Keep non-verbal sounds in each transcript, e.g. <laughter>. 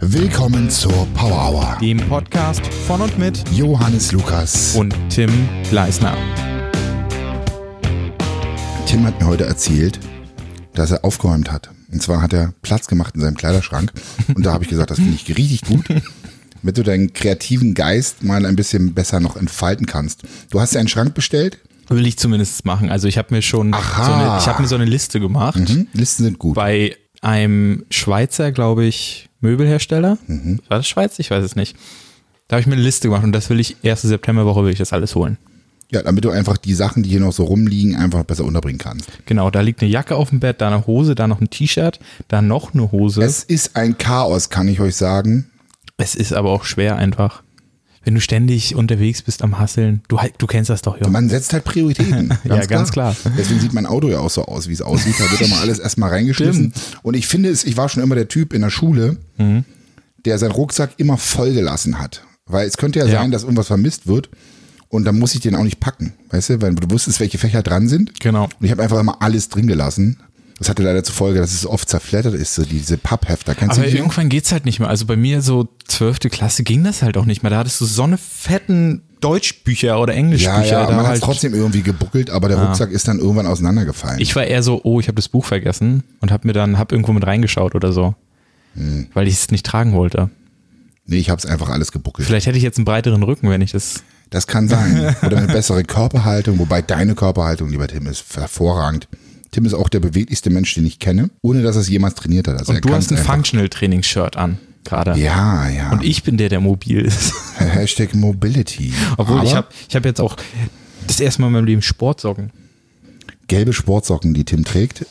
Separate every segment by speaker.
Speaker 1: Willkommen zur Power Hour.
Speaker 2: dem Podcast von und mit
Speaker 1: Johannes Lukas.
Speaker 2: und Tim Gleisner.
Speaker 1: Tim hat mir heute erzählt, dass er aufgeräumt hat. Und zwar hat er Platz gemacht in seinem Kleiderschrank. Und da habe ich gesagt, das finde ich richtig gut, damit du deinen kreativen Geist mal ein bisschen besser noch entfalten kannst. Du hast dir einen Schrank bestellt?
Speaker 2: Will ich zumindest machen. Also ich habe mir schon
Speaker 1: Aha.
Speaker 2: so eine, ich habe mir so eine Liste gemacht
Speaker 1: Hm? Listen sind gut.
Speaker 2: bei einem Schweizer, glaube ich, Möbelhersteller.
Speaker 1: Mhm.
Speaker 2: War das Schweiz? Ich weiß es nicht. Da habe ich mir eine Liste gemacht und das will ich erste Septemberwoche will ich das alles holen.
Speaker 1: Ja, damit du einfach die Sachen, die hier noch so rumliegen, einfach besser unterbringen kannst.
Speaker 2: Genau, da liegt eine Jacke auf dem Bett, da eine Hose, da noch ein T-Shirt, da noch eine Hose.
Speaker 1: Es ist ein Chaos, kann ich euch sagen.
Speaker 2: es ist aber auch schwer einfach. Wenn du ständig unterwegs bist am Hasseln, du, halt- du kennst das doch, Junge.
Speaker 1: Man setzt halt Prioritäten. Ganz
Speaker 2: <laughs> Ja, ganz klar.
Speaker 1: Deswegen sieht mein Auto ja auch so aus, wie es aussieht. Da wird immer alles erstmal reingeschmissen. Und ich finde es, ich war schon immer der Typ in der Schule,
Speaker 2: Mhm.
Speaker 1: der seinen Rucksack immer voll gelassen hat. Weil es könnte ja,
Speaker 2: Ja.
Speaker 1: sein, dass irgendwas vermisst wird. Und dann muss ich den auch nicht packen. Weißt du, weil du wusstest, welche Fächer dran sind.
Speaker 2: Genau.
Speaker 1: Und ich habe einfach immer alles drin gelassen. Das hatte leider zur Folge, dass es oft zerflattert ist, so diese Papphefter. Kennst
Speaker 2: Aber
Speaker 1: du die?
Speaker 2: irgendwann geht's halt nicht mehr. Also bei mir so zwölfte Klasse ging das halt auch nicht mehr. Da hattest du so eine fetten Deutschbücher oder
Speaker 1: Ja,
Speaker 2: Englischbücher.
Speaker 1: ja,
Speaker 2: da
Speaker 1: man hat
Speaker 2: halt Ah.
Speaker 1: trotzdem irgendwie gebuckelt, aber der Rucksack ist dann irgendwann auseinandergefallen.
Speaker 2: ich war eher so, oh, ich habe das Buch vergessen und hab mir dann hab irgendwo mit reingeschaut oder so,
Speaker 1: Hm.
Speaker 2: weil ich es nicht tragen wollte.
Speaker 1: nee, ich habe es einfach alles gebuckelt.
Speaker 2: Vielleicht hätte ich jetzt einen breiteren Rücken, wenn ich das.
Speaker 1: Das kann
Speaker 2: <laughs>
Speaker 1: sein. Oder eine bessere Körperhaltung, wobei deine Körperhaltung, lieber Tim, ist hervorragend. Tim ist auch der beweglichste Mensch, den ich kenne, ohne dass er es jemals trainiert hat. Also er
Speaker 2: Und du
Speaker 1: kann
Speaker 2: hast
Speaker 1: es
Speaker 2: ein
Speaker 1: einfach-
Speaker 2: Functional Training Shirt an gerade.
Speaker 1: Ja, ja.
Speaker 2: Und ich bin der, der mobil ist.
Speaker 1: <laughs> Hashtag Mobility.
Speaker 2: Obwohl ich
Speaker 1: Aber
Speaker 2: habe ich hab jetzt auch das erste Mal in meinem Leben Sportsocken.
Speaker 1: gelbe Sportsocken, die Tim trägt.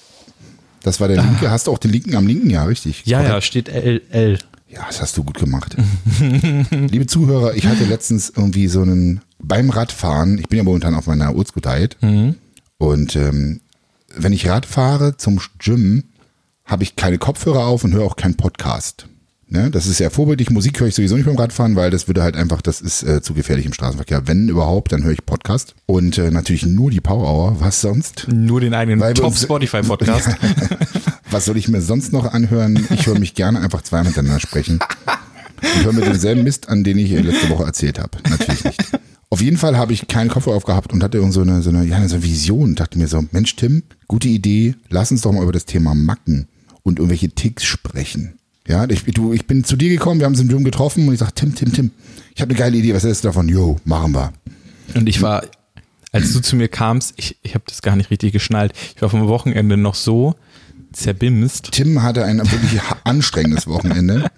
Speaker 1: Das war der linke. Hast du auch den linken am linken? Ja, richtig.
Speaker 2: Ah. Ja, ja, steht LL.
Speaker 1: Ja, das hast du gut gemacht. <laughs> Liebe Zuhörer, ich hatte letztens irgendwie so einen, beim Radfahren, ich bin ja momentan auf meiner Oldschool-Diet und ähm, wenn ich Rad fahre zum Gym, habe ich keine Kopfhörer auf und höre auch keinen Podcast. Ne? Das ist sehr vorbildlich. Musik höre ich sowieso nicht beim Radfahren, weil das würde halt einfach, das ist äh, zu gefährlich im Straßenverkehr. Wenn überhaupt, dann höre ich Podcast und äh, natürlich nur die Power Hour. Was sonst?
Speaker 2: Nur den eigenen
Speaker 1: Weil wir uns- <laughs>
Speaker 2: Top-Spotify-Podcast.
Speaker 1: Was soll ich mir sonst noch anhören? Ich höre mich gerne einfach zweimal miteinander sprechen. Ich höre mir denselben Mist an, den ich äh, letzte Woche erzählt habe. Natürlich nicht. Auf jeden Fall habe ich keinen Kopfhörer aufgehabt und hatte irgend so eine, so eine, ja, so eine Vision. Dachte mir so, Mensch, Tim, gute Idee. Lass uns doch mal über das Thema Macken und irgendwelche Ticks sprechen. Ja, ich, du, ich bin zu dir gekommen, wir haben uns im Gym getroffen und ich sag, Tim, Tim, Tim, ich habe eine geile Idee, was hältst du davon? Jo, machen wir.
Speaker 2: Und ich war, als du zu mir kamst, ich, ich habe das gar nicht richtig geschnallt. Ich war vom Wochenende noch so zerbimst.
Speaker 1: Tim hatte ein wirklich ha- anstrengendes Wochenende.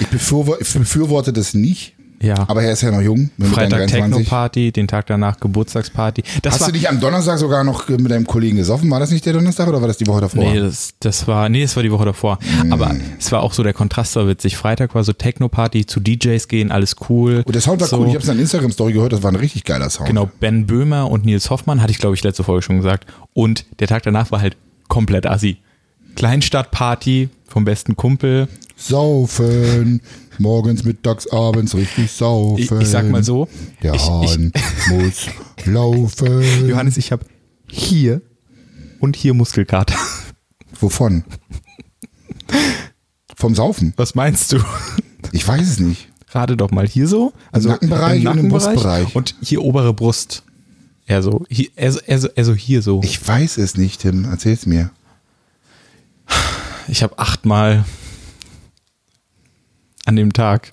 Speaker 1: Ich befürworte, ich befürworte das nicht.
Speaker 2: Ja.
Speaker 1: Aber er ist ja noch jung. Mit
Speaker 2: Freitag
Speaker 1: seinen 23.
Speaker 2: Techno-Party, den Tag danach Geburtstagsparty. Das
Speaker 1: Hast
Speaker 2: war,
Speaker 1: du dich am Donnerstag sogar noch mit deinem Kollegen gesoffen? War das nicht der Donnerstag oder war das die Woche Hm. davor?
Speaker 2: Nee, das, das war, nee, das war die Woche davor. Aber es war auch so, der Kontrast war witzig. Freitag war so Techno-Party, zu DJs gehen, alles cool.
Speaker 1: Und Oh, der Sound war
Speaker 2: so,
Speaker 1: cool. Ich habe es in Instagram-Story gehört. Das war ein richtig geiler Sound.
Speaker 2: Genau, Ben Böhmer und Nils Hoffmann, hatte ich glaube ich letzte Folge schon gesagt. Und der Tag danach war halt komplett assi. Kleinstadtparty vom besten Kumpel.
Speaker 1: Saufen. Morgens, mittags, abends richtig
Speaker 2: Ich,
Speaker 1: saufen.
Speaker 2: ich sag mal so.
Speaker 1: Der
Speaker 2: ich, ich,
Speaker 1: Hahn <laughs> muss laufen.
Speaker 2: Johannes, ich habe hier und hier Muskelkater. <laughs>
Speaker 1: Wovon? Vom Saufen?
Speaker 2: Was meinst du?
Speaker 1: Ich weiß es nicht.
Speaker 2: Rate doch mal hier so. Also
Speaker 1: Nackenbereich und im Brustbereich.
Speaker 2: Und hier obere Brust. Eher so, hier, eher so, eher so, eher so hier so. Ich,
Speaker 1: Ich weiß es nicht, Tim. Erzähl's mir.
Speaker 2: ich habe achtmal an dem Tag.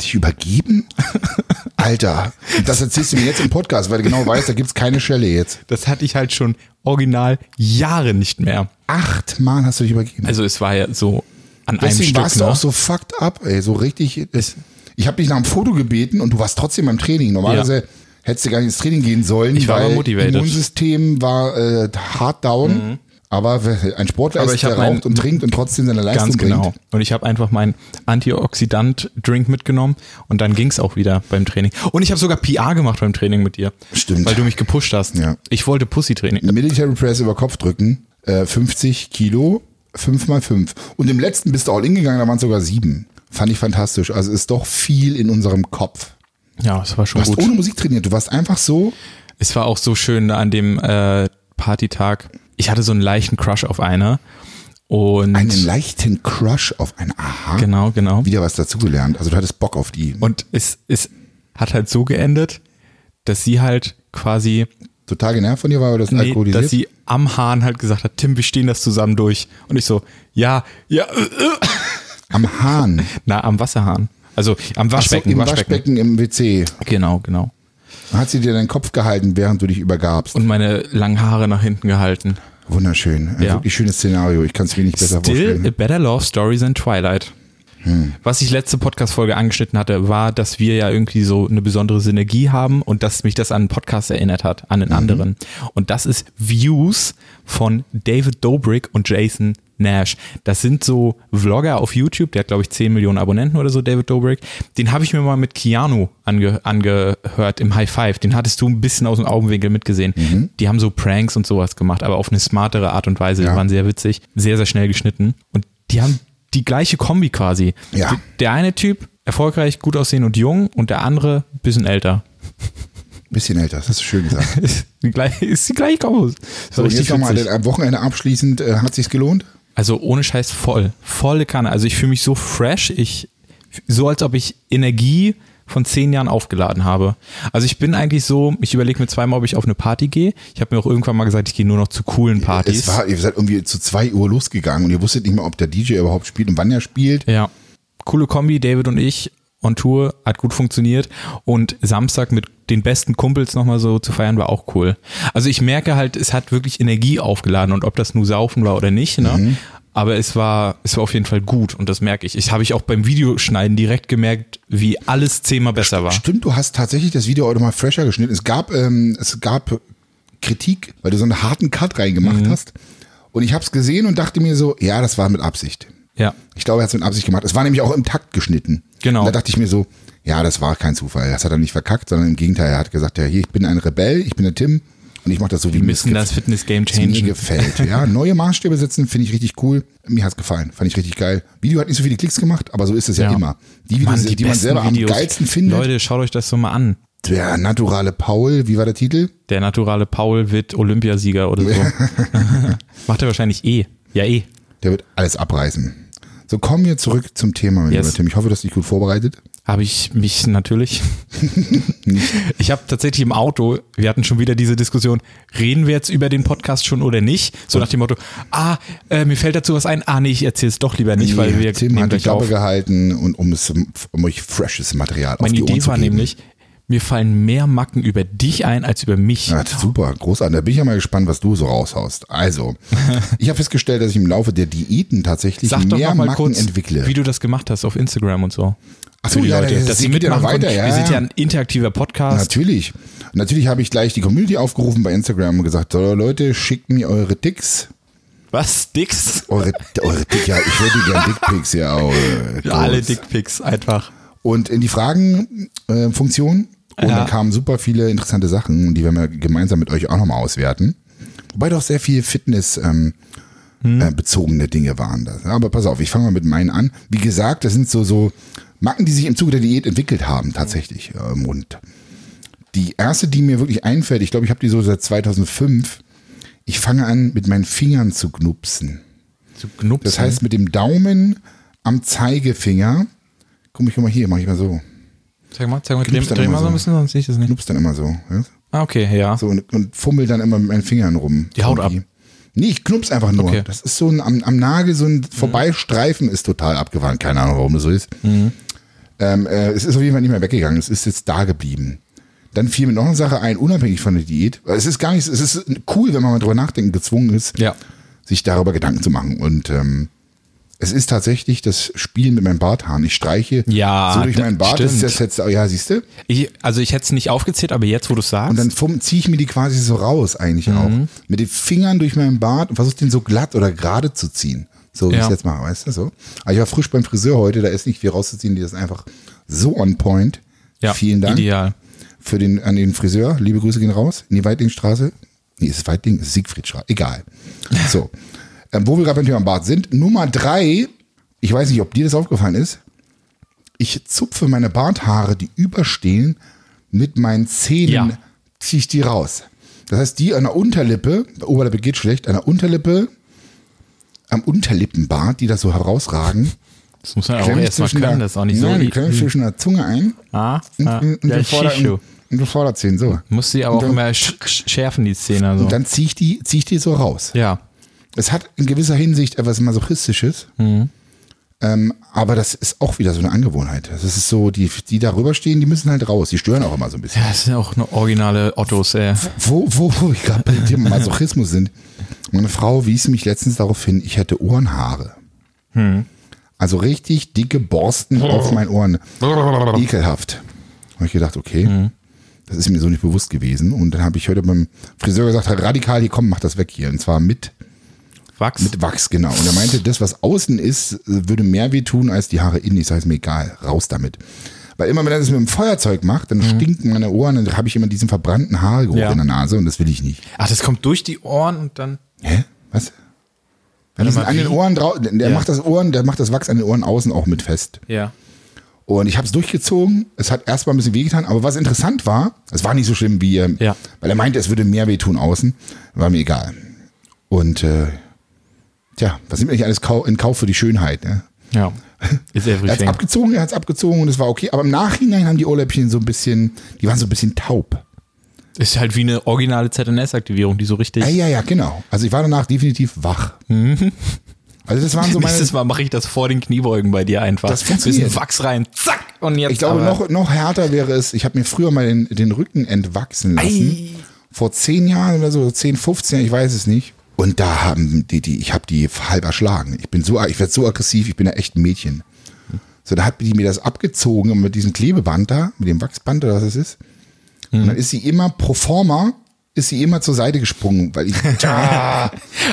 Speaker 1: Dich übergeben?
Speaker 2: <laughs>
Speaker 1: Alter, das erzählst du mir jetzt im Podcast, weil du genau weißt, da gibt's keine Schelle jetzt.
Speaker 2: Das hatte ich halt schon original Jahre nicht mehr.
Speaker 1: Achtmal hast du dich übergeben.
Speaker 2: Also es war ja so an einem
Speaker 1: Deswegen
Speaker 2: Stück.
Speaker 1: warst du
Speaker 2: ne?
Speaker 1: auch so fucked up, ey, so richtig. äh,
Speaker 2: Es-
Speaker 1: Ich habe dich nach einem Foto gebeten und du warst trotzdem beim Training. Normalerweise hättest du gar nicht ins Training gehen sollen,
Speaker 2: Ich war aber
Speaker 1: weil
Speaker 2: motivated. Mhm.
Speaker 1: Immunsystem war äh, hard down. Aber ein Sportler
Speaker 2: Aber
Speaker 1: ist,
Speaker 2: ich hab
Speaker 1: der raucht
Speaker 2: mein-
Speaker 1: und trinkt und trotzdem seine Leistung
Speaker 2: Ganz genau.
Speaker 1: bringt.
Speaker 2: Und ich habe einfach meinen Antioxidant-Drink mitgenommen und dann ging's auch wieder beim Training. Und ich habe sogar PR gemacht beim Training mit dir.
Speaker 1: Stimmt.
Speaker 2: Weil du mich gepusht hast.
Speaker 1: Ja.
Speaker 2: Ich wollte Pussy-Training.
Speaker 1: Military Press über Kopf drücken, äh, 50 Kilo, 5 mal 5. Und im letzten bist du all in gegangen, da waren es sogar 7. Fand ich fantastisch. Also ist doch viel in unserem Kopf.
Speaker 2: Ja, es war
Speaker 1: Du
Speaker 2: schon
Speaker 1: hast
Speaker 2: gut.
Speaker 1: ohne Musik trainiert, du warst einfach so.
Speaker 2: Es war auch so schön an dem äh, Partytag. Ich hatte so einen leichten Crush auf eine. Und
Speaker 1: Einen leichten Crush auf ein Aha.
Speaker 2: genau, genau.
Speaker 1: Wieder was dazugelernt. Also du hattest Bock auf die.
Speaker 2: Und es, es hat halt so geendet, dass sie halt quasi,
Speaker 1: Total genervt von dir war, weil du das
Speaker 2: nee,
Speaker 1: alkoholisiert.
Speaker 2: dass sie am Hahn halt gesagt hat, Tim, wir stehen das zusammen durch. Und ich so, ja, ja, äh, äh.
Speaker 1: Am Hahn.
Speaker 2: na, am Wasserhahn. Also am
Speaker 1: Ach so,
Speaker 2: <laughs> Waschbecken,
Speaker 1: Im
Speaker 2: Waschbecken.
Speaker 1: Waschbecken im WC.
Speaker 2: Genau, genau.
Speaker 1: Hat sie dir deinen Kopf gehalten, während du dich übergabst.
Speaker 2: Und meine langen Haare nach hinten gehalten.
Speaker 1: Wunderschön. Ein
Speaker 2: Ja.
Speaker 1: wirklich schönes Szenario. Ich kann es mir nicht besser
Speaker 2: Still a
Speaker 1: vorstellen.
Speaker 2: better love story than Twilight. Was ich letzte Podcast-Folge angeschnitten hatte, war, dass wir ja irgendwie so eine besondere Synergie haben und dass mich das an einen Podcast erinnert hat, an einen anderen. Und das ist Views von David Dobrik und Jason Nash. Das sind so Vlogger auf YouTube, der hat glaube ich 10 Millionen Abonnenten oder so, David Dobrik. Den habe ich mir mal mit Keanu ange angehört im High Five. Den hattest du ein bisschen aus dem Augenwinkel mitgesehen. Die haben so Pranks und sowas gemacht, aber auf eine smartere Art und Weise.
Speaker 1: Ja.
Speaker 2: Die waren sehr witzig, sehr, sehr schnell geschnitten. Und die haben die gleiche Kombi quasi.
Speaker 1: Ja.
Speaker 2: D- Der eine Typ, erfolgreich, gut aussehen und jung und der andere, bisschen älter. <laughs>
Speaker 1: Bisschen älter, das hast du schön gesagt.
Speaker 2: Ist die gleiche, ist die gleiche Kombo. So,
Speaker 1: So, und
Speaker 2: richtig
Speaker 1: jetzt nochmal
Speaker 2: witzig.
Speaker 1: am Wochenende abschließend, äh, hat sich's gelohnt?
Speaker 2: Also ohne Scheiß voll. Volle Kanne. Also ich fühle mich so fresh. Ich, so als ob ich Energie von zehn Jahren aufgeladen habe. Also ich bin eigentlich so, ich überlege mir zweimal, ob ich auf eine Party gehe. Ich habe mir auch irgendwann mal gesagt, ich gehe nur noch zu coolen Partys.
Speaker 1: Es war, ihr seid irgendwie zu 2 Uhr losgegangen und ihr wusstet nicht mal, ob der DJ überhaupt spielt und wann er spielt.
Speaker 2: Ja. Coole Kombi, David und ich on Tour, hat gut funktioniert. Und Samstag mit den besten Kumpels nochmal so zu feiern, war auch cool. Also ich merke halt, es hat wirklich Energie aufgeladen und ob das nur Saufen war oder nicht, ne?
Speaker 1: Mhm.
Speaker 2: Aber es war, es war auf jeden Fall gut und das merke ich. Ich habe ich auch beim Videoschneiden direkt gemerkt, wie alles zehnmal besser war.
Speaker 1: Stimmt, du hast tatsächlich das Video heute mal fresher geschnitten. Es gab, ähm, es gab Kritik, weil du so einen harten Cut reingemacht
Speaker 2: Mhm.
Speaker 1: hast. Und ich habe es gesehen und dachte mir so, ja, das war mit Absicht.
Speaker 2: Ja.
Speaker 1: Ich glaube, er hat es mit Absicht gemacht. Es war nämlich auch im Takt geschnitten.
Speaker 2: Genau.
Speaker 1: Und da dachte ich mir so, ja, das war kein Zufall. Das hat er nicht verkackt, sondern im Gegenteil. Er hat gesagt, ja, hier, ich bin ein Rebell, ich bin der Tim und ich mache das so, wie
Speaker 2: Wir
Speaker 1: mir
Speaker 2: müssen
Speaker 1: es
Speaker 2: das Fitness-Game
Speaker 1: gef- mir
Speaker 2: changen. <laughs>
Speaker 1: gefällt. Ja, neue Maßstäbe setzen, finde ich richtig cool. Mir hat's gefallen, fand ich richtig geil. Video hat nicht so viele Klicks gemacht, aber so ist es ja,
Speaker 2: Ja.
Speaker 1: immer. Die Videos,
Speaker 2: Mann,
Speaker 1: die, man
Speaker 2: besten
Speaker 1: selber
Speaker 2: Videos.
Speaker 1: am geilsten findet.
Speaker 2: Leute, schaut euch das so mal an.
Speaker 1: Der naturale Paul, wie war der Titel?
Speaker 2: Der naturale Paul wird Olympiasieger
Speaker 1: <laughs>
Speaker 2: oder so. Macht er wahrscheinlich eh. Ja, eh.
Speaker 1: Der wird alles abreißen. So, kommen wir zurück zum Thema, mein
Speaker 2: Yes.
Speaker 1: lieber Tim. Ich hoffe, du hast dich gut vorbereitet.
Speaker 2: Habe ich
Speaker 1: <laughs>
Speaker 2: mich natürlich. ich habe tatsächlich im Auto, wir hatten schon wieder diese Diskussion, reden wir jetzt über den Podcast schon oder nicht? So nach dem Motto, ah, äh, mir fällt dazu was ein, ah nee, ich erzähle es doch lieber nicht, weil
Speaker 1: Nee,
Speaker 2: wir
Speaker 1: Tim
Speaker 2: nehmen
Speaker 1: hat die
Speaker 2: gleich
Speaker 1: Klappe
Speaker 2: auf.
Speaker 1: gehalten und um, es, um euch freshes Material auf
Speaker 2: Meine
Speaker 1: die Ohren
Speaker 2: Idee
Speaker 1: zu
Speaker 2: war
Speaker 1: geben.
Speaker 2: nämlich, mir fallen mehr Macken über dich ein als über mich.
Speaker 1: Ja, Ah, super, großartig. Da bin ich ja mal gespannt, was du so raushaust.
Speaker 2: <laughs>
Speaker 1: Also, ich habe festgestellt, dass ich im Laufe der Diäten tatsächlich
Speaker 2: Sag doch
Speaker 1: mehr
Speaker 2: noch mal
Speaker 1: Macken
Speaker 2: kurz,
Speaker 1: entwickle.
Speaker 2: wie du das gemacht hast auf Instagram und so.
Speaker 1: Ach
Speaker 2: Für
Speaker 1: so,
Speaker 2: die
Speaker 1: ja,
Speaker 2: Leute,
Speaker 1: das
Speaker 2: dass sie
Speaker 1: geht ja noch
Speaker 2: mitmachen können.
Speaker 1: weiter, ja,
Speaker 2: Wir sind
Speaker 1: ja.
Speaker 2: ja ein interaktiver Podcast.
Speaker 1: Natürlich. Natürlich habe ich gleich die Community aufgerufen bei Instagram und gesagt, so, Leute, schickt mir eure Dicks.
Speaker 2: Was, Dicks?
Speaker 1: Eure, eure Dick, ja, ich hätte gern Dickpics, ja. eure
Speaker 2: Alle
Speaker 1: Codes.
Speaker 2: Dickpics einfach.
Speaker 1: Und in die Fragen-Funktion. und
Speaker 2: Ja.
Speaker 1: da kamen super viele interessante Sachen, die werden wir gemeinsam mit euch auch nochmal auswerten. Wobei doch sehr viel Fitness ähm,
Speaker 2: Hm.
Speaker 1: äh, bezogene Dinge waren das. Aber pass auf, ich fange mal mit meinen an. Wie gesagt, das sind so, so Macken, die sich im Zuge der Diät entwickelt haben, tatsächlich. Ähm, und die erste, die mir wirklich einfällt, ich glaube, ich habe die so seit 2005. Ich fange an, mit meinen Fingern zu knupsen.
Speaker 2: Zu knupsen.
Speaker 1: Das heißt, mit dem Daumen am Zeigefinger. Guck mal, guck mal hier, mach ich mal so.
Speaker 2: Zeig mal, zeig mal, dreh,
Speaker 1: Knupst dann
Speaker 2: dreh
Speaker 1: immer
Speaker 2: mal so
Speaker 1: so.
Speaker 2: ein bisschen, sonst sehe ich das nicht.
Speaker 1: knups dann immer so. Ja?
Speaker 2: Ah, okay, ja.
Speaker 1: So und, und fummel dann immer mit meinen Fingern rum.
Speaker 2: Die Haut
Speaker 1: Irgendwie. Nee, ich knups einfach nur.
Speaker 2: Okay. Mhm.
Speaker 1: Das ist so ein, am, am Nagel, so ein Vorbeistreifen ist total abgewandt. Keine Ahnung, warum das so ist.
Speaker 2: Mhm.
Speaker 1: Ähm, äh, es ist auf jeden Fall nicht mehr weggegangen. Es ist jetzt da geblieben. Dann fiel mir noch eine Sache ein, unabhängig von der Diät. Es ist gar nicht, es ist cool, wenn man mal drüber nachdenken gezwungen ist,
Speaker 2: Ja.
Speaker 1: sich darüber Gedanken zu machen. Und ähm, es ist tatsächlich das Spielen mit meinem Barthahn. Ich streiche
Speaker 2: Ja,
Speaker 1: so durch
Speaker 2: da-
Speaker 1: meinen Bart. Das ist
Speaker 2: stimmt.
Speaker 1: das jetzt, ja, siehst du?
Speaker 2: Ich, also ich hätte es nicht aufgezählt, aber jetzt, wo du es sagst,
Speaker 1: Und dann fumm- ziehe ich mir die quasi so raus, eigentlich auch.
Speaker 2: Mhm.
Speaker 1: Mit den Fingern durch meinen Bart und versuche den so glatt oder gerade zu ziehen. So wie ich
Speaker 2: Ja.
Speaker 1: es jetzt mache, weißt du so? Aber ich war frisch beim Friseur heute, da ist nicht viel rauszuziehen, die ist einfach so on point.
Speaker 2: ja,
Speaker 1: Vielen Dank
Speaker 2: ideal.
Speaker 1: für den, an den Friseur. Liebe Grüße gehen raus. In die Weidlingstraße. Nee, ist es Weidling? Ist Siegfriedstraße. Egal. So. <laughs> ähm, wo wir gerade beim Thema Bart sind. Nummer drei. Ich weiß nicht, ob dir das aufgefallen ist. Ich zupfe meine Barthaare, die überstehen, mit meinen Zähnen
Speaker 2: Ja.
Speaker 1: ziehe ich die raus. Das heißt, die an der Unterlippe, der Oberlippe geht schlecht, an der Unterlippe am Unterlippenbart, die da so herausragen.
Speaker 2: Das muss man auch
Speaker 1: Klemm ich
Speaker 2: erstmal
Speaker 1: zwischen
Speaker 2: können,
Speaker 1: der-
Speaker 2: das ist auch nicht
Speaker 1: Nein, die
Speaker 2: so. e-
Speaker 1: klemm ich zwischen der Zunge ein
Speaker 2: Ah,
Speaker 1: und,
Speaker 2: ah,
Speaker 1: und, und,
Speaker 2: ja,
Speaker 1: so vorder,
Speaker 2: Shishu.
Speaker 1: und so Vorderzehen, so.
Speaker 2: Muss sie aber
Speaker 1: Und
Speaker 2: auch
Speaker 1: dann-
Speaker 2: immer sch sch- schärfen, die Szene. Also.
Speaker 1: Und dann ziehe ich, die- zieh ich die so raus.
Speaker 2: ja.
Speaker 1: Es hat in gewisser Hinsicht etwas Masochistisches,
Speaker 2: Mhm.
Speaker 1: ähm, aber das ist auch wieder so eine Angewohnheit. Das ist so, die, die darüber stehen, die müssen halt raus. Die stören auch immer so ein bisschen.
Speaker 2: ja, das sind auch eine originale Ottos, äh, ey.
Speaker 1: Wo, wo, wo ich gerade beim Thema Masochismus sind. Meine Frau wies mich letztens darauf hin, ich hätte Ohrenhaare. Also richtig dicke Borsten auf meinen Ohren. Ekelhaft. Habe ich gedacht, okay, das ist mir so nicht bewusst gewesen. Und dann habe ich heute beim Friseur gesagt, radikal, hier komm, mach das weg hier. Und zwar mit
Speaker 2: Wachs.
Speaker 1: mit Wachs, genau. Und er meinte, das, was außen ist, äh, würde mehr wehtun als die Haare innen. Ich sage es mir egal, raus damit. Weil immer, wenn er das mit dem Feuerzeug macht, dann stinken meine Ohren, dann habe ich immer diesen verbrannten Haargeruch
Speaker 2: Ja.
Speaker 1: in der Nase und das will ich nicht.
Speaker 2: Ach, Ah, das kommt durch die Ohren und dann.
Speaker 1: Hä? Was? Wenn das
Speaker 2: mal,
Speaker 1: an den
Speaker 2: wie?
Speaker 1: Ohren drau- der
Speaker 2: Ja.
Speaker 1: macht das Ohren, der macht das Wachs an den Ohren außen auch mit fest.
Speaker 2: Ja.
Speaker 1: Und ich habe es durchgezogen. Es hat erstmal ein bisschen wehgetan, aber was interessant war, es war nicht so schlimm wie, ähm,
Speaker 2: Ja.
Speaker 1: weil er meinte, es würde mehr wehtun außen. War mir egal. Und äh, tja, was nimmt man nicht alles kau- in Kauf für die Schönheit? Ne?
Speaker 2: Ja.
Speaker 1: <laughs>
Speaker 2: Ist
Speaker 1: Er hat es
Speaker 2: everything.
Speaker 1: abgezogen, er hat es abgezogen und es war okay. Aber im Nachhinein haben die Ohrläppchen so ein bisschen, die waren so ein bisschen taub.
Speaker 2: Ist halt wie eine originale ZNS-Aktivierung, die so richtig.
Speaker 1: Ja, ja, ja, genau. Also ich war danach definitiv wach.
Speaker 2: Mhm.
Speaker 1: Also das waren so meine.
Speaker 2: <laughs> Nächstes Mal mache ich das vor den Kniebeugen bei dir einfach.
Speaker 1: Das funktioniert.
Speaker 2: Bisschen Wachs rein, zack, und jetzt.
Speaker 1: Ich glaube,
Speaker 2: aber-
Speaker 1: noch, noch härter wäre es, ich habe mir früher mal den, den Rücken entwachsen lassen.
Speaker 2: Ei.
Speaker 1: Vor zehn Jahren oder so, 10, 15, ich weiß es nicht. Und da haben die, die ich habe die halb erschlagen. Ich bin so, ich werde so aggressiv, ich bin ja echt ein Mädchen. So, da hat die mir das abgezogen und mit diesem Klebeband da, mit dem Wachsband oder was es ist. Und
Speaker 2: Hm.
Speaker 1: dann ist sie immer pro forma, ist sie immer zur Seite gesprungen,
Speaker 2: <laughs>
Speaker 1: weil ich,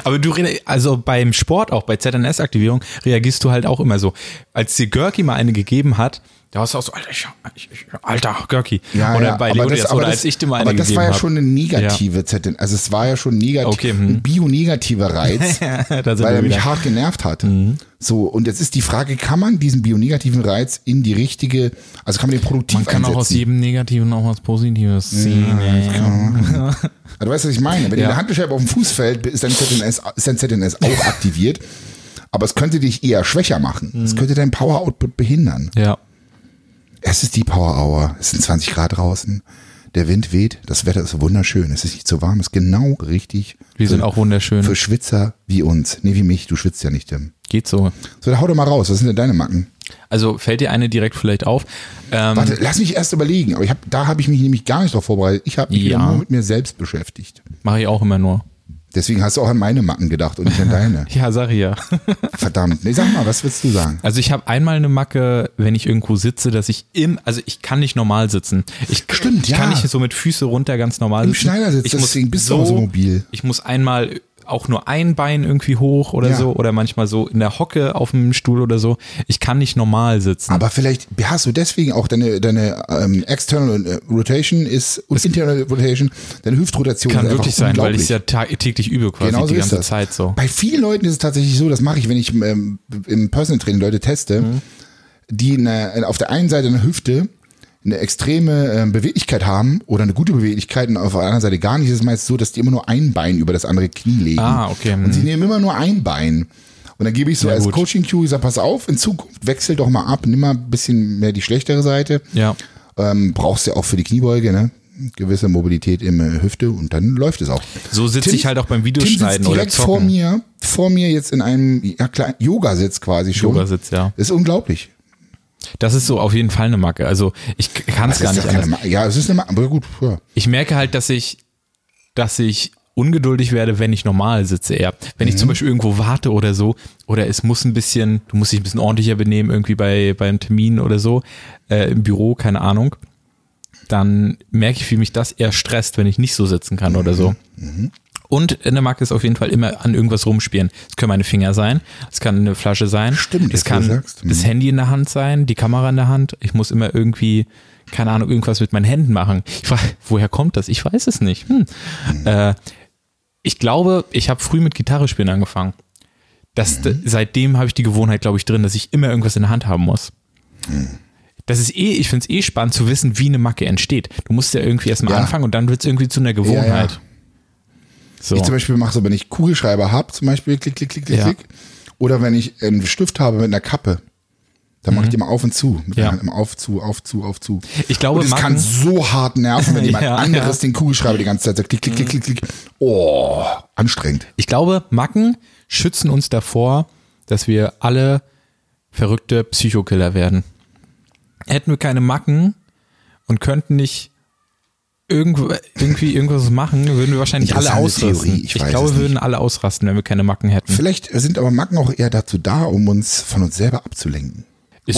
Speaker 2: Aber du, re- also beim Sport auch, bei ZNS-Aktivierung, reagierst du halt auch immer so. Als dir Görki mal eine gegeben hat, da warst du auch so, Alter, ich, ich, ich, Alter Görki.
Speaker 1: Ja,
Speaker 2: oder
Speaker 1: ja,
Speaker 2: bei
Speaker 1: aber
Speaker 2: Leonidas,
Speaker 1: das- aber
Speaker 2: oder
Speaker 1: das-
Speaker 2: als ich dir mal eine
Speaker 1: Aber das
Speaker 2: gegeben
Speaker 1: war ja
Speaker 2: hab.
Speaker 1: schon eine negative ZN. Also es war ja schon negativ,
Speaker 2: Okay, hm.
Speaker 1: ein bionegativer
Speaker 2: <laughs>
Speaker 1: Reiz,
Speaker 2: <laughs> da sind
Speaker 1: weil
Speaker 2: wir
Speaker 1: er mich
Speaker 2: wieder. Mhm.
Speaker 1: hart genervt hat. So, und jetzt ist die Frage, kann man diesen bionegativen Reiz in die richtige, also kann man den produktiv
Speaker 2: Man kann auch aus
Speaker 1: einsetzen?
Speaker 2: jedem Negativen auch was Positives ziehen.
Speaker 1: Also, du weißt, was ich meine. Wenn
Speaker 2: Ja.
Speaker 1: dir der Handbeschreibung auf dem Fuß fällt, ist dein ZNS, ist dein ZNS auch
Speaker 2: <laughs>
Speaker 1: aktiviert. Aber es könnte dich eher schwächer machen.
Speaker 2: Mhm.
Speaker 1: Es könnte dein Power-Output behindern.
Speaker 2: ja.
Speaker 1: Es ist die Power Hour. Es sind 20 Grad draußen. Der Wind weht. Das Wetter ist wunderschön. Es ist nicht zu warm. Es ist genau richtig.
Speaker 2: Wir sind
Speaker 1: für-
Speaker 2: auch wunderschön.
Speaker 1: Für Schwitzer wie uns. Nee, wie mich. Du schwitzt ja nicht, Tim.
Speaker 2: Geht so.
Speaker 1: So, dann hau doch mal raus. Was sind denn deine Macken?
Speaker 2: Also fällt dir eine direkt vielleicht auf. Ähm,
Speaker 1: Warte, Also lass mich erst überlegen. Aber ich hab, da habe ich mich nämlich gar nicht drauf vorbereitet. Ich habe mich wieder
Speaker 2: Ja.
Speaker 1: nur mit mir selbst beschäftigt.
Speaker 2: Mache ich auch immer nur.
Speaker 1: Deswegen hast du auch an meine Macken gedacht und nicht an
Speaker 2: <laughs>
Speaker 1: deine.
Speaker 2: Ja, sag ich ja.
Speaker 1: Verdammt. Nee, sag mal, was willst du sagen?
Speaker 2: Also ich habe einmal eine Macke, wenn ich irgendwo sitze, dass ich im, also ich kann nicht normal sitzen. Ich,
Speaker 1: Stimmt,
Speaker 2: ich kann
Speaker 1: ja.
Speaker 2: nicht so mit Füße runter ganz normal
Speaker 1: Im
Speaker 2: sitzen.
Speaker 1: Schneidersitz,
Speaker 2: ich muss
Speaker 1: deswegen bist du auch so mobil.
Speaker 2: Ich muss einmal auch nur ein Bein irgendwie hoch oder
Speaker 1: Ja.
Speaker 2: so oder manchmal so in der Hocke auf dem Stuhl oder so. Ich kann nicht normal sitzen.
Speaker 1: Aber vielleicht hast du deswegen auch deine, deine ähm, External äh, Rotation ist und Internal Rotation, deine Hüftrotation
Speaker 2: kann
Speaker 1: ist einfach
Speaker 2: wirklich sein, weil ich es
Speaker 1: unglaublich.
Speaker 2: ja ta- täglich übe quasi
Speaker 1: Genau so
Speaker 2: die
Speaker 1: ist
Speaker 2: ganze
Speaker 1: das.
Speaker 2: Zeit so.
Speaker 1: <laughs> Bei vielen Leuten ist es tatsächlich so, das mache ich, wenn ich ähm, im Personal Training Leute teste,
Speaker 2: Mhm.
Speaker 1: die eine, auf der einen Seite eine Hüfte eine extreme ähm, Beweglichkeit haben oder eine gute Beweglichkeit und auf der anderen Seite gar nicht, ist es meist so, dass die immer nur ein Bein über das andere Knie legen.
Speaker 2: Ah, okay,
Speaker 1: Und
Speaker 2: mhm.
Speaker 1: sie nehmen immer nur ein Bein. Und dann gebe ich so
Speaker 2: Ja,
Speaker 1: als
Speaker 2: gut.
Speaker 1: Coaching-Cue, ich sage, pass auf, in Zukunft wechsel doch mal ab, nimm mal ein bisschen mehr die schlechtere Seite.
Speaker 2: Ja.
Speaker 1: Ähm, brauchst ja auch für die Kniebeuge, ne? Gewisse Mobilität im äh, Hüfte und dann läuft es auch.
Speaker 2: So sitze
Speaker 1: Tim-
Speaker 2: ich halt auch beim
Speaker 1: Tim sitzt
Speaker 2: Videoschneiden oder
Speaker 1: direkt vor
Speaker 2: Zocken.
Speaker 1: mir, vor mir jetzt in einem ja, kleinen Yoga-Sitz quasi schon.
Speaker 2: Yoga-Sitz, ja.
Speaker 1: Ist unglaublich.
Speaker 2: Das ist so auf jeden Fall eine Macke. Also ich kann es gar
Speaker 1: ist
Speaker 2: nicht
Speaker 1: ja,
Speaker 2: anders.
Speaker 1: keine Ma- ja, es ist eine Ma aber gut. Ja.
Speaker 2: Ich merke halt, dass ich, dass ich ungeduldig werde, wenn ich normal sitze eher. Wenn ich zum Beispiel irgendwo warte oder so, oder es muss ein bisschen, du musst dich ein bisschen ordentlicher benehmen, irgendwie bei, beim Termin oder so, äh, im Büro, keine Ahnung, dann merke ich, wie mich das eher stresst, wenn ich nicht so sitzen kann oder so. Und eine Marke ist auf jeden Fall immer an irgendwas rumspielen. Es können meine Finger sein, es kann eine Flasche sein.
Speaker 1: Stimmt,
Speaker 2: es
Speaker 1: jetzt, wo du
Speaker 2: kann
Speaker 1: sagst. Mhm.
Speaker 2: das Handy in der Hand sein, die Kamera in der Hand. Ich muss immer irgendwie, keine Ahnung, irgendwas mit meinen Händen machen. Ich weiß, woher kommt das? Ich weiß es nicht. Hm.
Speaker 1: Mhm.
Speaker 2: Äh, ich glaube, ich habe früh mit Gitarre spielen angefangen.
Speaker 1: Mhm.
Speaker 2: Das, d- Seitdem habe ich die Gewohnheit, glaube ich, drin, dass ich immer irgendwas in der Hand haben muss.
Speaker 1: Mhm.
Speaker 2: Das ist eh, ich finde es eh spannend zu wissen, wie eine Macke entsteht. Du musst ja irgendwie erstmal
Speaker 1: Ja.
Speaker 2: anfangen und dann wird es irgendwie zu einer Gewohnheit. So.
Speaker 1: Ich zum Beispiel mache so, wenn ich Kugelschreiber habe, zum Beispiel klick, klick, klick, klick,
Speaker 2: Ja.
Speaker 1: klick. Oder wenn ich einen Stift habe mit einer Kappe, dann mache ich die immer auf und zu. Mit
Speaker 2: Mhm. Ja.
Speaker 1: ja. Immer auf, zu, auf, zu, auf, zu.
Speaker 2: Ich glaube,
Speaker 1: und es
Speaker 2: Macken-
Speaker 1: kann so hart nerven,
Speaker 2: <laughs>
Speaker 1: wenn jemand
Speaker 2: Ja,
Speaker 1: anderes
Speaker 2: ja. Mhm.
Speaker 1: den Kugelschreiber die ganze Zeit sagt, klick, klick, klick, klick, klick. Oh, anstrengend.
Speaker 2: Ich glaube, Macken schützen uns davor, dass wir alle verrückte Psychokiller werden. Hätten wir keine Macken und könnten nicht irgendwo, irgendwie irgendwas machen, würden wir wahrscheinlich alle
Speaker 1: Interessante
Speaker 2: ausrasten.
Speaker 1: Theorie, ich weiß
Speaker 2: glaube,
Speaker 1: es
Speaker 2: wir
Speaker 1: nicht.
Speaker 2: würden alle ausrasten, wenn wir keine Macken hätten.
Speaker 1: Vielleicht sind aber Macken auch eher dazu da, um uns von uns selber abzulenken.
Speaker 2: Ist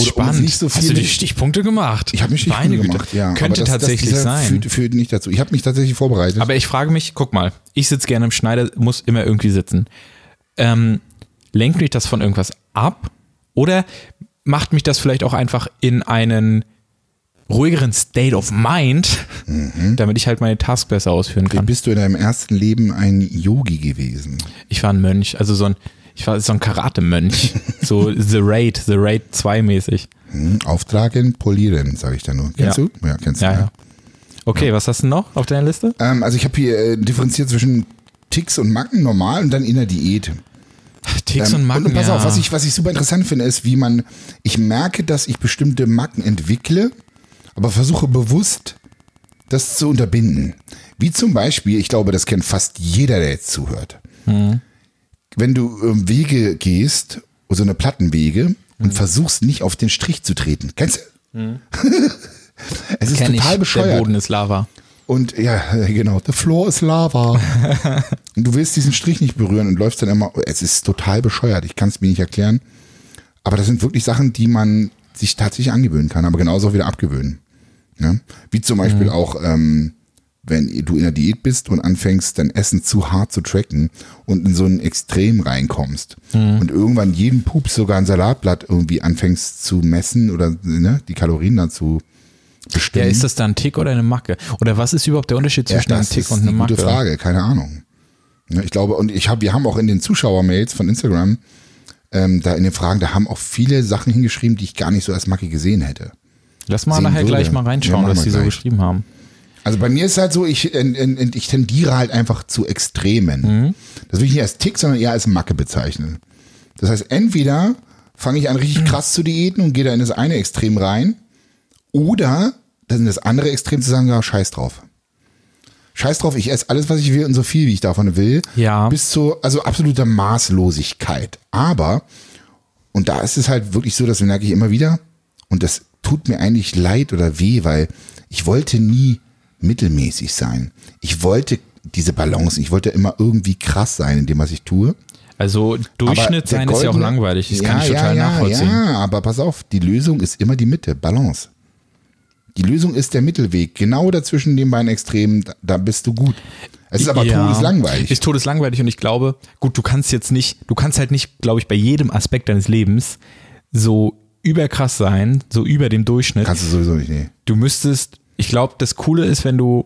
Speaker 1: Oder um uns
Speaker 2: spannend.
Speaker 1: nicht so viel
Speaker 2: Hast du die
Speaker 1: mit-
Speaker 2: Stichpunkte gemacht?
Speaker 1: Ich habe mich nicht
Speaker 2: Meine Güte.
Speaker 1: gemacht, ja. aber
Speaker 2: Könnte
Speaker 1: das- das-
Speaker 2: tatsächlich
Speaker 1: dieser
Speaker 2: sein.
Speaker 1: Führt, führt nicht dazu. Ich habe mich tatsächlich vorbereitet.
Speaker 2: Aber ich frage mich, guck mal, ich sitze gerne im Schneider, muss immer irgendwie sitzen. Ähm, lenkt mich das von irgendwas ab? Oder macht mich das vielleicht auch einfach in einen ruhigeren State of Mind,
Speaker 1: Mhm.
Speaker 2: damit ich halt meine Task besser ausführen kann?
Speaker 1: Bist du in deinem ersten Leben ein Yogi gewesen?
Speaker 2: Ich war ein Mönch, also so ein, ich war so
Speaker 1: <laughs>
Speaker 2: ein Karate-Mönch. so The Raid, The Raid 2 mäßig.
Speaker 1: Hm, auftragen, polieren, sage ich da nur. Kennst
Speaker 2: Ja.
Speaker 1: du? Ja, kennst
Speaker 2: Ja,
Speaker 1: du.
Speaker 2: ja. Okay, was hast du noch auf deiner Liste?
Speaker 1: Ähm, also ich habe hier äh, differenziert zwischen Ticks und Macken normal und dann in der Diät.
Speaker 2: Ticks
Speaker 1: Ähm,
Speaker 2: und Macken.
Speaker 1: pass
Speaker 2: ja.
Speaker 1: auf, was ich, was ich super interessant finde, ist, wie man, ich merke, dass ich bestimmte Macken entwickle, aber versuche bewusst, das zu unterbinden. Wie zum Beispiel, ich glaube, das kennt fast jeder, der jetzt zuhört.
Speaker 2: Hm.
Speaker 1: Wenn du ähm, Wege gehst, so eine Plattenwege,
Speaker 2: Hm.
Speaker 1: und versuchst nicht auf den Strich zu treten. Kennst du? <laughs> es ist
Speaker 2: Kenn
Speaker 1: total
Speaker 2: ich.
Speaker 1: bescheuert.
Speaker 2: Der Boden ist Lava.
Speaker 1: Und ja, <laughs> genau, the floor is lava. und du willst diesen Strich nicht berühren und läufst dann immer, es ist total bescheuert, ich kann es mir nicht erklären. Aber das sind wirklich Sachen, die man sich tatsächlich angewöhnen kann, aber genauso auch wieder abgewöhnen. Ne? Wie zum Beispiel auch, ähm, wenn du in der Diät bist und anfängst, dein Essen zu hart zu tracken und in so ein Extrem reinkommst und irgendwann jeden Pups sogar ein Salatblatt irgendwie anfängst zu messen oder ne, die Kalorien dazu
Speaker 2: Ja,
Speaker 1: bestimmen.
Speaker 2: ist das dann ein Tick oder eine Macke? Oder was ist überhaupt der Unterschied zwischen einem
Speaker 1: Mhm. das
Speaker 2: Tick
Speaker 1: ist
Speaker 2: und einer Macke?
Speaker 1: Gute Frage, keine Ahnung. Ne, Ich glaube, und ich hab, wir haben auch in den Zuschauermails von Instagram, ähm, da in den Fragen, da haben auch viele Sachen hingeschrieben, die ich gar nicht so als Macke gesehen hätte.
Speaker 2: Lass mal
Speaker 1: Sehen
Speaker 2: nachher
Speaker 1: würde.
Speaker 2: gleich mal reinschauen,
Speaker 1: Ja, machen
Speaker 2: was
Speaker 1: wir
Speaker 2: die so
Speaker 1: gleich.
Speaker 2: geschrieben haben.
Speaker 1: Also bei mir ist halt so, ich, en- en- en- ich tendiere halt einfach zu Extremen.
Speaker 2: Mhm.
Speaker 1: Das will ich nicht als Tick, sondern eher als Macke bezeichnen. Das heißt, entweder fange ich an, richtig krass zu diäten und gehe da in das eine Extrem rein, oder dann in das andere Extrem zu sagen, ja, scheiß drauf. Scheiß drauf, ich esse alles, was ich will und so viel, wie ich davon will.
Speaker 2: Ja.
Speaker 1: Bis zu, also absoluter Maßlosigkeit. Aber, und da ist es halt wirklich so, das merke ich immer wieder, und das tut mir eigentlich leid oder weh, weil ich wollte nie mittelmäßig sein. Ich wollte diese Balance, ich wollte immer irgendwie krass sein in dem, was ich tue.
Speaker 2: Also Durchschnitt
Speaker 1: Aber der
Speaker 2: sein ist ja auch
Speaker 1: goldene-
Speaker 2: langweilig. Das kann
Speaker 1: Ja,
Speaker 2: ich total
Speaker 1: ja, ja,
Speaker 2: nachvollziehen.
Speaker 1: Ja, aber pass auf, die Lösung ist immer die Mitte, Balance. Die Lösung ist der Mittelweg. Genau dazwischen den beiden Extremen, da, da bist du gut. Es ist aber
Speaker 2: Ja.
Speaker 1: todeslangweilig.
Speaker 2: Ist todeslangweilig und ich glaube, gut, du kannst jetzt nicht, du kannst halt nicht, glaube ich, bei jedem Aspekt deines Lebens so überkrass sein, so über dem Durchschnitt.
Speaker 1: Kannst du sowieso nicht, nee.
Speaker 2: du müsstest, ich glaube, das Coole ist, wenn du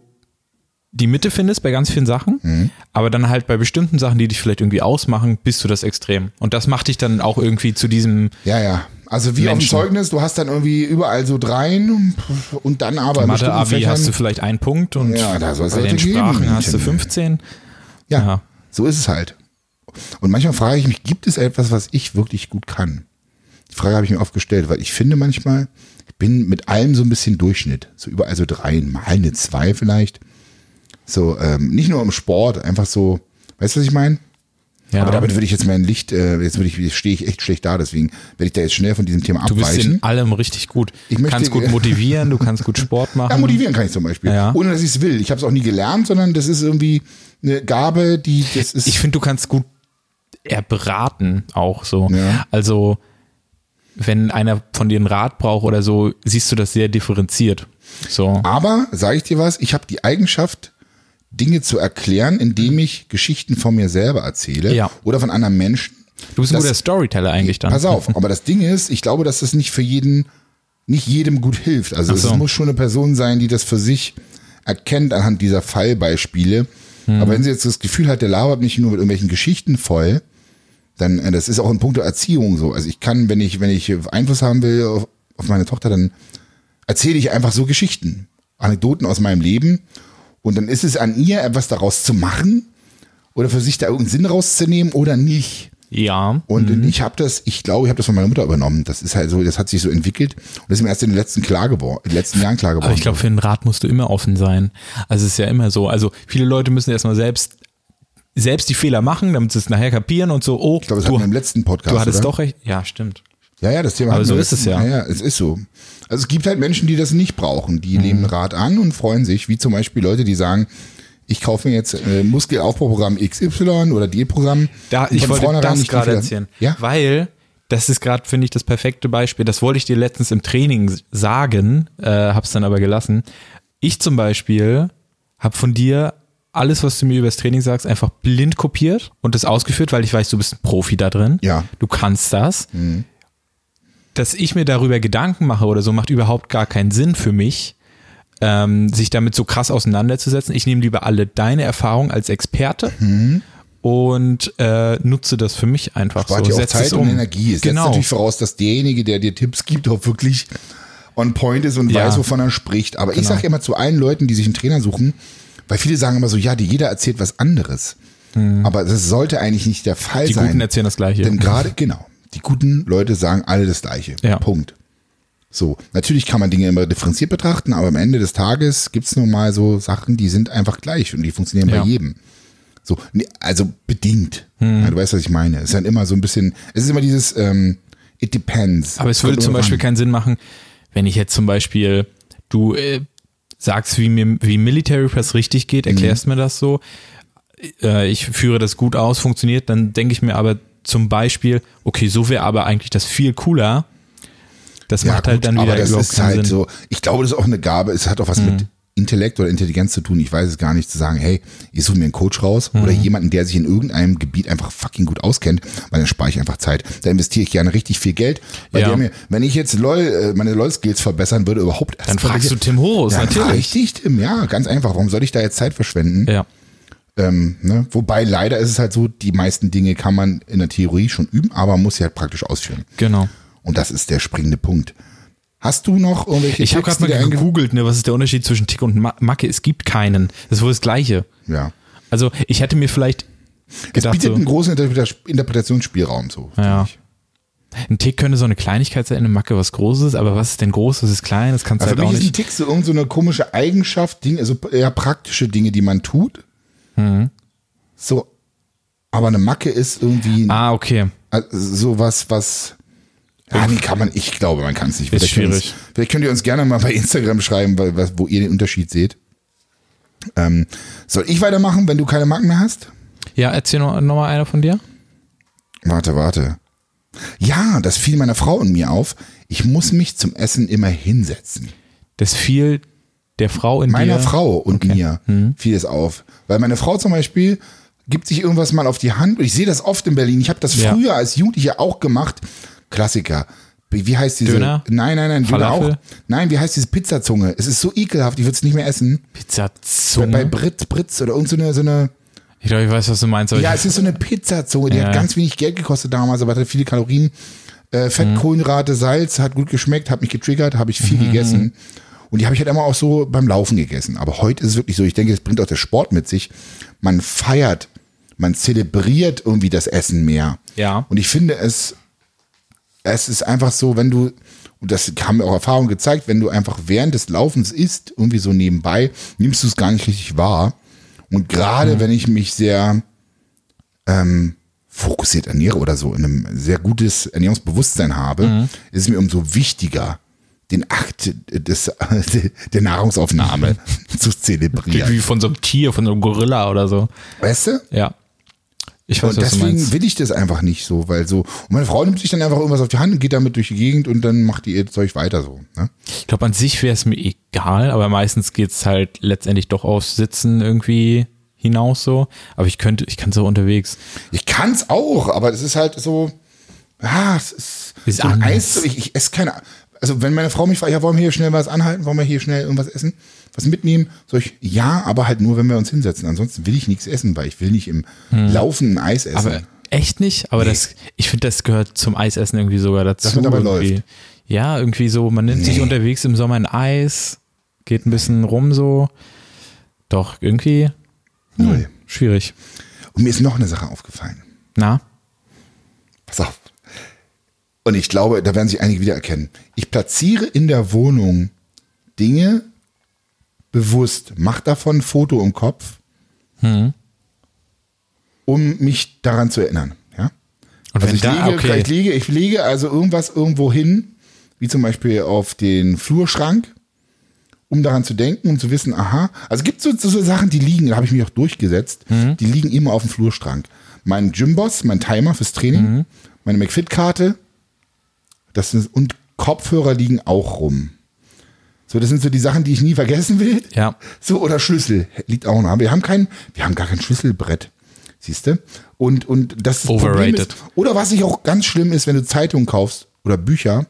Speaker 2: die Mitte findest bei ganz vielen Sachen,
Speaker 1: Mhm.
Speaker 2: aber dann halt bei bestimmten Sachen, die dich vielleicht irgendwie ausmachen, bist du das Extrem. Und das macht dich dann auch irgendwie zu diesem,
Speaker 1: Ja, ja. Also wie auf dem
Speaker 2: Menschen.
Speaker 1: Zeugnis, du hast dann irgendwie überall so dreien und dann aber in
Speaker 2: Mathe,
Speaker 1: bestimmten
Speaker 2: Abi
Speaker 1: Fächern-
Speaker 2: hast du vielleicht einen Punkt und
Speaker 1: Ja, da soll's
Speaker 2: bei
Speaker 1: heute
Speaker 2: den
Speaker 1: geben,
Speaker 2: Sprachen hast du
Speaker 1: Männchen.
Speaker 2: 15.
Speaker 1: ja,
Speaker 2: ja.
Speaker 1: so ist es halt. Und manchmal frage ich mich, gibt es etwas, was ich wirklich gut kann? Die Frage habe ich mir oft gestellt, weil ich finde manchmal, ich bin mit allem so ein bisschen Durchschnitt. So überall so dreien, mal eine zwei vielleicht. So, ähm, nicht nur im Sport, einfach so, weißt du, was ich meine?
Speaker 2: Ja.
Speaker 1: Aber damit würde ich jetzt mein Licht, äh, jetzt würde ich, stehe ich echt schlecht da, deswegen werde ich da jetzt schnell von diesem Thema
Speaker 2: du bist
Speaker 1: abweichen.
Speaker 2: in allem richtig gut.
Speaker 1: Ich
Speaker 2: Du
Speaker 1: möchte-
Speaker 2: kannst gut motivieren, du kannst gut
Speaker 1: <laughs>
Speaker 2: Sport machen.
Speaker 1: Ja, motivieren kann ich zum Beispiel.
Speaker 2: Ja.
Speaker 1: Ohne dass ich es will. Ich habe es auch nie gelernt, sondern das ist irgendwie eine Gabe, die das ist.
Speaker 2: Ich finde, du kannst gut eher beraten auch so.
Speaker 1: Ja.
Speaker 2: Also wenn einer von dir einen Rat braucht oder so, siehst du das sehr differenziert. So.
Speaker 1: Aber, sage ich dir was, ich habe die Eigenschaft, Dinge zu erklären, indem ich Geschichten von mir selber erzähle
Speaker 2: Ja.
Speaker 1: oder von anderen Menschen.
Speaker 2: Du bist ein
Speaker 1: das-
Speaker 2: guter Storyteller eigentlich dann.
Speaker 1: Pass auf, aber das Ding ist, ich glaube, dass das nicht für jeden, nicht jedem gut hilft. Also
Speaker 2: Ach so.
Speaker 1: es muss schon eine Person sein, die das für sich erkennt anhand dieser Fallbeispiele.
Speaker 2: Hm.
Speaker 1: Aber wenn sie jetzt das Gefühl hat, der labert mich nur mit irgendwelchen Geschichten voll, dann, äh, das ist auch in puncto Erziehung so. Also ich kann, wenn ich, wenn ich Einfluss haben will auf, auf meine Tochter, dann erzähle ich einfach so Geschichten, Anekdoten aus meinem Leben. Und dann ist es an ihr, etwas daraus zu machen. oder für sich da irgendeinen Sinn rauszunehmen oder nicht.
Speaker 2: Ja.
Speaker 1: Und ich habe das, ich glaube, ich habe das von meiner Mutter übernommen. Das ist halt so, das hat sich so entwickelt und das ist mir erst in den letzten klar geworden, in den letzten Jahren klar geworden.
Speaker 2: Aber ich glaube, für einen Rat musst du immer offen sein. Also es ist ja immer so. Also viele Leute müssen erstmal selbst, selbst die Fehler machen, damit sie es nachher kapieren und so, oh,
Speaker 1: ich glaube, das
Speaker 2: du,
Speaker 1: hatten wir im letzten Podcast.
Speaker 2: du hattest
Speaker 1: oder?
Speaker 2: doch recht. Ja, stimmt.
Speaker 1: Ja, ja, das Thema.
Speaker 2: Aber
Speaker 1: hatten
Speaker 2: so
Speaker 1: wir
Speaker 2: ist es
Speaker 1: letzten-
Speaker 2: ja.
Speaker 1: Ja, es ist so. Also es gibt halt Menschen, die das nicht brauchen. Die
Speaker 2: Mhm.
Speaker 1: nehmen Rat an und freuen sich, wie zum Beispiel Leute, die sagen, ich kaufe mir jetzt äh, Muskelaufbauprogramm XY oder Diätprogramm.
Speaker 2: Da,
Speaker 1: Und
Speaker 2: ich
Speaker 1: von
Speaker 2: wollte
Speaker 1: vornherein
Speaker 2: das
Speaker 1: nicht
Speaker 2: gerade
Speaker 1: viel-
Speaker 2: erzählen.
Speaker 1: Ja,
Speaker 2: Weil, das ist gerade, finde ich, das perfekte Beispiel. Das wollte ich dir letztens im Training sagen, äh, hab's dann aber gelassen. Ich zum Beispiel habe von dir alles, was du mir über das Training sagst, einfach blind kopiert und das ausgeführt, weil ich weiß, du bist ein Profi da drin.
Speaker 1: Ja. Mhm.
Speaker 2: Du kannst das. Dass ich mir darüber Gedanken mache oder so, macht überhaupt gar keinen Sinn für mich ähm, sich damit so krass auseinanderzusetzen. Ich nehme lieber alle deine Erfahrung als Experte
Speaker 1: Mhm.
Speaker 2: und äh, nutze das für mich einfach
Speaker 1: spart
Speaker 2: so.
Speaker 1: dir auch
Speaker 2: Setz es
Speaker 1: Zeit
Speaker 2: um.
Speaker 1: und Energie. Es setzt
Speaker 2: genau.
Speaker 1: natürlich voraus, dass derjenige, der dir Tipps gibt, auch wirklich on point ist und
Speaker 2: Ja.
Speaker 1: weiß, wovon er spricht. Aber ich
Speaker 2: Genau.
Speaker 1: sage immer zu allen Leuten, die sich einen Trainer suchen, weil viele sagen immer so, ja, die, jeder erzählt was anderes. Aber das sollte eigentlich nicht der Fall
Speaker 2: Hm. Die
Speaker 1: sein.
Speaker 2: Guten erzählen das Gleiche.
Speaker 1: Denn gerade, genau, die guten Leute sagen alle das Gleiche.
Speaker 2: Ja.
Speaker 1: Punkt. So, natürlich kann man Dinge immer differenziert betrachten, aber am Ende des Tages gibt's nun mal so Sachen, die sind einfach gleich und die funktionieren
Speaker 2: Ja. Hm.
Speaker 1: bei jedem. So, nee, also bedingt. Ja, du weißt, was ich meine. Es ist dann immer so ein bisschen, es ist immer dieses, ähm, it depends.
Speaker 2: Aber es würde
Speaker 1: Kommt
Speaker 2: zum
Speaker 1: immer
Speaker 2: Beispiel
Speaker 1: an.
Speaker 2: keinen Sinn machen, wenn ich jetzt zum Beispiel, du äh, sagst, wie mir wie Military Press richtig geht, erklärst
Speaker 1: Mhm.
Speaker 2: mir das so, äh, ich führe das gut aus, funktioniert, dann denke ich mir aber zum Beispiel, okay, so wäre aber eigentlich das viel cooler. Das macht halt
Speaker 1: gut,
Speaker 2: dann wieder
Speaker 1: aber das
Speaker 2: überhaupt
Speaker 1: ist
Speaker 2: keinen
Speaker 1: halt
Speaker 2: Sinn. Mhm.
Speaker 1: so. Ich glaube, das ist auch eine Gabe. Es hat auch was mit Intellekt oder Intelligenz zu tun. Ich weiß es gar nicht zu sagen, hey, ich suche mir einen Coach raus oder
Speaker 2: Mhm.
Speaker 1: jemanden, der sich in irgendeinem Gebiet einfach fucking gut auskennt, weil dann spare ich einfach Zeit. Da investiere ich gerne richtig viel Geld, weil
Speaker 2: Ja.
Speaker 1: der mir, wenn ich jetzt LOL, äh, meine LOL-Skills verbessern würde, überhaupt erst
Speaker 2: Dann
Speaker 1: mal-
Speaker 2: fragst du Tim Horus,
Speaker 1: Dann frage
Speaker 2: natürlich.
Speaker 1: ich dich, Tim, ja, ganz einfach. Warum soll ich da jetzt Zeit verschwenden?
Speaker 2: Ja.
Speaker 1: Ähm, ne? Wobei leider ist es halt so, die meisten Dinge kann man in der Theorie schon üben, aber man muss sie halt praktisch ausführen.
Speaker 2: Genau.
Speaker 1: Und das ist der springende Punkt. Hast du noch irgendwelche
Speaker 2: Ich habe
Speaker 1: Tricks,
Speaker 2: gerade
Speaker 1: die dir
Speaker 2: mal
Speaker 1: einge-
Speaker 2: gegoogelt, ne, was ist der Unterschied zwischen Tick und Ma- Macke? Es gibt keinen. Das ist wohl das Gleiche.
Speaker 1: Ja.
Speaker 2: Also ich hätte mir vielleicht
Speaker 1: Es
Speaker 2: gedacht,
Speaker 1: bietet
Speaker 2: so,
Speaker 1: einen großen Interpre- Interpretationsspielraum so. finde
Speaker 2: Ja.
Speaker 1: ich.
Speaker 2: ein Tick könnte so eine Kleinigkeit sein, eine Macke was Großes, aber was ist denn groß, was ist klein, das kannst du
Speaker 1: Also
Speaker 2: halt
Speaker 1: für
Speaker 2: auch
Speaker 1: mich ist ein
Speaker 2: nicht.
Speaker 1: Tick so irgendeine so eine komische Eigenschaft, Dinge, also eher praktische Dinge, die man tut.
Speaker 2: Mhm.
Speaker 1: So, aber eine Macke ist irgendwie
Speaker 2: Ah, okay.
Speaker 1: also sowas, was. Ja, nee, kann man, ich glaube, man kann es nicht.
Speaker 2: Ist
Speaker 1: Vielleicht könnt ihr
Speaker 2: schwierig.
Speaker 1: Uns, vielleicht könnt ihr uns gerne mal bei Instagram schreiben, weil, was, wo ihr den Unterschied seht. Ähm, soll ich weitermachen, wenn du keine Macken mehr hast?
Speaker 2: Ja, erzähl noch, noch mal einer von dir.
Speaker 1: Warte, warte. Ja, das fiel meiner Frau und mir auf. Ich muss mich zum Essen immer hinsetzen.
Speaker 2: Das fiel der Frau in
Speaker 1: Meiner
Speaker 2: dir.
Speaker 1: Frau und mir
Speaker 2: Hm.
Speaker 1: fiel es auf. Weil meine Frau zum Beispiel gibt sich irgendwas mal auf die Hand. Und ich sehe das oft in Berlin. Ich habe das
Speaker 2: Ja.
Speaker 1: früher als Jugendlicher auch gemacht. Klassiker. Wie wie heißt diese?
Speaker 2: Döner?
Speaker 1: Nein, nein, nein, Döner
Speaker 2: Falafel?
Speaker 1: auch. Nein, wie heißt diese Pizzazunge? Es ist so ekelhaft, ich würde es nicht mehr essen. Bei
Speaker 2: Pizzazunge.
Speaker 1: Britz, Britz oder irgend so eine, so eine
Speaker 2: Ich glaube, ich weiß, was du meinst. Aber
Speaker 1: Ja,
Speaker 2: ja,
Speaker 1: es ist so eine Pizzazunge, die
Speaker 2: Ja.
Speaker 1: hat ganz wenig Geld gekostet damals, aber hatte viele Kalorien. Äh, Fett,
Speaker 2: Mhm.
Speaker 1: Kohlenhydrate, Salz, hat gut geschmeckt, hat mich getriggert, habe ich viel gegessen. Und die habe ich halt immer auch so beim Laufen gegessen. Aber heute ist es wirklich so, ich denke, das bringt auch der Sport mit sich. Man feiert, man zelebriert irgendwie das Essen mehr.
Speaker 2: Ja.
Speaker 1: Und ich finde es, es ist einfach so, wenn du, und das haben mir auch Erfahrungen gezeigt, wenn du einfach während des Laufens isst, irgendwie so nebenbei, nimmst du es gar nicht richtig wahr. Und
Speaker 2: Mhm.
Speaker 1: gerade wenn ich mich sehr fokussiert ernähre oder so in einem sehr gutes Ernährungsbewusstsein habe,
Speaker 2: Mhm.
Speaker 1: ist es mir umso wichtiger, den Akt des, <laughs> der
Speaker 2: <laughs>
Speaker 1: Nahrungsaufnahme zu
Speaker 2: wie
Speaker 1: zelebrieren.
Speaker 2: von so einem Tier, von so einem Gorilla oder so.
Speaker 1: Weißt du?
Speaker 2: Ja. Ich weiß,
Speaker 1: Und
Speaker 2: was du
Speaker 1: deswegen
Speaker 2: meinst.
Speaker 1: will ich das einfach nicht so, weil so, und meine Frau nimmt sich dann einfach irgendwas auf die Hand und geht damit durch die Gegend und dann macht die ihr Zeug weiter so. Ne?
Speaker 2: Ich glaube, an sich wäre es mir egal, aber meistens geht's halt letztendlich doch aufs Sitzen irgendwie hinaus so. Aber ich könnte, ich kann so unterwegs.
Speaker 1: Ich kann es auch, aber es ist halt so, ah, es ist,
Speaker 2: Ist
Speaker 1: so ein
Speaker 2: anders.
Speaker 1: Eis, so, ich, ich esse keine, also wenn meine Frau mich fragt, ja, wollen wir hier schnell was anhalten, wollen wir hier schnell irgendwas essen, was mitnehmen, soll ich, ja, aber halt nur, wenn wir uns hinsetzen, ansonsten will ich nichts essen, weil ich will nicht im Laufen ein Eis essen.
Speaker 2: Hm. Aber echt nicht? Aber das, ich finde, das gehört zum Eisessen irgendwie sogar dazu.
Speaker 1: man dabei
Speaker 2: irgendwie.
Speaker 1: läuft.
Speaker 2: Ja, irgendwie so, man nimmt sich
Speaker 1: Nee.
Speaker 2: unterwegs im Sommer ein Eis, geht ein bisschen rum so. Doch, irgendwie
Speaker 1: Null.
Speaker 2: schwierig.
Speaker 1: Und mir ist noch eine Sache aufgefallen.
Speaker 2: Na?
Speaker 1: Pass auf. Und ich glaube, da werden sich einige wiedererkennen. Ich platziere in der Wohnung Dinge bewusst, mach davon ein Foto im Kopf, um mich daran zu erinnern. Ja?
Speaker 2: Und
Speaker 1: Also ich,
Speaker 2: da,
Speaker 1: lege,
Speaker 2: okay.
Speaker 1: ich, lege, ich lege also irgendwas irgendwo hin, wie zum Beispiel auf den Flurschrank, um daran zu denken, um zu wissen, aha. Also gibt es so, so Sachen, die liegen, da habe ich mich auch durchgesetzt,
Speaker 2: Mhm.
Speaker 1: die liegen immer auf dem Flurschrank. Mein Gymboss, mein Timer fürs Training,
Speaker 2: Mhm.
Speaker 1: meine McFit-Karte das sind, und Kopfhörer liegen auch rum. So, das sind so die Sachen, die ich nie vergessen will.
Speaker 2: Ja.
Speaker 1: So, oder Schlüssel liegt auch noch. Wir haben kein, wir haben gar kein Schlüsselbrett. Siehst du? Und, und das ist Problem
Speaker 2: Overrated.
Speaker 1: ist, oder was ich auch ganz schlimm ist, wenn du Zeitungen kaufst oder Bücher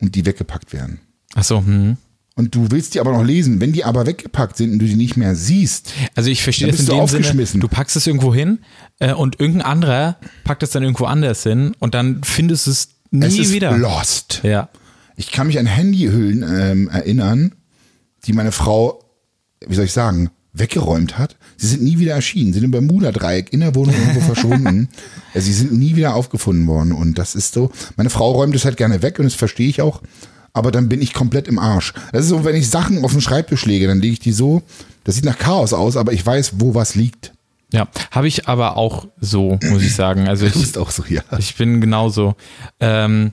Speaker 1: und die weggepackt werden.
Speaker 2: Achso, hm.
Speaker 1: Und du willst die aber noch lesen. Wenn die aber weggepackt sind und du die nicht mehr siehst,
Speaker 2: Also ich verstehe
Speaker 1: Dann
Speaker 2: das in
Speaker 1: bist
Speaker 2: dem
Speaker 1: du
Speaker 2: Sinne,
Speaker 1: aufgeschmissen.
Speaker 2: du packst es irgendwo hin äh, und irgendein anderer packt es dann irgendwo anders hin und dann findest du es nie
Speaker 1: es ist
Speaker 2: wieder.
Speaker 1: lost.
Speaker 2: Ja.
Speaker 1: Ich kann mich an Handyhüllen ähm, erinnern, die meine Frau, wie soll ich sagen, weggeräumt hat. Sie sind nie wieder erschienen, sind im Bermuda-Dreieck in der Wohnung <laughs> irgendwo verschwunden. Ja, Sie sind nie wieder aufgefunden worden. Und das ist so, meine Frau räumt es halt gerne weg und das verstehe ich auch. Aber dann bin ich komplett im Arsch. Das ist so, wenn ich Sachen auf den Schreibtisch lege, dann lege ich die so, das sieht nach Chaos aus, aber ich weiß, wo was liegt.
Speaker 2: Ja, habe ich aber auch so, muss ich sagen. Also
Speaker 1: Du <laughs>
Speaker 2: ich,
Speaker 1: bist auch so, ja.
Speaker 2: ich bin genauso. Ähm,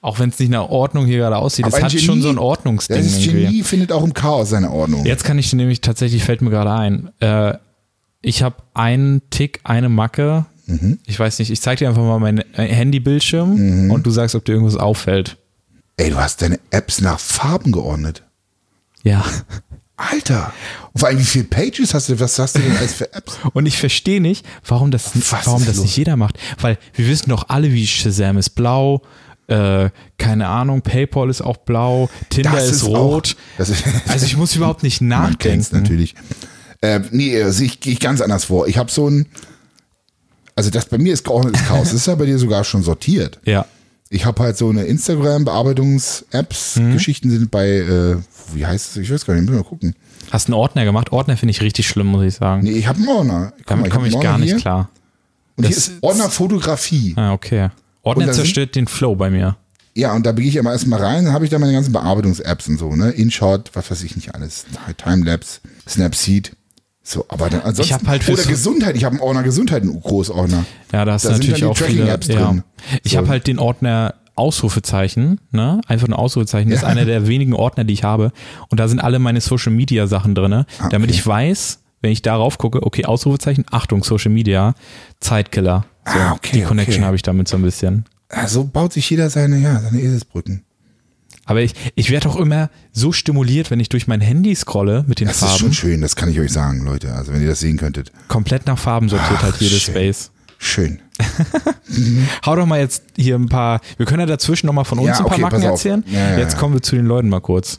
Speaker 2: auch wenn es nicht nach Ordnung hier gerade aussieht,
Speaker 1: Aber
Speaker 2: es
Speaker 1: ein
Speaker 2: hat
Speaker 1: Genie-
Speaker 2: schon so ein Ordnungsding
Speaker 1: Das ist
Speaker 2: irgendwie.
Speaker 1: Genie findet auch im Chaos seine Ordnung.
Speaker 2: Jetzt kann ich nämlich tatsächlich, fällt mir gerade ein, äh, ich habe einen Tick, eine Macke.
Speaker 1: Mhm.
Speaker 2: Ich weiß nicht, ich zeige dir einfach mal meinen äh, Handybildschirm und du sagst, ob dir irgendwas auffällt.
Speaker 1: Ey, du hast deine Apps nach Farben geordnet.
Speaker 2: Ja.
Speaker 1: Alter. Und vor allem, wie viele Pages hast du, was hast du denn als für Apps?
Speaker 2: Und ich verstehe nicht, warum das,
Speaker 1: Was
Speaker 2: warum
Speaker 1: ist
Speaker 2: das
Speaker 1: los?
Speaker 2: nicht jeder macht. Weil wir wissen doch alle, wie Shazam ist blau, äh, keine Ahnung, PayPal ist auch blau, Tinder ist, rot.
Speaker 1: Auch, das ist, <laughs>
Speaker 2: also ich muss überhaupt nicht
Speaker 1: man kennt's
Speaker 2: nachdenken.
Speaker 1: natürlich. Äh, nee, also ich gehe ganz anders vor. Ich habe so ein, also das bei mir ist geordnetes Chaos. Das ist ja bei dir sogar schon sortiert.
Speaker 2: Ja.
Speaker 1: Ich habe halt so eine Instagram-Bearbeitungs-Apps.
Speaker 2: Mhm.
Speaker 1: Geschichten sind bei, äh, wie heißt es? Ich weiß gar nicht, müssen wir mal gucken.
Speaker 2: Hast einen Ordner gemacht? Ordner finde ich richtig schlimm, muss ich sagen.
Speaker 1: Nee, ich habe einen Ordner. Guck mal,
Speaker 2: Damit
Speaker 1: hab
Speaker 2: komme
Speaker 1: einen
Speaker 2: ich
Speaker 1: Ordner
Speaker 2: gar nicht
Speaker 1: hier.
Speaker 2: klar.
Speaker 1: Und hier
Speaker 2: Das
Speaker 1: ist Ordner Fotografie.
Speaker 2: Ah, okay.
Speaker 1: Und
Speaker 2: Ordner
Speaker 1: da sind-
Speaker 2: zerstört den Flow bei mir.
Speaker 1: Ja, und da gehe ich immer erstmal rein, dann habe ich da meine ganzen Bearbeitungs-Apps und so, ne? InShot, was weiß ich nicht alles, Timelapse, Snapseed. So, aber dann ansonsten.
Speaker 2: hab halt für
Speaker 1: oder
Speaker 2: so-
Speaker 1: Gesundheit, ich habe einen Ordner Gesundheit, einen Großordner.
Speaker 2: Ja, da ist
Speaker 1: Da sind dann
Speaker 2: natürlich
Speaker 1: die
Speaker 2: auch viele.
Speaker 1: Tracking-Apps
Speaker 2: Ja.
Speaker 1: drin.
Speaker 2: Ich
Speaker 1: So.
Speaker 2: habe halt den Ordner Ausrufezeichen, ne? Einfach ein Ausrufezeichen. Das ist
Speaker 1: Ja.
Speaker 2: einer der wenigen Ordner, die ich habe. Und da sind alle meine Social Media Sachen drin, ne?
Speaker 1: Ah,
Speaker 2: damit ich weiß, wenn ich darauf gucke, okay, Ausrufezeichen, Achtung, Social Media, Zeitkiller. So,
Speaker 1: Ah, okay,
Speaker 2: Die Connection
Speaker 1: okay.
Speaker 2: habe ich damit so ein bisschen.
Speaker 1: Ja, so Also baut sich jeder seine, ja, seine Eselsbrücken.
Speaker 2: Aber ich, ich werde auch immer so stimuliert, wenn ich durch mein Handy scrolle mit den
Speaker 1: Das ist schon
Speaker 2: Farben.
Speaker 1: schön, das kann ich euch sagen, Leute. Also, wenn ihr das sehen könntet.
Speaker 2: Komplett nach Farben sortiert
Speaker 1: Ach,
Speaker 2: halt jedes
Speaker 1: schön.
Speaker 2: Space.
Speaker 1: Schön.
Speaker 2: Hau doch mal jetzt hier ein paar, wir können ja dazwischen noch mal von uns
Speaker 1: Ja,
Speaker 2: ein paar
Speaker 1: okay,
Speaker 2: Macken
Speaker 1: pass auf.
Speaker 2: erzählen.
Speaker 1: Ja, ja,
Speaker 2: jetzt
Speaker 1: ja.
Speaker 2: kommen wir zu den Leuten mal kurz.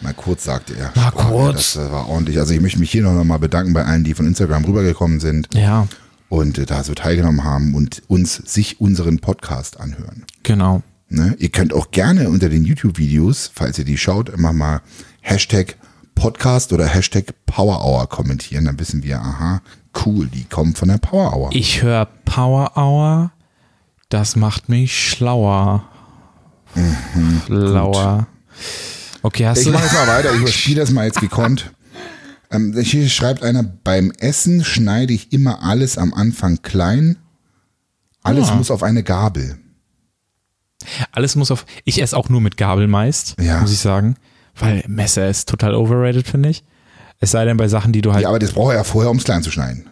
Speaker 1: Mal kurz, sagte er. Boah,
Speaker 2: Mal kurz.
Speaker 1: Ja, das war ordentlich. Also, ich möchte mich hier noch mal bedanken bei allen, die von Instagram rübergekommen sind
Speaker 2: Ja,
Speaker 1: und äh, da so teilgenommen haben und uns, sich unseren Podcast anhören.
Speaker 2: genau.
Speaker 1: Ne? Ihr könnt auch gerne unter den YouTube-Videos, falls ihr die schaut, immer mal Hashtag Podcast oder Hashtag Power Hour kommentieren. Dann wissen wir, aha, cool, die kommen von der Power Hour.
Speaker 2: Ich höre Power Hour, das macht mich schlauer. Schlauer. Okay, hast
Speaker 1: Mhm, Ich
Speaker 2: du.
Speaker 1: mache jetzt mal weiter, ich überspiele das mal jetzt gekonnt. Ähm, hier schreibt einer, beim Essen schneide ich immer alles am Anfang klein. Alles
Speaker 2: Ah.
Speaker 1: muss auf eine Gabel.
Speaker 2: <laughs> Alles muss auf. Ich esse auch nur mit Gabel meist,
Speaker 1: Ja.
Speaker 2: muss ich sagen. Weil Messer ist total overrated, finde ich. Es sei denn bei Sachen, die du halt.
Speaker 1: Ja, aber das braucht er ja vorher, um es klein zu schneiden.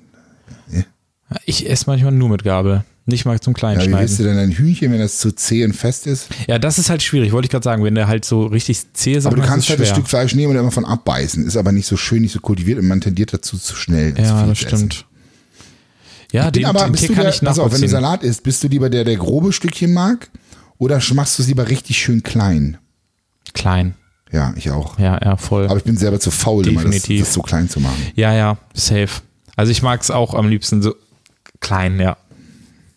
Speaker 2: Ich esse manchmal nur mit Gabel. Nicht mal zum
Speaker 1: Ja, wie
Speaker 2: Kleinschneiden.
Speaker 1: willst du denn ein Hühnchen, wenn das zu zäh und fest ist?
Speaker 2: Ja, das ist halt schwierig, wollte ich gerade sagen. Wenn der halt so richtig zäh ist,
Speaker 1: Aber du
Speaker 2: dann
Speaker 1: kannst
Speaker 2: ist
Speaker 1: halt
Speaker 2: es
Speaker 1: ein
Speaker 2: schwer.
Speaker 1: Stück Fleisch nehmen und immer von abbeißen. Ist aber nicht so schön, nicht so kultiviert und man tendiert dazu zu schnell. und zu
Speaker 2: Ja,
Speaker 1: viel
Speaker 2: das
Speaker 1: zu essen.
Speaker 2: stimmt. Ja, den,
Speaker 1: Bin aber
Speaker 2: den
Speaker 1: bist
Speaker 2: Tick
Speaker 1: du
Speaker 2: kann
Speaker 1: der,
Speaker 2: ich
Speaker 1: pass auf, wenn du
Speaker 2: nachvollziehen.
Speaker 1: Salat isst, bist du lieber der, der grobe Stückchen mag? Oder sch- machst du es lieber richtig schön klein?
Speaker 2: Klein.
Speaker 1: Ja, ich auch.
Speaker 2: Ja, ja, voll.
Speaker 1: Aber ich bin selber zu faul, immer das,
Speaker 2: Definitiv.
Speaker 1: das so klein zu machen.
Speaker 2: Ja, ja, safe. Also ich mag's auch am liebsten so klein, ja.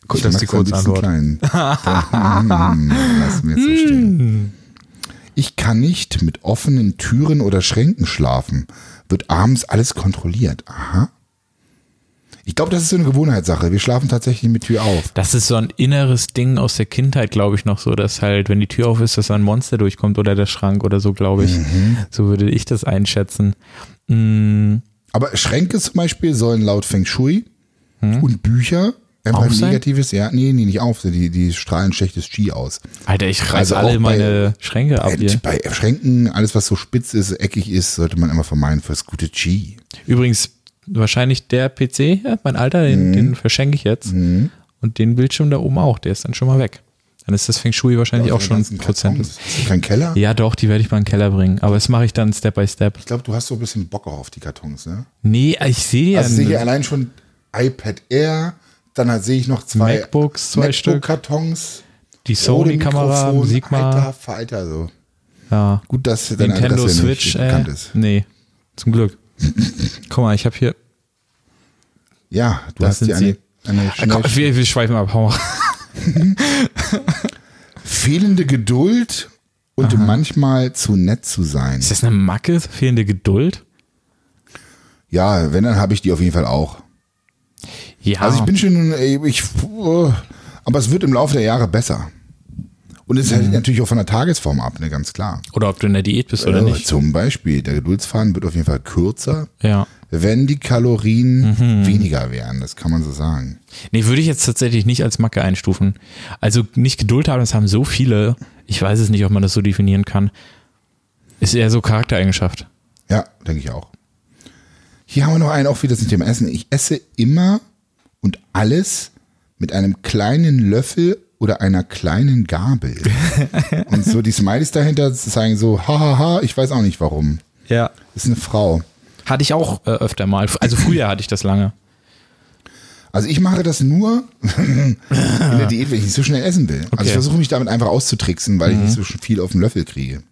Speaker 2: Gut,
Speaker 1: Ich
Speaker 2: das ist
Speaker 1: mag's
Speaker 2: die
Speaker 1: am liebsten
Speaker 2: Kurzantwort. <laughs>
Speaker 1: Klein. Mm, Lass
Speaker 2: Hm.
Speaker 1: mir jetzt so stehen. Ich kann nicht mit offenen Türen oder Schränken schlafen. Wird abends alles kontrolliert. Aha. Ich glaube, das ist so eine Gewohnheitssache. Wir schlafen tatsächlich mit Tür auf.
Speaker 2: Das ist so ein inneres Ding aus der Kindheit, glaube ich, noch so, dass halt, wenn die Tür auf ist, dass da ein Monster durchkommt oder der Schrank oder so, glaube ich.
Speaker 1: Mhm.
Speaker 2: So würde ich das einschätzen.
Speaker 1: Aber Schränke zum Beispiel sollen laut Feng Shui und Bücher einfach
Speaker 2: Hm? Auf sein?
Speaker 1: negatives, ja, nee, nee, nicht auf, die, die strahlen schlechtes Qi aus.
Speaker 2: Alter, ich
Speaker 1: Also
Speaker 2: reiße alle
Speaker 1: auch bei-
Speaker 2: meine Schränke ab
Speaker 1: Äh,
Speaker 2: hier.
Speaker 1: bei Schränken, alles was so spitz ist, eckig ist, sollte man immer vermeiden fürs gute Qi.
Speaker 2: Übrigens, wahrscheinlich der PC hier, mein alter,
Speaker 1: Mhm.
Speaker 2: den, den verschenke ich jetzt. Und den Bildschirm da oben auch, der ist dann schon mal weg. Dann ist das Feng Shui wahrscheinlich auch
Speaker 1: Aus den
Speaker 2: schon
Speaker 1: Also ganzen
Speaker 2: ein Prozent.
Speaker 1: Kartons. Ist das kein Keller?
Speaker 2: Ja, doch, die werde ich mal in den Keller bringen. Aber das mache ich dann Step by Step.
Speaker 1: Ich glaube, du hast so ein bisschen Bock auch auf die Kartons, ne?
Speaker 2: Nee, ich sehe die ja ne.
Speaker 1: Also sehe ich
Speaker 2: nicht.
Speaker 1: allein schon iPad Air, dann halt sehe ich noch zwei
Speaker 2: MacBooks, zwei Stück.
Speaker 1: Kartons,
Speaker 2: Die Sony-Kamera, Sigma,
Speaker 1: Alter, Veralter so.
Speaker 2: ja,
Speaker 1: Gut, dass deine
Speaker 2: Nintendo
Speaker 1: Adresse
Speaker 2: Switch.
Speaker 1: nicht
Speaker 2: Äh,
Speaker 1: bekannt ist.
Speaker 2: nee, zum Glück. Guck mal, ich habe hier.
Speaker 1: Ja, du
Speaker 2: Das
Speaker 1: hast hier
Speaker 2: sind
Speaker 1: eine, eine
Speaker 2: Ah, komm,
Speaker 1: schnell-
Speaker 2: wir, wir schweifen ab. Hau mal.
Speaker 1: fehlende Geduld und manchmal zu nett zu sein.
Speaker 2: Ist das eine Macke? Fehlende Geduld?
Speaker 1: Ja, wenn, dann habe ich die auf jeden Fall auch.
Speaker 2: Ja.
Speaker 1: Also ich bin schon, äh, ich, uh, aber es wird im Laufe der Jahre besser. Und es
Speaker 2: Mhm.
Speaker 1: hält natürlich auch von der Tagesform ab, ne, ganz klar.
Speaker 2: oder ob du in der Diät bist oder
Speaker 1: Also
Speaker 2: nicht.
Speaker 1: Zum Beispiel, der Geduldsfaden wird auf jeden Fall kürzer,
Speaker 2: Ja.
Speaker 1: wenn die Kalorien
Speaker 2: Mhm.
Speaker 1: weniger wären, das kann man so sagen.
Speaker 2: Nee, würde ich jetzt tatsächlich nicht als Macke einstufen. Also nicht Geduld haben, das haben so viele. Ich weiß es nicht, ob man das so definieren kann. Ist eher so Charaktereigenschaft.
Speaker 1: Ja, denke ich auch. Hier haben wir noch einen, auch wieder zum Thema Essen. Ich esse immer und alles mit einem kleinen Löffel oder einer kleinen Gabel.
Speaker 2: <laughs>
Speaker 1: und so die Smileys dahinter zeigen so, hahaha, ich weiß auch nicht warum.
Speaker 2: Ja.
Speaker 1: Ist eine Frau.
Speaker 2: Hatte ich auch äh, öfter mal. Also früher hatte ich das lange.
Speaker 1: Also ich mache das nur <laughs> in der Diät, wenn ich nicht so schnell essen will. Also
Speaker 2: Okay. Mhm.
Speaker 1: ich versuche mich damit einfach auszutricksen, weil ich nicht so sch- viel auf den Löffel kriege.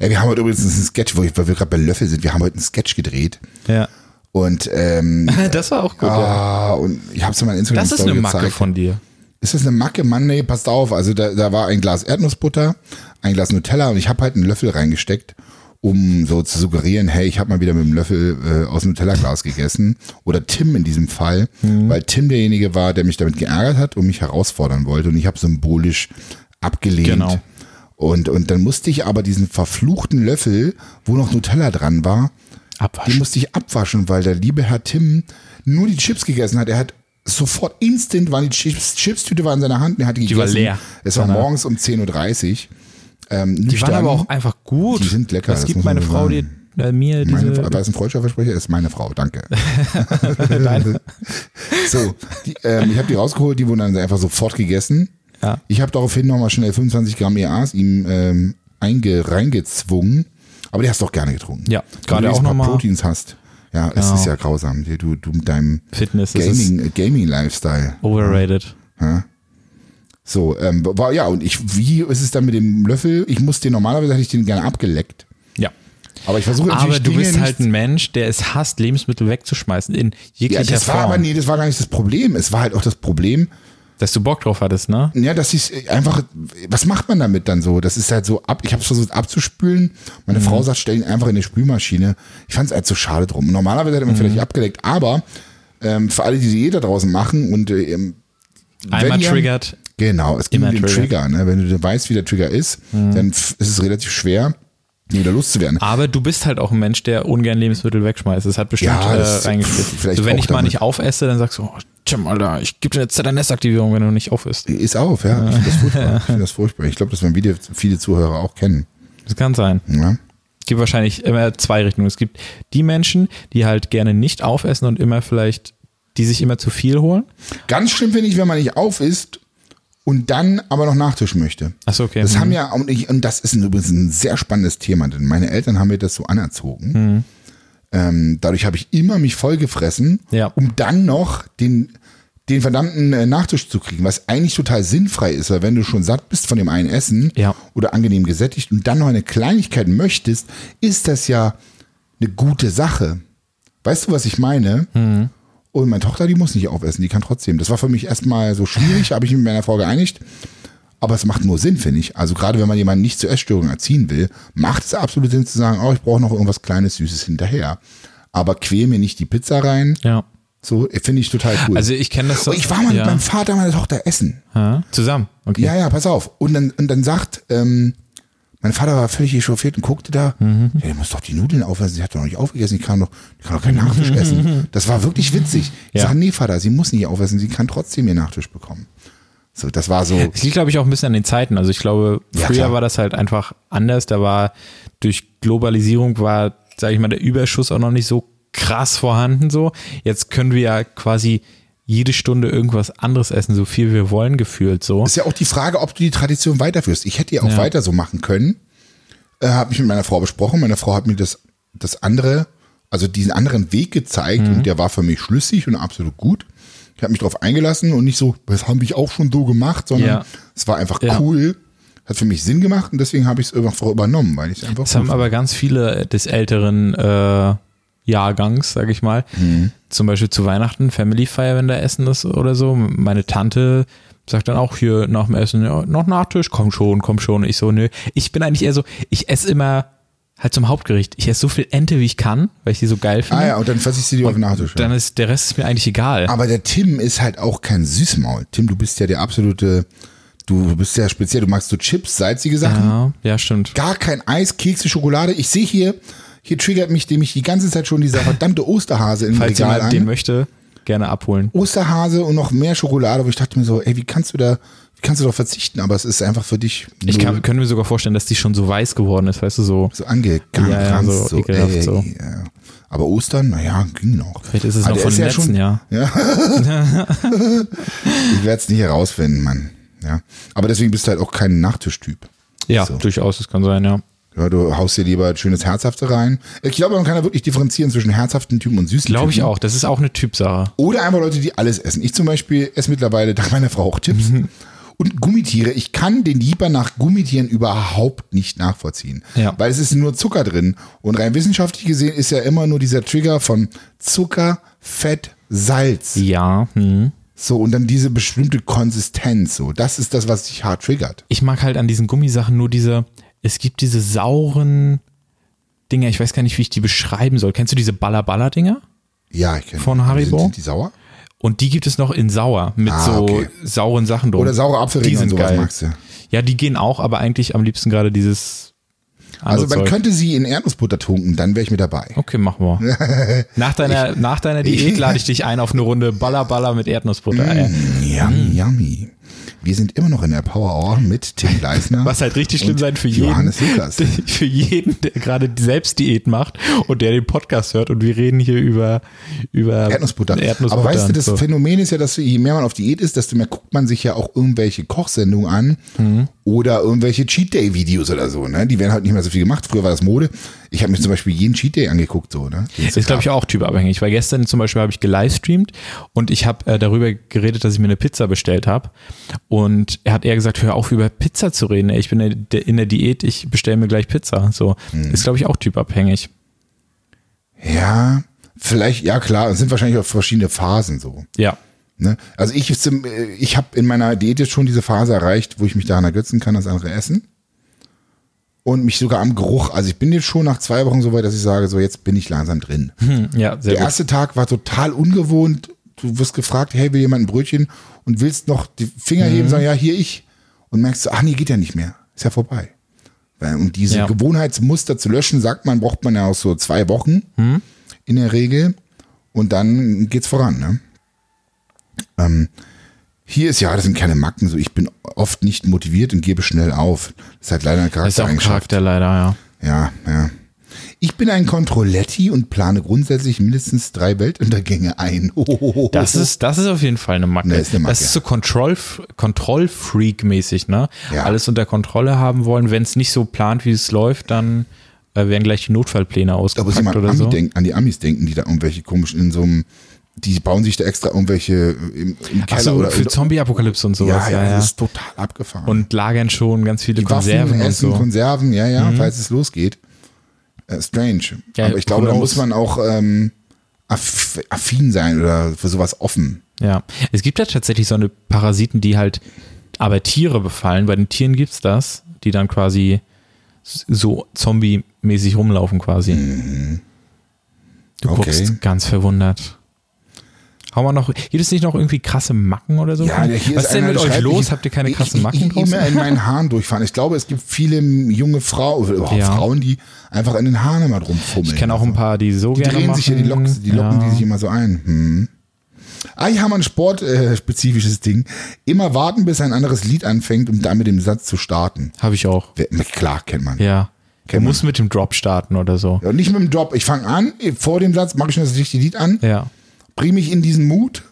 Speaker 1: Ey, wir haben heute übrigens einen Sketch, wo ich, weil wir gerade bei Löffel sind, wir haben heute einen Sketch gedreht
Speaker 2: Ja.
Speaker 1: und ähm,
Speaker 2: Das war auch <laughs> gut. ja.
Speaker 1: ah, und ich habe es in meiner Instagram
Speaker 2: Das ist eine Macke
Speaker 1: gezeigt.
Speaker 2: von dir.
Speaker 1: Ist das eine Macke? Mann, nee, passt auf. Also da, da war ein Glas Erdnussbutter, ein Glas Nutella und ich habe halt einen Löffel reingesteckt, um so zu suggerieren, hey, ich habe mal wieder mit dem Löffel äh, aus dem Nutella-Glas gegessen. Oder Tim in diesem Fall, weil Tim derjenige war, der mich damit geärgert hat und mich herausfordern wollte und ich habe symbolisch abgelehnt.
Speaker 2: Genau.
Speaker 1: Und, und dann musste ich aber diesen verfluchten Löffel, wo noch Nutella dran war, den
Speaker 2: Abwaschen.
Speaker 1: musste ich abwaschen, weil der liebe Herr Tim nur die Chips gegessen hat. Er hat sofort instant waren die Chips, Chipstüte war in seiner Hand und er hat die,
Speaker 2: war
Speaker 1: gegessen.
Speaker 2: leer.
Speaker 1: Es war
Speaker 2: Ja.
Speaker 1: morgens um 10.30 Uhr. Ähm,
Speaker 2: Die waren aber auch einfach gut.
Speaker 1: Die sind lecker,
Speaker 2: Das
Speaker 1: das
Speaker 2: gibt
Speaker 1: muss man
Speaker 2: meine
Speaker 1: so
Speaker 2: Frau dir,
Speaker 1: sagen.
Speaker 2: äh, mir
Speaker 1: meine,
Speaker 2: diese.
Speaker 1: weiß ein freudscher Versprecher ist meine Frau, danke.
Speaker 2: <laughs> Deine.
Speaker 1: So, die, ähm, ich habe die rausgeholt, die wurden dann einfach sofort gegessen.
Speaker 2: Ja.
Speaker 1: Ich habe daraufhin nochmal schnell 25 Gramm EAs ihm ähm, einge, reingezwungen. Aber die hast du auch gerne getrunken.
Speaker 2: Ja,
Speaker 1: Wenn
Speaker 2: gerade
Speaker 1: du
Speaker 2: auch
Speaker 1: ein paar
Speaker 2: nochmal.
Speaker 1: Proteins hast. Ja, es
Speaker 2: Ja.
Speaker 1: ist ja grausam. Du, du mit deinem
Speaker 2: Fitness das ist
Speaker 1: Gaming, äh, Gaming-Lifestyle.
Speaker 2: overrated.
Speaker 1: So, ähm, war, ja, und ich, wie ist es dann mit dem Löffel? Ich muss den, normalerweise hätte ich den gerne abgeleckt.
Speaker 2: Ja.
Speaker 1: Aber ich versuche natürlich
Speaker 2: Aber du
Speaker 1: Dinge
Speaker 2: bist
Speaker 1: nicht-
Speaker 2: halt ein Mensch, der es hasst, Lebensmittel wegzuschmeißen. In
Speaker 1: ja,
Speaker 2: jeglicher
Speaker 1: das
Speaker 2: Form.
Speaker 1: war aber, nee, das war gar nicht das Problem. Es war halt auch das Problem,
Speaker 2: Dass du Bock drauf hattest, ne?
Speaker 1: ja, dass ich einfach, was macht man damit dann so? Das ist halt so ab, ich habe es versucht abzuspülen.
Speaker 2: Mhm.
Speaker 1: Meine Frau sagt, stell ihn einfach in die Spülmaschine. Ich fand es halt so schade drum. Normalerweise hätte man
Speaker 2: Mhm.
Speaker 1: vielleicht abgeleckt, aber ähm, für alle, die Diät da draußen machen und äh, ähm,
Speaker 2: Einmal
Speaker 1: wenn ihr-
Speaker 2: triggert.
Speaker 1: Genau, es gibt
Speaker 2: Immer
Speaker 1: den Trigger.
Speaker 2: Trigger. Mhm.
Speaker 1: ne? Wenn du weißt, wie der Trigger ist, dann f- ist es relativ schwer, ihn wieder loszuwerden.
Speaker 2: Aber du bist halt auch ein Mensch, der ungern Lebensmittel wegschmeißt. Das hat bestimmt
Speaker 1: Ja,
Speaker 2: äh,
Speaker 1: das- pff,
Speaker 2: reingespielt.
Speaker 1: vielleicht
Speaker 2: So, wenn
Speaker 1: auch
Speaker 2: ich mal
Speaker 1: damit.
Speaker 2: nicht aufesse, dann sagst du, oh, Tim, Alter, ich gebe dir jetzt ZNS-Aktivierung, wenn du nicht aufisst.
Speaker 1: Ist auf, ja. Ich finde das
Speaker 2: <laughs>
Speaker 1: furchtbar. Ich finde das furchtbar. Ich glaube, das werden viele, viele Zuhörer auch kennen.
Speaker 2: Das kann sein.
Speaker 1: Ja?
Speaker 2: Es gibt wahrscheinlich immer zwei Richtungen. Es gibt die Menschen, die halt gerne nicht aufessen und immer vielleicht, die sich immer zu viel holen.
Speaker 1: Ganz schlimm finde ich, wenn man nicht auf ist und dann aber noch Nachtisch möchte.
Speaker 2: Achso, okay. Mhm.
Speaker 1: Das haben ja, und, ich, und das ist ein- übrigens ein sehr spannendes Thema, denn meine Eltern haben mir das so anerzogen. Ähm, dadurch habe ich immer mich vollgefressen,
Speaker 2: Ja.
Speaker 1: um dann noch den, den verdammten äh, Nachtisch zu kriegen, was eigentlich total sinnfrei ist, weil wenn du schon satt bist von dem einen Essen
Speaker 2: Ja.
Speaker 1: oder angenehm gesättigt und dann noch eine Kleinigkeit möchtest, ist das ja eine gute Sache. Weißt du, was ich meine?
Speaker 2: Hm.
Speaker 1: Und meine Tochter, die muss nicht aufessen, die kann trotzdem. Das war für mich erstmal so
Speaker 2: <laughs>
Speaker 1: schwierig, habe ich mich mit meiner Frau geeinigt. Aber es macht nur Sinn, finde ich. Also gerade wenn man jemanden nicht zur Essstörung erziehen will, macht es absolut Sinn zu sagen, oh, ich brauche noch irgendwas Kleines, Süßes hinterher. Aber quäl mir nicht die Pizza rein
Speaker 2: ja.
Speaker 1: So, finde ich total cool.
Speaker 2: Also ich kenne das so.
Speaker 1: Oh, ich war mal
Speaker 2: ja.
Speaker 1: mit meinem Vater meiner Tochter essen.
Speaker 2: Ha? Zusammen. Okay.
Speaker 1: Ja, ja, pass auf. Und dann, und dann sagt, ähm, mein Vater war völlig echauffiert und guckte da,
Speaker 2: Mhm.
Speaker 1: ja, der muss doch die Nudeln aufessen, sie hat doch noch nicht aufgegessen, die kann doch, die kann doch keinen Nachtisch
Speaker 2: <laughs>
Speaker 1: essen. Das war wirklich witzig. Ich
Speaker 2: Ja.
Speaker 1: sage, nee, Vater, sie muss nicht aufessen, sie kann trotzdem ihren Nachtisch bekommen. So, das war so.
Speaker 2: Es liegt, glaube ich, auch ein bisschen an den Zeiten. Also ich glaube,
Speaker 1: Ja,
Speaker 2: früher
Speaker 1: klar.
Speaker 2: war das halt einfach anders. Da war durch Globalisierung war, sage ich mal, der Überschuss auch noch nicht so krass vorhanden. So jetzt können wir ja quasi jede Stunde irgendwas anderes essen, so viel wir wollen gefühlt. So
Speaker 1: Ist ja auch die Frage, ob du die Tradition weiterführst. Ich hätte ja auch
Speaker 2: Ja.
Speaker 1: weiter so machen können. Äh, habe mich mit meiner Frau besprochen. Meine Frau hat mir das, das andere, also diesen anderen Weg gezeigt
Speaker 2: Mhm.
Speaker 1: und der war für mich schlüssig und absolut gut. Ich habe mich darauf eingelassen und nicht so, das habe ich auch schon so gemacht, sondern
Speaker 2: Ja.
Speaker 1: es war einfach
Speaker 2: Ja.
Speaker 1: cool. Hat für mich Sinn gemacht und deswegen habe ich es einfach übernommen, weil ich es einfach.
Speaker 2: das haben aber ganz viele des älteren äh, Jahrgangs, sage ich mal,
Speaker 1: Mhm.
Speaker 2: zum Beispiel zu Weihnachten Family Feier, wenn da Essen ist oder so. Meine Tante sagt dann auch hier nach dem Essen ja, noch Nachtisch, komm schon, komm schon. Ich so nö, ich bin eigentlich eher so, ich esse immer halt zum Hauptgericht. Ich esse so viel Ente wie ich kann, weil ich die so geil finde.
Speaker 1: ah ja, und dann fasse ich sie dir auf den Nachtisch.
Speaker 2: Dann ist der Rest ist mir eigentlich egal.
Speaker 1: Aber der Tim ist halt auch kein Süßmaul. Tim, du bist ja der absolute, du bist ja speziell, du magst so Chips, salzige Sachen.
Speaker 2: Ja, ja, stimmt.
Speaker 1: gar kein Eis, Kekse, Schokolade. Ich sehe hier, hier triggert mich nämlich die ganze Zeit schon dieser verdammte Osterhase im
Speaker 2: Falls
Speaker 1: Regal
Speaker 2: jemand den
Speaker 1: an.
Speaker 2: möchte, gerne abholen.
Speaker 1: Osterhase und noch mehr Schokolade, wo ich dachte mir so, ey, wie kannst du da, wie kannst du doch verzichten? Aber es ist einfach für dich
Speaker 2: Ich
Speaker 1: nur
Speaker 2: kann, könnte mir sogar vorstellen, dass die schon so weiß geworden ist, weißt du, so.
Speaker 1: so angegangen.
Speaker 2: Ja, ja, so ekelhaft so.
Speaker 1: ja. Aber Ostern, naja, ging noch.
Speaker 2: Vielleicht ist es
Speaker 1: Aber
Speaker 2: noch
Speaker 1: Ah, der
Speaker 2: von
Speaker 1: ist
Speaker 2: dem
Speaker 1: ja
Speaker 2: letzten
Speaker 1: schon-
Speaker 2: Jahr.
Speaker 1: Ich werde es nicht herausfinden, Mann. Ja. Aber deswegen bist du halt auch kein Nachtischtyp.
Speaker 2: Ja,
Speaker 1: So.
Speaker 2: durchaus, das kann sein, ja.
Speaker 1: Ja, du haust dir lieber schönes Herzhafte rein. Ich glaube, man kann da wirklich differenzieren zwischen herzhaften Typen und süßen
Speaker 2: Glaube ich
Speaker 1: Typen.
Speaker 2: auch. Das ist auch eine Typsache.
Speaker 1: Oder einfach Leute, die alles essen. Ich zum Beispiel esse mittlerweile dank meiner Frau auch Chips.
Speaker 2: Mhm.
Speaker 1: Und Gummitiere, ich kann den Lieber nach Gummitieren überhaupt nicht nachvollziehen.
Speaker 2: Ja.
Speaker 1: Weil es ist nur Zucker drin. Und rein wissenschaftlich gesehen ist ja immer nur dieser Trigger von Zucker, Fett, Salz.
Speaker 2: Ja.
Speaker 1: mhm.
Speaker 2: Hm.
Speaker 1: So, und dann diese bestimmte Konsistenz. So, das ist das, was dich hart triggert.
Speaker 2: Ich mag halt an diesen Gummisachen nur diese, es gibt diese sauren Dinger, ich weiß gar nicht, wie ich die beschreiben soll. Kennst du diese Baller-Baller-Dinger?
Speaker 1: Ja, ich kenne
Speaker 2: Von Haribo?
Speaker 1: Sind, sind die sauer?
Speaker 2: Und die gibt es noch in sauer, mit
Speaker 1: Ah,
Speaker 2: so
Speaker 1: okay.
Speaker 2: sauren Sachen drum.
Speaker 1: Oder saure
Speaker 2: Die
Speaker 1: Apfelringe und
Speaker 2: sind
Speaker 1: sowas
Speaker 2: geil.
Speaker 1: magst du.
Speaker 2: Ja, die gehen auch, aber eigentlich am liebsten gerade dieses
Speaker 1: Also,
Speaker 2: andere
Speaker 1: man
Speaker 2: Zeug.
Speaker 1: könnte sie in Erdnussbutter tunken, dann wäre ich mit dabei.
Speaker 2: Okay, machen wir.
Speaker 1: <laughs>
Speaker 2: Nach deiner, nach deiner Diät lade ich dich ein auf eine Runde Baller-Baller mit Erdnussbutter. ey.
Speaker 1: Mm. Yummy, yummy. Wir sind immer noch in der Power Hour mit Tim Gleisner.
Speaker 2: <laughs> Was halt richtig schlimm
Speaker 1: und
Speaker 2: sein für jeden,
Speaker 1: Johannes Lukas.
Speaker 2: <laughs> für jeden, der gerade selbst Diät macht und der den Podcast hört und wir reden hier über, über
Speaker 1: Erdnussbutter.
Speaker 2: Erdnussbutter
Speaker 1: Aber weißt du,
Speaker 2: und
Speaker 1: das
Speaker 2: so.
Speaker 1: Phänomen ist ja, dass je mehr man auf Diät ist, desto mehr guckt man sich ja auch irgendwelche Kochsendungen an
Speaker 2: Mhm.
Speaker 1: oder irgendwelche Cheat Day Videos oder so. Ne? Die werden halt nicht mehr so viel gemacht. Früher war das Mode. Ich habe mir zum Beispiel jeden Cheat Day angeguckt. So, ne? Das
Speaker 2: ist, glaube ich, auch typabhängig, weil gestern zum Beispiel habe ich gelivestreamt und ich habe äh, darüber geredet, dass ich mir eine Pizza bestellt habe. Und er hat eher gesagt, hör auf, über Pizza zu reden. ey. Ich bin in der, in der Diät, ich bestelle mir gleich Pizza. So
Speaker 1: Hm.
Speaker 2: Ist, glaube ich, auch typabhängig.
Speaker 1: ja, vielleicht, ja klar, es sind wahrscheinlich auch verschiedene Phasen so.
Speaker 2: Ja.
Speaker 1: Ne? Also ich, zum- äh, ich habe in meiner Diät jetzt schon diese Phase erreicht, wo ich mich daran ergötzen kann, das andere essen. Und mich sogar am Geruch, also ich bin jetzt schon nach zwei Wochen so weit, dass ich sage, so jetzt bin ich langsam drin.
Speaker 2: Hm, Ja, sehr
Speaker 1: Der
Speaker 2: gut.
Speaker 1: erste Tag war total ungewohnt. Du wirst gefragt, hey, will jemand ein Brötchen? Und willst noch die Finger
Speaker 2: Mhm.
Speaker 1: heben, sagen, ja, hier ich. Und merkst du, ach nee, geht ja nicht mehr. Ist ja vorbei. Weil, Um diese
Speaker 2: Ja.
Speaker 1: Gewohnheitsmuster zu löschen, sagt man, braucht man ja auch so zwei Wochen
Speaker 2: Mhm.
Speaker 1: in der Regel. Und dann geht's voran. Ne? Ähm, hier ist ja, das sind keine Macken. So, ich bin oft nicht motiviert und gebe schnell auf. Das ist halt leider eine
Speaker 2: Das ist auch ein
Speaker 1: Charaktereigenschaft.
Speaker 2: Charakter leider, ja.
Speaker 1: Ja, ja. Ich bin ein Controletti und plane grundsätzlich mindestens drei Weltuntergänge ein. <laughs> Oh, Ohohoho.
Speaker 2: Das ist, das ist auf jeden Fall eine Macke.
Speaker 1: Ne, ist eine Macke.
Speaker 2: Das ist so Control, Control-Freak-mäßig, ne?
Speaker 1: Ja.
Speaker 2: Alles unter Kontrolle haben wollen. Wenn es nicht so plant, wie es läuft, dann äh, werden gleich die Notfallpläne
Speaker 1: Da muss ich mal an,
Speaker 2: ausgepackt oder
Speaker 1: Ami
Speaker 2: so.
Speaker 1: denken, an die Amis denken, die da irgendwelche komischen in so einem, die bauen sich da extra irgendwelche äh, im, im Keller
Speaker 2: Achso,
Speaker 1: oder
Speaker 2: für Zombie-Apokalypse und
Speaker 1: ja,
Speaker 2: sowas.
Speaker 1: ja,
Speaker 2: Ja, ja.
Speaker 1: das ist total abgefahren.
Speaker 2: Und lagern schon ganz viele
Speaker 1: Waffen,
Speaker 2: Konserven und
Speaker 1: Essen,
Speaker 2: so. Mhm.
Speaker 1: Konserven, ja, ja, falls es losgeht. Äh, strange.
Speaker 2: Ja,
Speaker 1: Aber ich glaube, da
Speaker 2: Kondoms.
Speaker 1: muss man auch ähm, aff affin sein oder für sowas offen.
Speaker 2: Ja, es gibt ja tatsächlich so eine Parasiten, die halt aber Tiere befallen. Bei den Tieren gibt's das, die dann quasi so zombie-mäßig rumlaufen quasi. Du
Speaker 1: Mhm. Okay.
Speaker 2: guckst ganz verwundert. Haben wir noch, gibt es nicht noch irgendwie krasse Macken oder so?
Speaker 1: Ja, hier
Speaker 2: Was
Speaker 1: ist
Speaker 2: ist denn
Speaker 1: einer,
Speaker 2: mit
Speaker 1: der
Speaker 2: euch
Speaker 1: schreibt,
Speaker 2: los?
Speaker 1: ich-
Speaker 2: Habt ihr keine
Speaker 1: ich-
Speaker 2: krassen
Speaker 1: ich-
Speaker 2: Macken
Speaker 1: Ich, ich immer
Speaker 2: draußen?
Speaker 1: in meinen Haaren durchfahren. Ich glaube, es gibt viele junge Frauen, oder überhaupt
Speaker 2: Ja.
Speaker 1: Frauen, die einfach an den Haaren immer rumfummeln.
Speaker 2: Ich kenne auch ein paar, die so
Speaker 1: Die
Speaker 2: gerne
Speaker 1: drehen
Speaker 2: machen.
Speaker 1: sich ja die, Locks, die Locken,
Speaker 2: Ja.
Speaker 1: die sich immer so ein. Hm. Ah, hier haben wir ein sportspezifisches äh, spezifisches Ding. Immer warten, bis ein anderes Lied anfängt, um dann mit dem Satz zu starten.
Speaker 2: Habe ich auch.
Speaker 1: Wer- Klar, kennt man.
Speaker 2: Ja. Du
Speaker 1: Kennt man.
Speaker 2: musst mit dem Drop starten oder so.
Speaker 1: Ja, und nicht mit dem Drop. Ich fange an, vor dem Satz mache ich schon das richtige Lied an,
Speaker 2: Ja.
Speaker 1: bringe mich in diesen Mut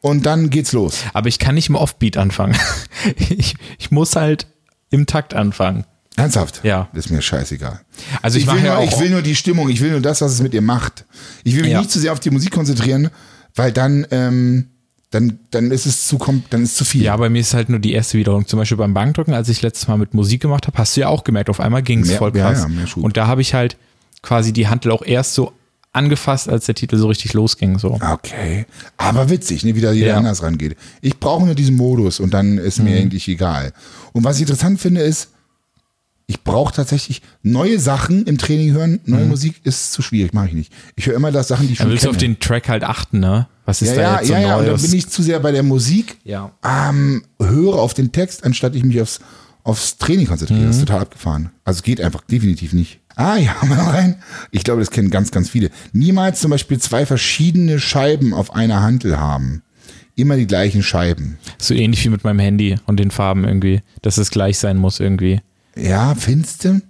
Speaker 1: und dann geht's los.
Speaker 2: Aber ich kann nicht im Offbeat anfangen. <laughs> Ich, ich muss halt im Takt anfangen.
Speaker 1: Ernsthaft?
Speaker 2: Ja.
Speaker 1: Ist mir scheißegal.
Speaker 2: Also ich
Speaker 1: will,
Speaker 2: mache ja
Speaker 1: nur,
Speaker 2: auch-
Speaker 1: ich will nur die Stimmung, ich will nur das, was es mit ihr macht. Ich will mich
Speaker 2: Ja.
Speaker 1: nicht zu sehr auf die Musik konzentrieren, weil dann, ähm, dann, dann ist es zu, kom- dann ist es zu viel.
Speaker 2: Ja, bei mir ist halt nur die erste Wiederholung. Zum Beispiel beim Bankdrücken, als ich letztes Mal mit Musik gemacht habe, hast du ja auch gemerkt, auf einmal ging es
Speaker 1: Mehr-
Speaker 2: voll
Speaker 1: ja,
Speaker 2: krass.
Speaker 1: ja, mehr Schub.
Speaker 2: und da habe ich halt quasi die Handel auch erst so angefasst, als der Titel so richtig losging. So.
Speaker 1: Okay. Aber witzig, ne, wie da jeder
Speaker 2: Ja. Mhm.
Speaker 1: anders rangeht. Ich brauche nur diesen Modus und dann ist mir eigentlich egal. Und was ich interessant finde, ist, ich brauche tatsächlich neue Sachen im Training hören. Neue Musik ist zu schwierig, mache ich nicht. Ich höre immer das Sachen, die ich
Speaker 2: Mhm. Dann
Speaker 1: schon
Speaker 2: willst du auf
Speaker 1: kenne.
Speaker 2: den Track halt achten, ne? Was ist
Speaker 1: ja,
Speaker 2: da
Speaker 1: ja,
Speaker 2: jetzt so
Speaker 1: ja, ja. Und dann
Speaker 2: Neues?
Speaker 1: bin ich zu sehr bei der Musik,
Speaker 2: ja.
Speaker 1: ähm, höre auf den Text, anstatt ich mich aufs, aufs Training konzentriere. Das ist
Speaker 2: Mhm.
Speaker 1: total abgefahren. Also geht einfach definitiv nicht. Ah, <laughs> hier haben wir noch einen. Ich glaube, das kennen ganz, ganz viele. Niemals zum Beispiel zwei verschiedene Scheiben auf einer Handel haben. Immer die gleichen Scheiben.
Speaker 2: So ähnlich wie mit meinem Handy und den Farben irgendwie, dass es gleich sein muss irgendwie.
Speaker 1: Ja, findest du?
Speaker 2: Also,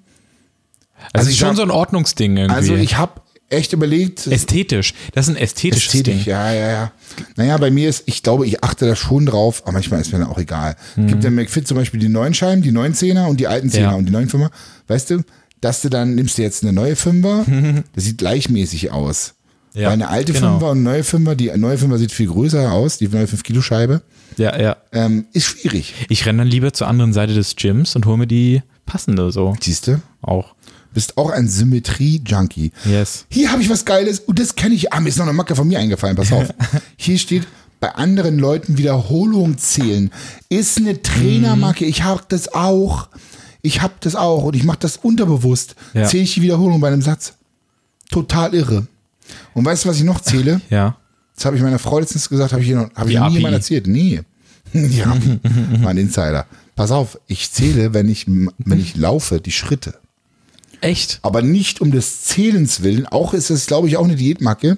Speaker 1: Also ich
Speaker 2: ist schon
Speaker 1: hab-
Speaker 2: so ein Ordnungsding irgendwie.
Speaker 1: Also ich habe echt überlegt.
Speaker 2: ästhetisch. Das ist ein ästhetisches
Speaker 1: Ästhetisch,
Speaker 2: Ding.
Speaker 1: ja, ja, ja. Naja, bei mir ist, ich glaube, ich achte da schon drauf, aber manchmal ist mir dann auch egal. Gibt der McFit zum Beispiel die neuen Scheiben, die neuen Zehner und die alten Zehner
Speaker 2: Mhm. Ja.
Speaker 1: und die neuen Fünfer. Weißt du, dass du dann nimmst du jetzt eine neue
Speaker 2: <laughs>
Speaker 1: Fünfer, das sieht gleichmäßig aus.
Speaker 2: Ja,
Speaker 1: Weil eine alte
Speaker 2: genau.
Speaker 1: Fünfer und eine neue Fünfer, die neue Fünfer sieht viel größer aus, die neue 5-Kilo-Scheibe,
Speaker 2: Ja, ja.
Speaker 1: ähm, ist schwierig.
Speaker 2: Ich renne dann lieber zur anderen Seite des Gyms und hole mir die passende so
Speaker 1: Siehst du?
Speaker 2: auch.
Speaker 1: Bist auch ein Symmetrie-Junkie.
Speaker 2: Yes.
Speaker 1: Hier habe ich was Geiles und das kenne ich. Ah, mir ist noch eine Macke von mir eingefallen, pass
Speaker 2: <laughs>
Speaker 1: auf. Hier steht, bei anderen Leuten Wiederholung zählen. Ist eine Trainermarke. Ich habe das auch. Ich habe das auch und ich mache das unterbewusst.
Speaker 2: Ja.
Speaker 1: Zähle ich die Wiederholung bei einem Satz. Total irre. Und weißt du, was ich noch
Speaker 2: <laughs>
Speaker 1: zähle?
Speaker 2: Ja.
Speaker 1: Das habe ich meiner Frau letztens gesagt, habe ich, ihr noch- hab ich
Speaker 2: Die
Speaker 1: noch nie
Speaker 2: API.
Speaker 1: jemand erzählt. Nee. <laughs> ja, war ein Insider. Pass auf, ich zähle, wenn ich, wenn ich laufe, die Schritte
Speaker 2: Echt?
Speaker 1: aber nicht um des Zählens willen. Auch ist es, glaube ich, auch eine Diätmacke.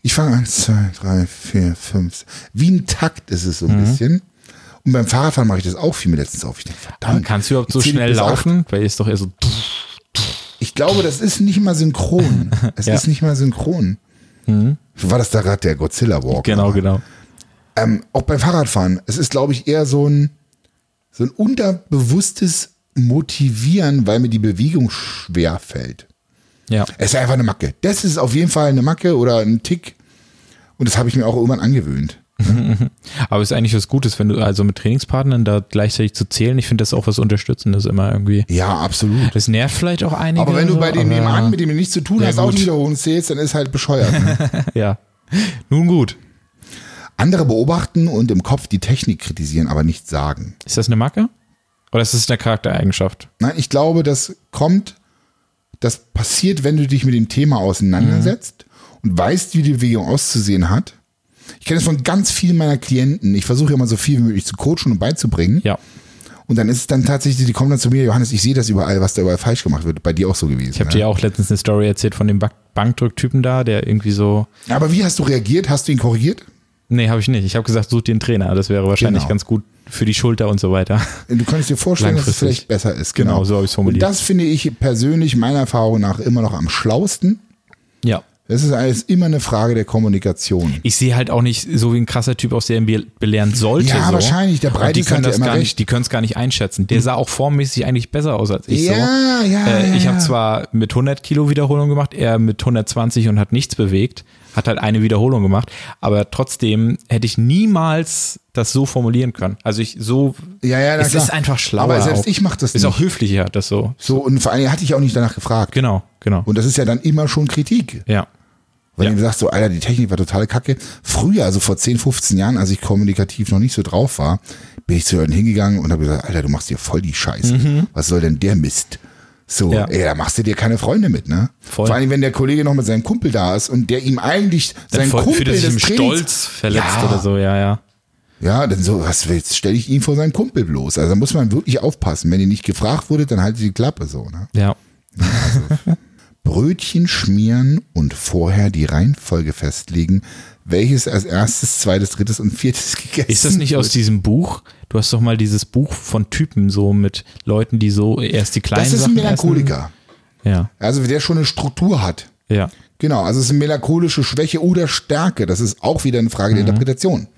Speaker 1: Ich fange an, zwei, drei, vier, fünf. Wie ein Takt ist es so
Speaker 2: Mhm.
Speaker 1: ein bisschen. Und beim Fahrradfahren mache ich das auch viel mir letztens auf. Ich denke, verdammt.
Speaker 2: Kannst du überhaupt so
Speaker 1: ich zähle
Speaker 2: schnell
Speaker 1: bis acht.
Speaker 2: laufen? Weil ist doch eher so.
Speaker 1: Ich glaube, das ist nicht mal
Speaker 2: <laughs>
Speaker 1: synchron. Es
Speaker 2: Ja. Mhm.
Speaker 1: ist nicht mal synchron. War das da gerade der Godzilla Walk?
Speaker 2: Genau, genau.
Speaker 1: Ähm, auch beim Fahrradfahren. Es ist, glaube ich, eher so ein, so ein unterbewusstes Motivieren, weil mir die Bewegung schwer fällt.
Speaker 2: Ja.
Speaker 1: Es ist einfach eine Macke. Das ist auf jeden Fall eine Macke oder ein Tick. Und das habe ich mir auch irgendwann angewöhnt.
Speaker 2: Aber es ist eigentlich was Gutes, wenn du also mit Trainingspartnern da gleichzeitig zu zählen. Ich finde das auch was Unterstützendes immer irgendwie.
Speaker 1: Ja, absolut.
Speaker 2: Das nervt vielleicht auch einige.
Speaker 1: Aber wenn du
Speaker 2: so,
Speaker 1: bei dem
Speaker 2: aber-
Speaker 1: nebenan, mit dem du nichts zu tun
Speaker 2: Ja,
Speaker 1: hast, auch
Speaker 2: gut.
Speaker 1: die Wiederholung zählst, dann ist halt bescheuert.
Speaker 2: <laughs>
Speaker 1: ne?
Speaker 2: Ja. Nun gut.
Speaker 1: Andere beobachten und im Kopf die Technik kritisieren, aber nichts sagen.
Speaker 2: Ist das eine Macke? Oder ist das eine Charaktereigenschaft?
Speaker 1: Nein, ich glaube, das kommt, das passiert, wenn du dich mit dem Thema auseinandersetzt
Speaker 2: Mhm.
Speaker 1: und weißt, wie die Bewegung auszusehen hat. Ich kenne das von ganz vielen meiner Klienten. Ich versuche immer so viel wie möglich zu coachen und beizubringen.
Speaker 2: Ja.
Speaker 1: Und dann ist es dann tatsächlich, die kommen dann zu mir, Johannes, ich sehe das überall, was da überall falsch gemacht wird. Bei dir auch so gewesen.
Speaker 2: Ich habe
Speaker 1: ne?
Speaker 2: dir ja auch letztens eine Story erzählt von dem Ba- Bankdrücktypen da, der irgendwie so.
Speaker 1: Aber wie hast du reagiert? Hast du ihn korrigiert?
Speaker 2: Nee, habe ich nicht. Ich habe gesagt, such dir einen Trainer. Das wäre wahrscheinlich
Speaker 1: Genau.
Speaker 2: ganz gut für die Schulter und so weiter. <laughs>
Speaker 1: Du könntest dir vorstellen, dass es
Speaker 2: Langfristig.
Speaker 1: vielleicht besser ist.
Speaker 2: Genau, so habe ich's formuliert.
Speaker 1: Und das finde ich persönlich meiner Erfahrung nach immer noch am schlausten.
Speaker 2: Ja.
Speaker 1: Das ist alles immer eine Frage der Kommunikation.
Speaker 2: Ich sehe halt auch nicht so wie ein krasser Typ aus, der ihn be- belehren sollte.
Speaker 1: Ja,
Speaker 2: so.
Speaker 1: wahrscheinlich. Der
Speaker 2: Und
Speaker 1: Breite
Speaker 2: die können
Speaker 1: hat ja
Speaker 2: das
Speaker 1: immer
Speaker 2: gar
Speaker 1: recht. Hm.
Speaker 2: nicht, die können es gar nicht einschätzen. Der sah auch formmäßig eigentlich besser aus als ich.
Speaker 1: Ja,
Speaker 2: so.
Speaker 1: ja, ja,
Speaker 2: Äh, ich
Speaker 1: ja.
Speaker 2: habe zwar mit 100 Kilo Wiederholung gemacht, er mit 120 und hat nichts bewegt, hat halt eine Wiederholung gemacht, aber trotzdem hätte ich niemals das so formulieren können. Also ich so,
Speaker 1: Ja, ja, na
Speaker 2: es
Speaker 1: klar.
Speaker 2: ist einfach schlauer.
Speaker 1: Aber selbst
Speaker 2: auch.
Speaker 1: ich mach das
Speaker 2: Ist
Speaker 1: nicht.
Speaker 2: auch höflicher, das so.
Speaker 1: So, und vor allem hatte ich auch nicht danach gefragt.
Speaker 2: Genau, genau.
Speaker 1: Und das ist ja dann immer schon Kritik.
Speaker 2: ja.
Speaker 1: Wenn
Speaker 2: Ja.
Speaker 1: du sagst, so, Alter, die Technik war totale Kacke. Früher, also vor 10, 15 Jahren, als ich kommunikativ noch nicht so drauf war, bin ich zu Leuten hingegangen und habe gesagt, Alter, du machst dir voll die Scheiße. Was soll denn der Mist? So,
Speaker 2: Mhm. Ja.
Speaker 1: ey, da machst du dir keine Freunde mit, ne?
Speaker 2: Voll.
Speaker 1: Vor allem, wenn der Kollege noch mit seinem Kumpel da ist und der ihm eigentlich sein
Speaker 2: voll-
Speaker 1: Kumpel
Speaker 2: fühlt er sich
Speaker 1: des
Speaker 2: im
Speaker 1: Trainings-
Speaker 2: Stolz verletzt
Speaker 1: Ja.
Speaker 2: oder so, ja, ja.
Speaker 1: Ja, dann so, was willst, stelle ich ihn vor seinen Kumpel bloß. Also da muss man wirklich aufpassen. Wenn ihr nicht gefragt wurde, dann haltet die Klappe so, ne?
Speaker 2: Ja.
Speaker 1: Brötchen schmieren und vorher die Reihenfolge festlegen, welches als erstes, zweites, drittes und viertes <laughs> gegessen
Speaker 2: Ist das nicht aus diesem Buch? Du hast doch mal dieses Buch von Typen so mit Leuten, die so erst die kleinen
Speaker 1: Das ist ein
Speaker 2: Sachen
Speaker 1: Melancholiker.
Speaker 2: essen. Ja,
Speaker 1: Also der schon eine Struktur hat.
Speaker 2: ja.
Speaker 1: Genau, also es ist eine melancholische Schwäche oder Stärke. Das ist auch wieder eine Frage
Speaker 2: Mhm.
Speaker 1: der Interpretation.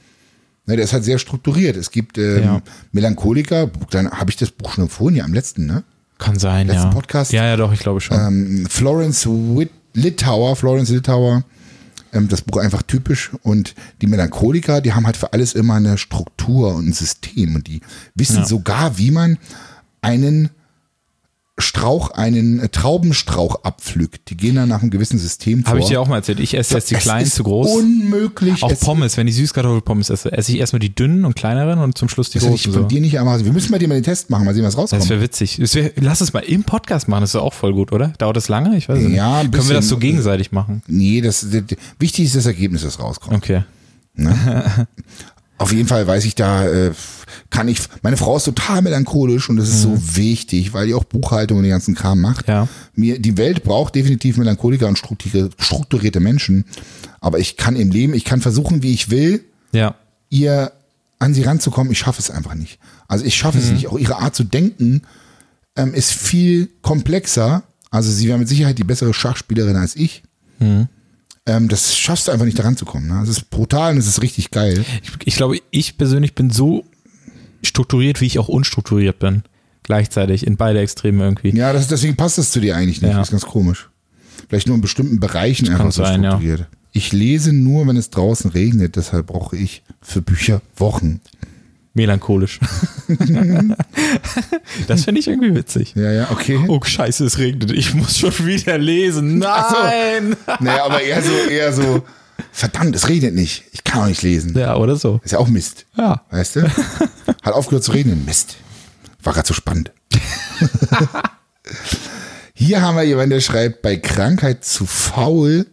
Speaker 1: Ne, der ist halt sehr strukturiert. Es gibt ähm,
Speaker 2: Ja.
Speaker 1: Melancholiker, dann habe ich das Buch schon empfohlen, ja, am letzten, ne?
Speaker 2: Kann sein,
Speaker 1: Letzten
Speaker 2: ja.
Speaker 1: Podcast.
Speaker 2: Ja, ja, doch, ich glaube schon.
Speaker 1: ähm, Florence Whit Litauer, Florence Litauer, ähm, das Buch einfach typisch. Und die Melancholiker, die haben halt für alles immer eine Struktur und ein System. Und die wissen
Speaker 2: Ja.
Speaker 1: sogar, wie man einen Strauch, einen äh, Traubenstrauch abpflückt. Die gehen dann nach einem gewissen System vor.
Speaker 2: Habe ich dir auch mal erzählt. Ich esse jetzt die
Speaker 1: Es
Speaker 2: kleinen
Speaker 1: ist
Speaker 2: zu groß.
Speaker 1: Unmöglich.
Speaker 2: Auch
Speaker 1: es
Speaker 2: Pommes, wenn ich Süßkartoffelpommes esse, esse ich erstmal die dünnen und kleineren und zum Schluss die
Speaker 1: ist
Speaker 2: großen.
Speaker 1: nicht bei
Speaker 2: So.
Speaker 1: dir nicht einmal. Wir müssen mal dir mal den Test machen, mal sehen, was rauskommt.
Speaker 2: Das wäre witzig. Das wär, lass es mal im Podcast machen, das ist doch auch voll gut, oder? Dauert das lange? Ich weiß es
Speaker 1: Ja, ein
Speaker 2: nicht. Können wir das so
Speaker 1: bisschen.
Speaker 2: gegenseitig machen?
Speaker 1: nee, das, das, wichtig ist das Ergebnis, das rauskommt.
Speaker 2: Okay.
Speaker 1: Auf jeden Fall weiß ich da, äh, kann ich, meine Frau ist total melancholisch und das ist so wichtig, weil die auch Buchhaltung und den ganzen Kram macht.
Speaker 2: Ja.
Speaker 1: Mir, die Welt braucht definitiv Melancholiker und strukturierte, strukturierte Menschen. Aber ich kann im Leben, ich kann versuchen, wie ich will,
Speaker 2: Ja.
Speaker 1: ihr an sie ranzukommen. Ich schaffe es einfach nicht. Also ich schaffe es nicht. Auch ihre Art zu denken ähm, ist viel komplexer. Also sie wäre mit Sicherheit die bessere Schachspielerin als ich. Ähm, das schaffst du einfach nicht, da ranzukommen. Ne? Das ist brutal und es ist richtig geil.
Speaker 2: Ich, ich glaube, ich persönlich bin so strukturiert, wie ich auch unstrukturiert bin. Gleichzeitig, in beide Extremen irgendwie.
Speaker 1: Ja, das, deswegen passt das zu dir eigentlich nicht.
Speaker 2: Ja.
Speaker 1: Das ist ganz komisch. Vielleicht nur in bestimmten Bereichen einfach so
Speaker 2: sein, ja.
Speaker 1: strukturiert. Ich lese nur, wenn es draußen regnet, deshalb brauche ich für Bücher Wochen. <laughs>
Speaker 2: Melancholisch. das finde ich irgendwie witzig.
Speaker 1: Ja, ja, okay.
Speaker 2: Oh, scheiße, es regnet. Ich muss schon wieder lesen. Nein!
Speaker 1: <laughs> Naja, aber eher so, eher so, verdammt, es regnet nicht. Ich kann auch nicht lesen.
Speaker 2: Ja, oder so.
Speaker 1: Ist ja auch Mist.
Speaker 2: Ja.
Speaker 1: Weißt du? Hat aufgehört zu regnen. Mist. War gerade so spannend. Hier haben wir jemanden, der schreibt, bei Krankheit zu faul,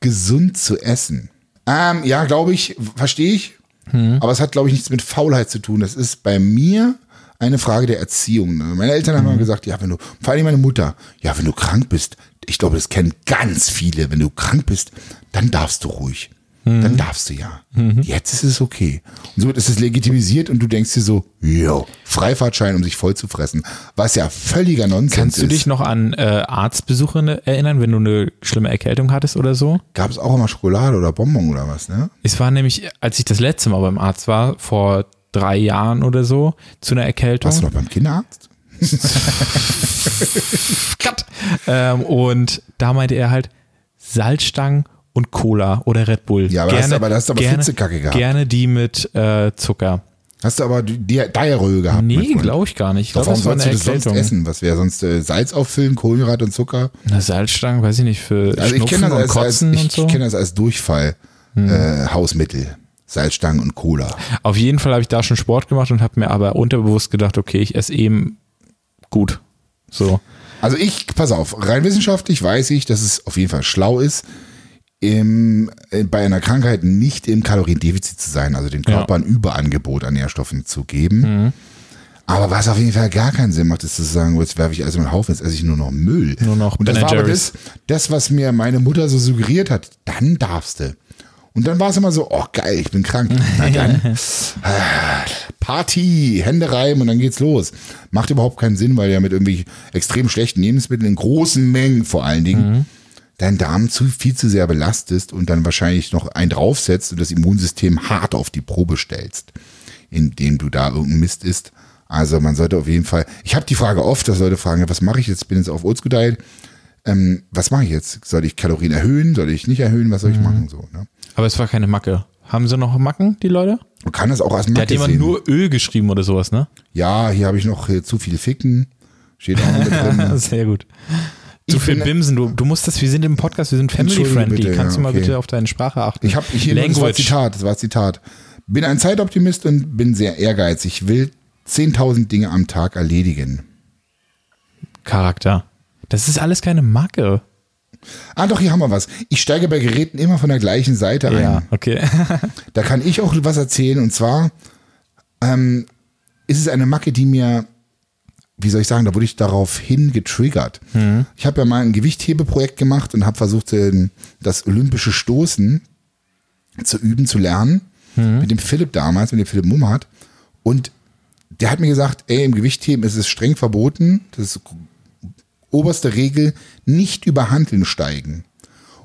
Speaker 1: gesund zu essen. Ähm, ja, glaube ich, verstehe ich.
Speaker 2: Hm.
Speaker 1: Aber es hat, glaube ich, nichts mit Faulheit zu tun. Das ist bei mir eine Frage der Erziehung. ne? Meine Eltern
Speaker 2: Hm.
Speaker 1: haben immer gesagt, ja, wenn du, vor allem meine Mutter, ja, wenn du krank bist, ich glaube, das kennen ganz viele, wenn du krank bist, dann darfst du ruhig.
Speaker 2: Hm.
Speaker 1: Dann darfst du ja.
Speaker 2: Mhm.
Speaker 1: Jetzt ist es okay. Und somit ist es legitimisiert und du denkst dir so, yo, Freifahrtschein, um sich voll zu fressen, was ja völliger Nonsens
Speaker 2: Kannst du
Speaker 1: ist.
Speaker 2: dich noch an äh, Arztbesuche ne- erinnern, wenn du eine schlimme Erkältung hattest oder so?
Speaker 1: Gab es auch immer Schokolade oder Bonbon oder was, ne?
Speaker 2: Es war nämlich, als ich das letzte Mal beim Arzt war, vor drei Jahren oder so, zu einer Erkältung.
Speaker 1: Warst du noch beim Kinderarzt?
Speaker 2: Cut. Ähm, und da meinte er halt Salzstangen und Cola oder Red Bull.
Speaker 1: Ja, aber hast du aber- da hast du aber
Speaker 2: gerne,
Speaker 1: Fitzekacke gehabt.
Speaker 2: Gerne die mit äh, Zucker.
Speaker 1: Hast du aber die die Diarrhoe gehabt? mein
Speaker 2: Nee,
Speaker 1: Freund?
Speaker 2: glaube ich gar nicht. Ich
Speaker 1: Doch,
Speaker 2: glaube,
Speaker 1: warum
Speaker 2: das war
Speaker 1: sollst du
Speaker 2: eine
Speaker 1: das sonst
Speaker 2: Erkältung.
Speaker 1: essen? Was wäre sonst äh, Salz auffüllen, Kohlenhydrat und Zucker?
Speaker 2: Eine Salzstangen, weiß ich nicht, für
Speaker 1: Also ich
Speaker 2: Schnupfen
Speaker 1: kenne das,
Speaker 2: und
Speaker 1: als, als,
Speaker 2: Kotzen
Speaker 1: ich
Speaker 2: und so. Hm.
Speaker 1: kenne das als Durchfall äh, Hausmittel. Salzstangen und Cola.
Speaker 2: Auf jeden Fall habe ich da schon Sport gemacht und habe mir aber unterbewusst gedacht, okay, ich esse eben gut. So.
Speaker 1: Also ich, pass auf, rein wissenschaftlich weiß ich, dass es auf jeden Fall schlau ist, im, äh, bei einer Krankheit nicht im Kaloriendefizit zu sein, also dem Körper ein Überangebot an Nährstoffen zu geben.
Speaker 2: Mhm.
Speaker 1: Aber was auf jeden Fall gar keinen Sinn macht, ist zu sagen, oh, jetzt werfe ich alles in den Haufen, jetzt esse ich nur noch Müll.
Speaker 2: Nur noch
Speaker 1: Und das
Speaker 2: Ben
Speaker 1: war aber das,
Speaker 2: Jerry's.
Speaker 1: das, was mir meine Mutter so suggeriert hat, dann darfst du. Und dann war es immer so, oh geil, ich bin krank. Na
Speaker 2: <laughs>
Speaker 1: dann, äh, Party, Hände reiben und dann geht's los. Macht überhaupt keinen Sinn, weil ja mit irgendwie extrem schlechten Lebensmitteln in großen Mengen vor allen Dingen
Speaker 2: Mhm.
Speaker 1: deinen Darm zu viel zu sehr belastest und dann wahrscheinlich noch einen draufsetzt und das Immunsystem hart auf die Probe stellst, indem du da irgendein Mist isst. Also man sollte auf jeden Fall, ich habe die Frage oft, dass Leute fragen, ja, was mache ich jetzt, bin jetzt auf Old School Diet, ähm, was mache ich jetzt? Soll ich Kalorien erhöhen, soll ich nicht erhöhen, was soll
Speaker 2: Mhm.
Speaker 1: ich machen? So, ne?
Speaker 2: Aber es war keine Macke. Haben sie noch Macken, die Leute?
Speaker 1: Man kann das auch als
Speaker 2: Da hat
Speaker 1: Macke
Speaker 2: jemand
Speaker 1: sehen.
Speaker 2: nur Öl geschrieben oder sowas, ne?
Speaker 1: Ja, hier habe ich noch äh, zu viel Ficken, steht auch noch mit
Speaker 2: <laughs>
Speaker 1: drin.
Speaker 2: Sehr gut. Zu
Speaker 1: Ich
Speaker 2: viel
Speaker 1: bin-
Speaker 2: Bimsen, du, du musst das, wir sind im Podcast, wir sind
Speaker 1: Entschuldige
Speaker 2: family-friendly.
Speaker 1: bitte,
Speaker 2: Kannst
Speaker 1: ja,
Speaker 2: du mal
Speaker 1: okay.
Speaker 2: bitte auf deine Sprache achten?
Speaker 1: Ich habe hier nur- das war
Speaker 2: Language.
Speaker 1: Zitat, das war Zitat. Bin ein Zeitoptimist und bin sehr ehrgeizig. Will 10.000 Dinge am Tag erledigen.
Speaker 2: Charakter. Das ist alles keine Macke.
Speaker 1: Ah, doch, hier haben wir was. Ich steige bei Geräten immer von der gleichen Seite ein.
Speaker 2: okay. <laughs>
Speaker 1: Da kann ich auch was erzählen. Und zwar ähm, ist es eine Macke, die mir, wie soll ich sagen, da wurde ich darauf hin getriggert. Ich habe ja mal ein Gewichthebeprojekt gemacht und habe versucht, den, das olympische Stoßen zu üben, zu lernen. Mit dem Philipp damals, mit dem Philipp Mummert. Und der hat mir gesagt, ey, im Gewichtheben ist es streng verboten. Das ist oberste Regel, nicht über Handeln steigen.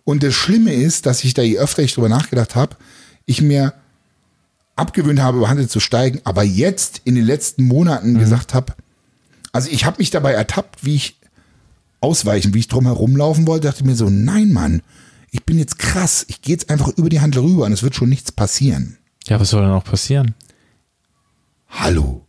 Speaker 1: Und das Schlimme ist, dass ich da, je öfter ich drüber nachgedacht habe, ich mir abgewöhnt habe, über Handeln zu steigen, aber jetzt in den letzten Monaten
Speaker 2: Mhm.
Speaker 1: gesagt habe, also ich habe mich dabei ertappt, wie ich ausweichen, wie ich drum herumlaufen wollte, dachte mir so, nein, Mann, ich bin jetzt krass, ich gehe jetzt einfach über die Handel rüber und es wird schon nichts passieren.
Speaker 2: Ja, was soll denn auch passieren? <laughs>
Speaker 1: Hallo.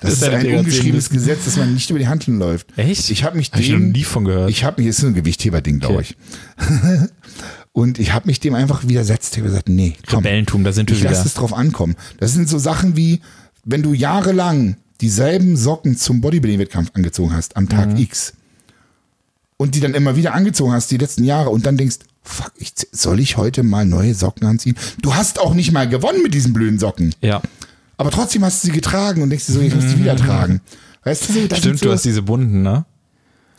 Speaker 1: Das, ist
Speaker 2: hättet ihr
Speaker 1: ein
Speaker 2: ganz
Speaker 1: ungeschriebenes Gesetz, dass man nicht über die Handeln läuft.
Speaker 2: Echt?
Speaker 1: Ich habe mich
Speaker 2: Hab ich
Speaker 1: dem-
Speaker 2: noch nie von gehört.
Speaker 1: Ich habe mich, ist so ein Gewichtheber-Ding, glaube
Speaker 2: Äh. Okay.
Speaker 1: ich. <laughs> Und ich habe mich dem einfach widersetzt. Ich habe gesagt, nee, komm,
Speaker 2: Rebellentum, da sind wir
Speaker 1: ich
Speaker 2: wieder.
Speaker 1: lasse es drauf ankommen. Das sind so Sachen wie, wenn du jahrelang dieselben Socken zum Bodybuilding-Wettkampf angezogen hast, am
Speaker 2: Mhm.
Speaker 1: Tag X, und die dann immer wieder angezogen hast, die letzten Jahre, und dann denkst, fuck, ich, soll ich heute mal neue Socken anziehen? Du hast auch nicht mal gewonnen mit diesen blöden Socken.
Speaker 2: ja.
Speaker 1: Aber trotzdem hast du sie getragen und denkst dir so, ich muss die wieder tragen. Weißt du, so, das sind
Speaker 2: Mhm. Stimmt,
Speaker 1: so,
Speaker 2: du hast diese bunten, ne?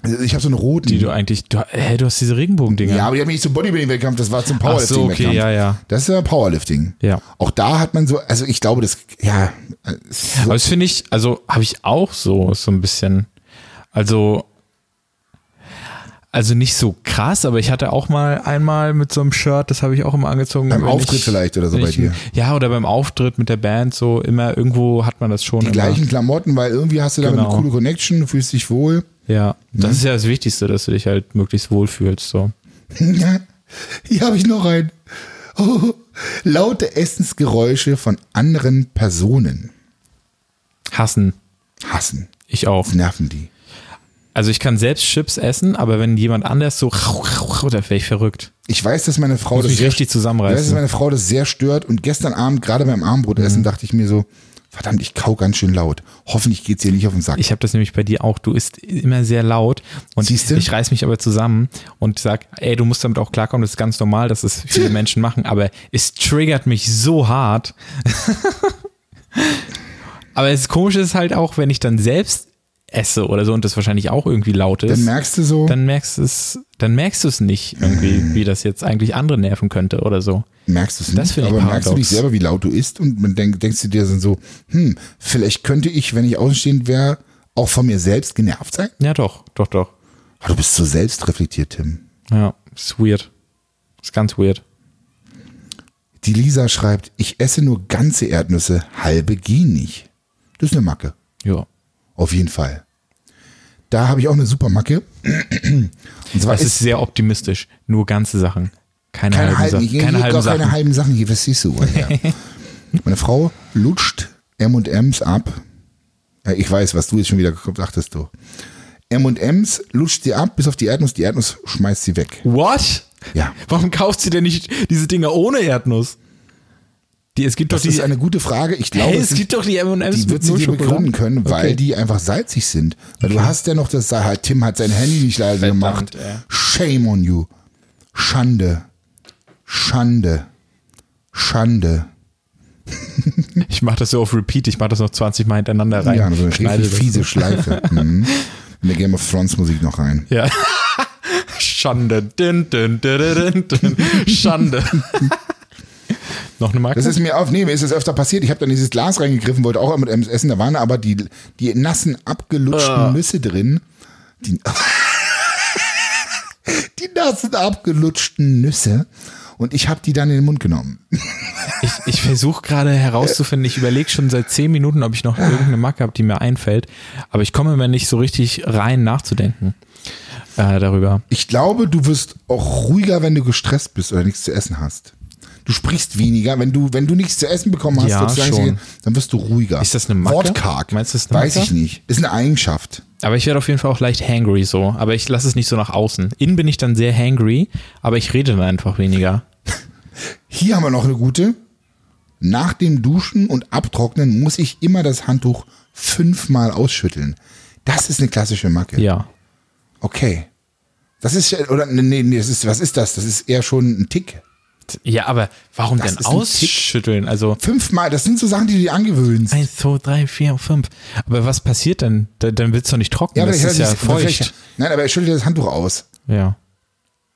Speaker 1: Also ich habe so einen roten.
Speaker 2: Die du eigentlich. Du, hä, du hast diese Regenbogendinger.
Speaker 1: ja, aber die haben nicht zum Bodybuilding-Wettkampf, das war zum
Speaker 2: Ach so,
Speaker 1: Powerlifting-Wettkampf.
Speaker 2: okay, ja, ja.
Speaker 1: Das ist ja Powerlifting.
Speaker 2: Ja.
Speaker 1: Auch da hat man so, also ich glaube, das, ja, äh, so,
Speaker 2: Aber das finde ich, also habe ich auch so, so ein bisschen. Also, also nicht so krass, aber ich hatte auch mal einmal mit so einem Shirt, das habe ich auch immer angezogen.
Speaker 1: Beim
Speaker 2: wenn
Speaker 1: Auftritt
Speaker 2: ich,
Speaker 1: vielleicht oder so
Speaker 2: wenn
Speaker 1: bei
Speaker 2: ich,
Speaker 1: dir.
Speaker 2: Ja, oder beim Auftritt mit der Band, so immer irgendwo hat man das schon.
Speaker 1: die gleichen Klamotten, weil irgendwie hast du da
Speaker 2: Genau.
Speaker 1: eine coole Connection, du fühlst dich wohl. <laughs>
Speaker 2: Ja,
Speaker 1: Mhm.
Speaker 2: das ist ja das Wichtigste, dass du dich halt möglichst wohlfühlst. So.
Speaker 1: Hier habe ich noch einen. <laughs> Oh, laute Essensgeräusche von anderen Personen
Speaker 2: Hassen,
Speaker 1: hassen,
Speaker 2: ich auch.
Speaker 1: nerven die.
Speaker 2: Also ich kann selbst Chips essen, aber wenn jemand anders so, <laughs> da wäre ich verrückt.
Speaker 1: Ich weiß, dass meine Frau
Speaker 2: Muss mich
Speaker 1: sehr-
Speaker 2: richtig
Speaker 1: Ich weiß, dass
Speaker 2: zusammenreißen.
Speaker 1: meine Frau das sehr stört und gestern Abend, gerade beim Abendbrotessen,
Speaker 2: Mhm.
Speaker 1: dachte ich mir so, verdammt, ich kau ganz schön laut. Hoffentlich geht's hier nicht auf den Sack.
Speaker 2: Ich habe das nämlich bei dir auch. Du isst immer sehr laut und
Speaker 1: Siehste?
Speaker 2: ich reiß mich aber zusammen und sag, ey, du musst damit auch klarkommen. Das ist ganz normal, dass es
Speaker 1: <laughs>
Speaker 2: viele Menschen machen, aber es triggert mich so hart. <laughs> aber das Komische ist halt auch, wenn ich dann selbst esse oder so und das wahrscheinlich auch irgendwie laut ist,
Speaker 1: dann merkst du so,
Speaker 2: dann merkst du es, dann merkst du es nicht irgendwie, wie das jetzt eigentlich andere nerven könnte oder so.
Speaker 1: merkst du es
Speaker 2: das
Speaker 1: nicht,
Speaker 2: finde ich
Speaker 1: aber merkst du
Speaker 2: paradox.
Speaker 1: dich selber, wie laut du isst und man denk, denkst du dir dann so, hm, vielleicht könnte ich, wenn ich außenstehend wäre, auch von mir selbst genervt sein?
Speaker 2: Ja, doch, doch, doch.
Speaker 1: Aber du bist so selbstreflektiert, Tim.
Speaker 2: Ja, ist weird. Ist ganz weird.
Speaker 1: Die Lisa schreibt, ich esse nur ganze Erdnüsse, halbe gehen nicht. Das ist eine Macke.
Speaker 2: Ja.
Speaker 1: Auf jeden Fall. Da habe ich auch eine super Macke. <clears throat> Und zwar
Speaker 2: Also Es ist sehr optimistisch. Nur ganze Sachen. Keine,
Speaker 1: keine halben,
Speaker 2: halben,
Speaker 1: hier
Speaker 2: Sachen. Keine
Speaker 1: gibt
Speaker 2: halben
Speaker 1: gar
Speaker 2: Sachen.
Speaker 1: keine halben Sachen hier, was siehst du? wohl,
Speaker 2: <laughs>
Speaker 1: Ja. Meine Frau lutscht M&M's ab. Äh, Ich weiß, was du jetzt schon wieder geguckt dachtest du. M&M's lutscht sie ab bis auf die Erdnuss, die Erdnuss schmeißt sie weg.
Speaker 2: What?
Speaker 1: Ja.
Speaker 2: Warum kauft sie denn nicht diese Dinger ohne Erdnuss? Die, es gibt
Speaker 1: Das
Speaker 2: doch
Speaker 1: ist
Speaker 2: die.
Speaker 1: eine gute Frage. Ich glaube,
Speaker 2: Hey,
Speaker 1: es
Speaker 2: es
Speaker 1: sind,
Speaker 2: gibt doch die M&M's
Speaker 1: die wird
Speaker 2: mit
Speaker 1: sie
Speaker 2: nur
Speaker 1: dir begründen
Speaker 2: Schokolade.
Speaker 1: können, weil die einfach salzig sind. Weil du hast ja noch das, halt, Tim hat sein Handy nicht leise
Speaker 2: Verdammt,
Speaker 1: gemacht.
Speaker 2: ey.
Speaker 1: Shame on you. Schande. Schande. Schande.
Speaker 2: Ich mache das so auf Repeat. Ich mache das noch 20 Mal hintereinander rein.
Speaker 1: Ja, so eine
Speaker 2: Schneide
Speaker 1: richtig
Speaker 2: das.
Speaker 1: fiese
Speaker 2: <laughs>
Speaker 1: Schleife. mhm. In der Game of Thrones Musik noch rein.
Speaker 2: Ja. Schande. Din, din, din, din, din.
Speaker 1: <laughs>
Speaker 2: Schande. noch eine Marke?
Speaker 1: Das ist mir auf, nee, mir ist das öfter passiert. Ich habe dann dieses Glas reingegriffen, wollte auch mit M's essen, da waren aber die, die nassen,
Speaker 2: Ah.
Speaker 1: abgelutschten Nüsse drin. Die, <laughs> die nassen, abgelutschten Nüsse. Und ich habe die dann in den Mund genommen.
Speaker 2: Ich, ich versuche gerade herauszufinden, ich überlege schon seit zehn Minuten, ob ich noch irgendeine Macke habe, die mir einfällt, aber ich komme mir nicht so richtig rein nachzudenken äh, darüber.
Speaker 1: Ich glaube, du wirst auch ruhiger, wenn du gestresst bist oder nichts zu essen hast. Du sprichst weniger, wenn du, wenn du nichts zu essen bekommen hast,
Speaker 2: Ja,
Speaker 1: sozusagen,
Speaker 2: schon.
Speaker 1: dann wirst du ruhiger.
Speaker 2: Ist das eine Macke?
Speaker 1: Wortkarg.
Speaker 2: Meinst du, das ist eine
Speaker 1: Weiß
Speaker 2: Macke?
Speaker 1: ich nicht. Ist eine Eigenschaft.
Speaker 2: Aber ich werde auf jeden Fall auch leicht hangry so, aber ich lasse es nicht so nach außen. Innen bin ich dann sehr hangry, aber ich rede dann einfach weniger.
Speaker 1: Hier haben wir noch eine gute. Nach dem Duschen und Abtrocknen muss ich immer das Handtuch fünfmal ausschütteln. Das ist eine klassische Macke.
Speaker 2: Ja.
Speaker 1: Okay. Das ist ja, oder nee, nee, das ist, was ist das? Das ist eher schon ein Tick.
Speaker 2: Ja, aber warum
Speaker 1: Das
Speaker 2: denn
Speaker 1: ist ein Tick.
Speaker 2: ausschütteln? Also
Speaker 1: Fünfmal, das sind so Sachen, die du dir angewöhnst.
Speaker 2: eins, zwei, drei, vier, fünf. Aber was passiert denn? Da- Dann wird's doch nicht trocken.
Speaker 1: aber
Speaker 2: das
Speaker 1: vielleicht
Speaker 2: ist ja
Speaker 1: hat er sich-
Speaker 2: feucht.
Speaker 1: vielleicht- Nein, aber er schüttelt das Handtuch aus.
Speaker 2: Ja.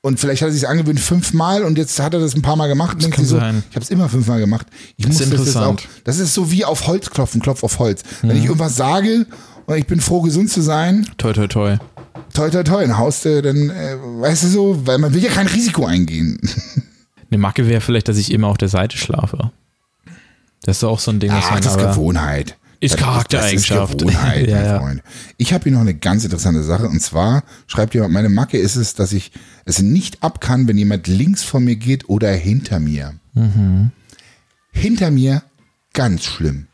Speaker 1: Und vielleicht hat er sich angewöhnt fünfmal und jetzt hat er das ein paar Mal gemacht. und denkt
Speaker 2: kann
Speaker 1: sich so,
Speaker 2: sein.
Speaker 1: Ich habe es immer fünfmal gemacht. Ich
Speaker 2: Das
Speaker 1: muss
Speaker 2: ist
Speaker 1: das jetzt auch.
Speaker 2: interessant. Mhm.
Speaker 1: Das ist so wie auf Holz klopfen, klopf auf Holz. Wenn ich irgendwas sage und ich bin froh, gesund zu sein,
Speaker 2: Toi, toi, toi.
Speaker 1: toi, toi, toi, dann haust du, dann, äh, weißt du so, weil man will ja kein Risiko eingehen.
Speaker 2: Eine Macke wäre vielleicht, dass ich immer auf der Seite schlafe. Das ist auch so ein Ding, was
Speaker 1: Ach,
Speaker 2: man
Speaker 1: Ah, das ist
Speaker 2: aber,
Speaker 1: Gewohnheit.
Speaker 2: Ist
Speaker 1: Das- das- Das
Speaker 2: Charaktereigenschaft.
Speaker 1: ist Gewohnheit,
Speaker 2: <laughs> Ja,
Speaker 1: mein
Speaker 2: ja.
Speaker 1: Freund. Ich habe hier noch eine ganz interessante Sache und zwar schreibt jemand, meine Macke ist es, dass ich es nicht ab kann, wenn jemand links von mir geht oder hinter mir.
Speaker 2: Mhm.
Speaker 1: Hinter mir ganz schlimm.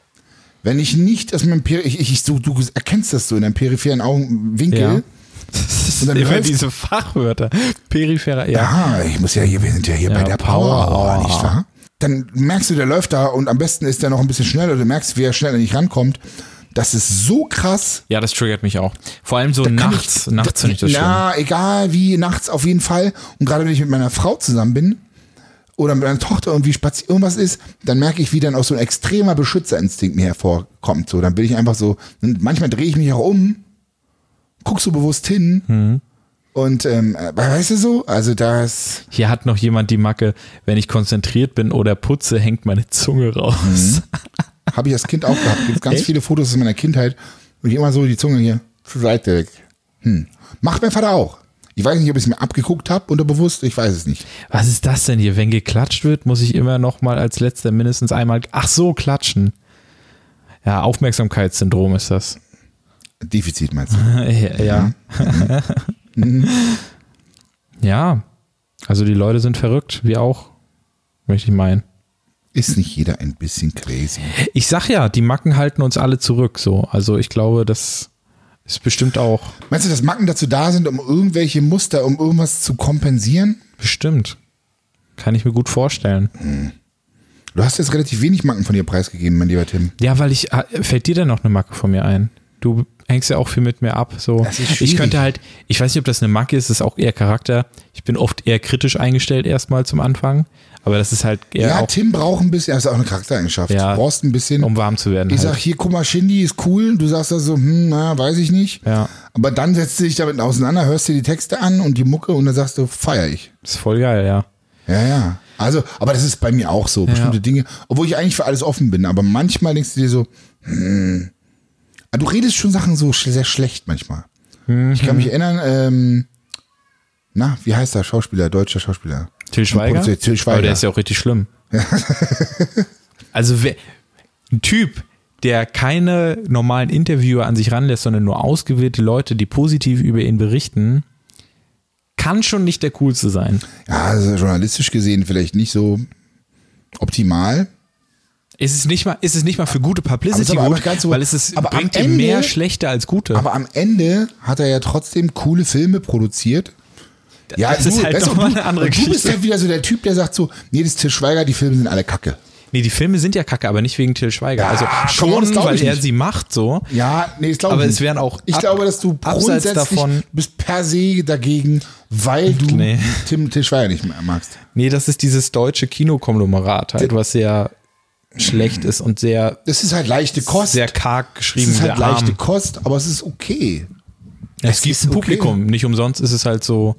Speaker 1: Wenn ich nicht aus meinem Peri ich, ich, ich- du, du erkennst das so in deinem peripheren Augenwinkel.
Speaker 2: Ja.
Speaker 1: Und dann
Speaker 2: <laughs> immer
Speaker 1: läuft-
Speaker 2: diese Fachwörter. Peripherer, ja.
Speaker 1: Ah, ich muss ja hier, wir sind ja hier bei der Power,
Speaker 2: Power.
Speaker 1: Hour, nicht wahr? Dann merkst du, der läuft da und am besten ist der noch ein bisschen schneller. Du merkst, wie er schneller nicht rankommt. Das ist so krass.
Speaker 2: Ja, das triggert mich auch. Vor allem so
Speaker 1: Kann
Speaker 2: nachts. nachts finde ich das schlimm.
Speaker 1: Na, egal wie, nachts auf jeden Fall. Und gerade wenn ich mit meiner Frau zusammen bin oder mit meiner Tochter irgendwie spazieren, irgendwas ist, dann merke ich, wie dann auch so ein extremer Beschützerinstinkt mir hervorkommt. So, dann bin ich einfach so, manchmal drehe ich mich auch um, guck so bewusst hin.
Speaker 2: Mhm.
Speaker 1: Und ähm, äh, weißt du so, also das
Speaker 2: Hier hat noch jemand die Macke, wenn ich konzentriert bin oder putze, hängt meine Zunge raus.
Speaker 1: Mhm. Habe ich als Kind auch gehabt. Gibt ganz
Speaker 2: Echt?
Speaker 1: viele Fotos aus meiner Kindheit, wo ich immer so die Zunge hier zur Seite weg. Hm. Macht mein Vater auch. Ich weiß nicht, ob ich es mir abgeguckt habe, unterbewusst, ich weiß es nicht.
Speaker 2: <laughs> Was ist das denn hier? Wenn geklatscht wird, muss ich immer noch mal als letzter mindestens einmal, ach so, klatschen. Ja, Aufmerksamkeitssyndrom ist das.
Speaker 1: Defizit meinst du?
Speaker 2: ja. Mhm. <laughs> ja. Also die Leute sind verrückt, wir auch, möchte ich meinen.
Speaker 1: Ist nicht jeder ein bisschen crazy?
Speaker 2: Ich sag ja, die Macken halten uns alle zurück, so. Also ich glaube, das ist bestimmt auch,
Speaker 1: Meinst du, dass Macken dazu da sind, um irgendwelche Muster, um irgendwas zu kompensieren?
Speaker 2: bestimmt. Kann ich mir gut vorstellen.
Speaker 1: Du hast jetzt relativ wenig Macken von dir preisgegeben, mein lieber Tim.
Speaker 2: Ja, weil ich, ah, fällt dir denn noch eine Macke von mir ein? Du hängst ja auch viel mit mir ab. So.
Speaker 1: Das ist
Speaker 2: ich
Speaker 1: schwierig.
Speaker 2: könnte halt, ich weiß nicht, ob das eine Macke ist, das ist auch eher Charakter. Ich bin oft eher kritisch eingestellt erstmal zum Anfang. Aber das ist halt eher
Speaker 1: Ja,
Speaker 2: auch,
Speaker 1: Tim braucht ein bisschen, das ist auch eine Charaktereigenschaft.
Speaker 2: Ja.
Speaker 1: Du brauchst ein bisschen.
Speaker 2: um warm zu werden.
Speaker 1: Ich sag
Speaker 2: halt.
Speaker 1: hier, guck mal, Shindy ist cool. Du sagst da so, hm, na, weiß ich nicht.
Speaker 2: Ja.
Speaker 1: Aber dann setzt du dich damit auseinander, hörst dir die Texte an und die Mucke und dann sagst du, feier ich.
Speaker 2: Das ist voll geil, ja.
Speaker 1: Ja, ja. Also, aber das ist bei mir auch so. Bestimmte Dinge, obwohl ich eigentlich für alles offen bin, aber manchmal denkst du dir so, hm. Ah, Du redest schon Sachen so sch- sehr schlecht manchmal. Ich kann mich erinnern, ähm, na, wie heißt der Schauspieler, deutscher Schauspieler?
Speaker 2: Till Schweiger?
Speaker 1: Produziert Till Schweiger.
Speaker 2: Aber der ist ja auch
Speaker 1: <laughs>
Speaker 2: richtig schlimm. also wer, ein Typ, der keine normalen Interviewer an sich ranlässt, sondern nur ausgewählte Leute, die positiv über ihn berichten, kann schon nicht der coolste sein.
Speaker 1: Ja, also journalistisch gesehen vielleicht nicht so optimal.
Speaker 2: Ist es nicht mal, ist es nicht mal für gute
Speaker 1: Aber es
Speaker 2: Publicity
Speaker 1: ist aber
Speaker 2: gut,
Speaker 1: auch ganz so-
Speaker 2: weil es ist,
Speaker 1: aber am
Speaker 2: bringt dir
Speaker 1: Ende-
Speaker 2: mehr schlechte als gute.
Speaker 1: Aber am Ende hat er ja trotzdem coole Filme produziert. Ja,
Speaker 2: das ist halt
Speaker 1: weißt
Speaker 2: noch
Speaker 1: du,
Speaker 2: mal
Speaker 1: du-
Speaker 2: eine andere
Speaker 1: und Du bist
Speaker 2: Geschichte.
Speaker 1: ja wieder so der Typ, der sagt so, nee, das Til Schweiger, die Filme sind alle kacke.
Speaker 2: nee, die Filme sind ja kacke, aber nicht wegen Till Schweiger.
Speaker 1: Ja,
Speaker 2: also
Speaker 1: komm, das
Speaker 2: schon,
Speaker 1: glaub
Speaker 2: weil
Speaker 1: ich
Speaker 2: er
Speaker 1: nicht.
Speaker 2: sie macht so.
Speaker 1: Ja, nee, das glaube ich
Speaker 2: Aber
Speaker 1: nicht.
Speaker 2: es wären auch
Speaker 1: Ich
Speaker 2: ab-
Speaker 1: glaube, dass du
Speaker 2: abseits
Speaker 1: grundsätzlich
Speaker 2: davon-
Speaker 1: bist per se dagegen, weil du
Speaker 2: Nee.
Speaker 1: Tim Til Schweiger nicht mehr magst.
Speaker 2: Nee, das ist dieses deutsche Kinokonglomerat halt, was sehr schlecht ist und sehr,
Speaker 1: Das ist halt leichte Kost.
Speaker 2: sehr karg
Speaker 1: es
Speaker 2: geschrieben.
Speaker 1: ist halt
Speaker 2: sehr arm.
Speaker 1: leichte Kost, aber es ist okay.
Speaker 2: es gibt
Speaker 1: ist
Speaker 2: ein
Speaker 1: okay.
Speaker 2: Publikum, nicht umsonst ist es halt so.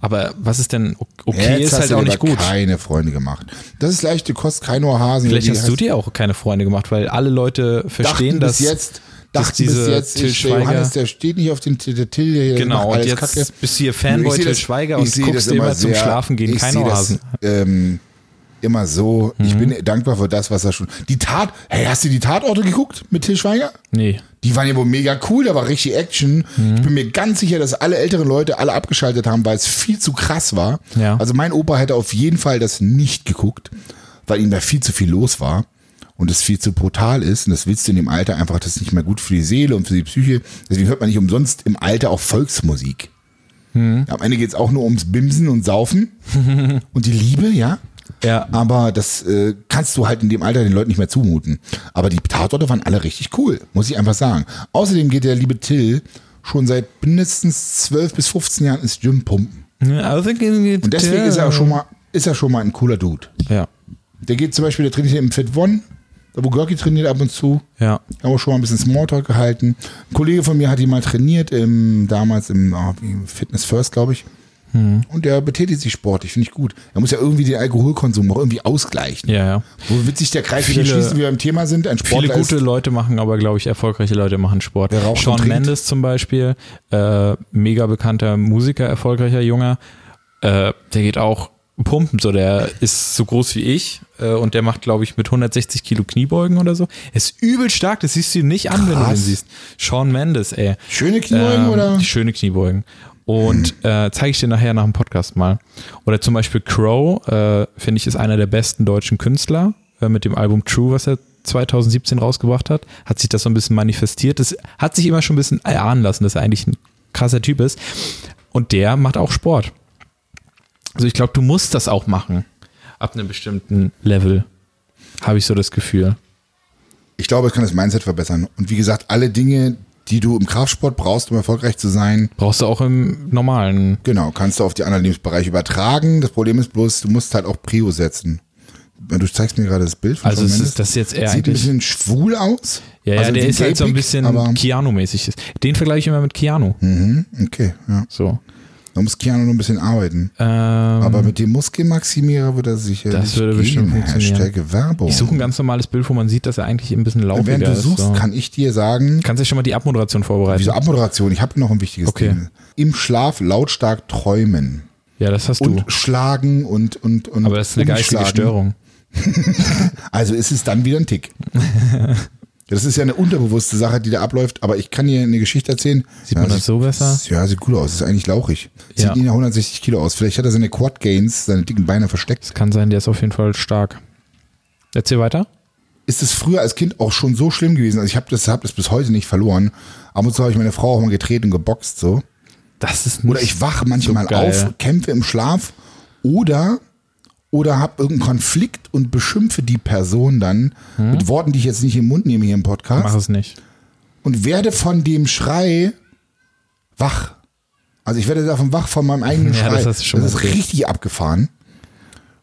Speaker 2: Aber was ist denn o- okay,
Speaker 1: Jetzt
Speaker 2: ist
Speaker 1: hast
Speaker 2: halt
Speaker 1: du
Speaker 2: auch
Speaker 1: dir
Speaker 2: nicht
Speaker 1: aber
Speaker 2: gut.
Speaker 1: keine Freunde gemacht. Das ist leichte Kost, kein Ohrhasen.
Speaker 2: Vielleicht
Speaker 1: Die
Speaker 2: hast du dir auch keine Freunde gemacht, weil alle Leute verstehen,
Speaker 1: dachten bis
Speaker 2: dass
Speaker 1: jetzt, dachten bis
Speaker 2: diese
Speaker 1: jetzt,
Speaker 2: Til
Speaker 1: ich, der
Speaker 2: Schweiger-
Speaker 1: Johannes, der steht nicht auf dem Til- der Till, der
Speaker 2: Genau,
Speaker 1: macht
Speaker 2: und
Speaker 1: alles
Speaker 2: jetzt
Speaker 1: Kacke.
Speaker 2: bist du hier Fanboy
Speaker 1: Ich seh
Speaker 2: Til
Speaker 1: das-
Speaker 2: Schweiger
Speaker 1: ich
Speaker 2: und
Speaker 1: seh
Speaker 2: guckst
Speaker 1: das
Speaker 2: dir immer zum Schlafen gehen
Speaker 1: ich
Speaker 2: kein
Speaker 1: seh
Speaker 2: Ohrhasen.
Speaker 1: Das, ähm, immer so,
Speaker 2: Mhm.
Speaker 1: ich bin dankbar für das, was er schon. Die Tat, hey, hast du die Tatorte geguckt mit Till Schweiger?
Speaker 2: Nee.
Speaker 1: Die waren ja wohl mega cool, da war richtig Action. Ich bin mir ganz sicher, dass alle älteren Leute alle abgeschaltet haben, weil es viel zu krass war.
Speaker 2: Ja.
Speaker 1: Also mein Opa hätte auf jeden Fall das nicht geguckt, weil ihm da viel zu viel los war und es viel zu brutal ist. Und das willst du in dem Alter einfach, das ist nicht mehr gut für die Seele und für die Psyche. Deswegen hört man nicht umsonst im Alter auch Volksmusik. Am Ende geht's auch nur ums Bimsen und Saufen und die Liebe, ja.
Speaker 2: Ja,
Speaker 1: Aber das äh, kannst du halt in dem Alter den Leuten nicht mehr zumuten. Aber die Tatorte waren alle richtig cool, muss ich einfach sagen. Außerdem geht der liebe Till schon seit mindestens 12 bis 15 Jahren ins Gym pumpen.
Speaker 2: Und
Speaker 1: Und deswegen ist er auch schon mal, ist er schon mal ein cooler Dude.
Speaker 2: Ja,
Speaker 1: Der geht zum Beispiel, der trainiert im Fit One, da wo Görki trainiert ab und zu.
Speaker 2: ja.
Speaker 1: Haben wir schon mal ein bisschen Smalltalk gehalten. Ein Kollege von mir hat ihn mal trainiert, im, damals im ah, wie, Fitness First, glaube ich. Und der betätigt sich sportlich, finde ich gut. Er muss ja irgendwie den Alkoholkonsum auch irgendwie ausgleichen.
Speaker 2: Ja, ja.
Speaker 1: Wo wird sich der Kreis
Speaker 2: Viele-
Speaker 1: wieder schließen, wie wir im Thema sind? Ein
Speaker 2: Viele
Speaker 1: Sportler
Speaker 2: gute
Speaker 1: ist,
Speaker 2: Leute machen, aber glaube ich, erfolgreiche Leute machen Sport.
Speaker 1: Wer raucht und
Speaker 2: Sean
Speaker 1: trinkt.
Speaker 2: Mendes zum Beispiel, äh, mega bekannter Musiker, erfolgreicher Junger, äh, der geht auch pumpen, so der ist so groß wie ich äh, und der macht, glaube ich, mit 160 Kilo Kniebeugen oder so. Er ist übel stark, das siehst du ihm nicht an, wenn du
Speaker 1: Krass.
Speaker 2: den siehst. Sean Mendes, ey.
Speaker 1: Schöne Kniebeugen, oder?
Speaker 2: Ähm, Schöne Kniebeugen.
Speaker 1: <clears throat>
Speaker 2: Und äh, zeige ich dir nachher nach dem Podcast mal. Oder zum Beispiel Crow, äh, finde ich, ist einer der besten deutschen Künstler äh, mit dem Album True, was er 2017 rausgebracht hat. Hat sich das so ein bisschen manifestiert. Das hat sich immer schon ein bisschen erahnen lassen, dass er eigentlich ein krasser Typ ist. Und der macht auch Sport. Also ich glaube, du musst das auch machen. Ab einem bestimmten Level. Habe ich so das Gefühl.
Speaker 1: ich glaube, es kann das Mindset verbessern. Und wie gesagt, alle Dinge, die du im Kraftsport brauchst, um erfolgreich zu sein,
Speaker 2: Brauchst du auch im normalen.
Speaker 1: Genau, kannst du auf die anderen Lebensbereiche übertragen. Das Problem ist bloß, du musst halt auch Prio setzen. Du zeigst mir gerade das Bild von
Speaker 2: Also
Speaker 1: Shawn
Speaker 2: es
Speaker 1: Mendes.
Speaker 2: ist das jetzt eher
Speaker 1: Sieht ein
Speaker 2: eigentlich.
Speaker 1: bisschen schwul aus.
Speaker 2: Ja, ja,
Speaker 1: Also
Speaker 2: der
Speaker 1: wie
Speaker 2: ist halt so ein
Speaker 1: gapig, Aber Hm.
Speaker 2: bisschen Keanu-mäßig. Den vergleiche ich immer mit Keanu.
Speaker 1: okay, ja.
Speaker 2: So.
Speaker 1: Da muss Keanu noch ein bisschen arbeiten.
Speaker 2: Ähm,
Speaker 1: Aber mit dem Muskelmaximierer wird er sicher.
Speaker 2: Das würde bestimmt funktionieren.
Speaker 1: Hashtag Werbung.
Speaker 2: ich suche ein ganz normales Bild, wo man sieht, dass er eigentlich ein bisschen
Speaker 1: Und
Speaker 2: laufiger
Speaker 1: Während du
Speaker 2: ist.
Speaker 1: suchst,
Speaker 2: so.
Speaker 1: kann ich dir sagen,
Speaker 2: Kannst ja schon mal die Abmoderation vorbereiten.
Speaker 1: diese Abmoderation, ich habe noch ein wichtiges
Speaker 2: Äh, Okay.
Speaker 1: Thema. Im Schlaf lautstark träumen
Speaker 2: Ja, das hast
Speaker 1: und
Speaker 2: du.
Speaker 1: schlagen und und und
Speaker 2: Aber das ist eine geistige
Speaker 1: umschlagen.
Speaker 2: Störung.
Speaker 1: Also ist es dann wieder ein
Speaker 2: <laughs>
Speaker 1: Tick. Das ist ja eine unterbewusste Sache, die da abläuft, aber ich kann dir eine Geschichte erzählen.
Speaker 2: Sieht man das so besser?
Speaker 1: Ja, sieht gut aus. Ist eigentlich lauchig. Sieht
Speaker 2: Ja.
Speaker 1: nicht nach 160 Kilo aus. Vielleicht hat er seine Quad Gains, seine dicken Beine versteckt.
Speaker 2: Es kann sein, der ist auf jeden Fall stark. Erzähl weiter.
Speaker 1: Ist es früher als Kind auch schon so schlimm gewesen? Also ich habe das, hab das bis heute nicht verloren. Ab und zu habe ich meine Frau auch mal getreten und geboxt so.
Speaker 2: Das ist
Speaker 1: Oder ich wache manchmal
Speaker 2: geil.
Speaker 1: auf, kämpfe im Schlaf oder oder habe irgendeinen Konflikt und beschimpfe die Person dann mit Worten, die ich jetzt nicht im Mund nehme hier im Podcast.
Speaker 2: Hm? Mach es nicht.
Speaker 1: und werde von dem Schrei wach. Also ich werde davon wach von meinem eigenen
Speaker 2: <laughs> Ja,
Speaker 1: Schrei.
Speaker 2: das hast du schon
Speaker 1: das
Speaker 2: mal
Speaker 1: ist
Speaker 2: erzählt.
Speaker 1: richtig abgefahren.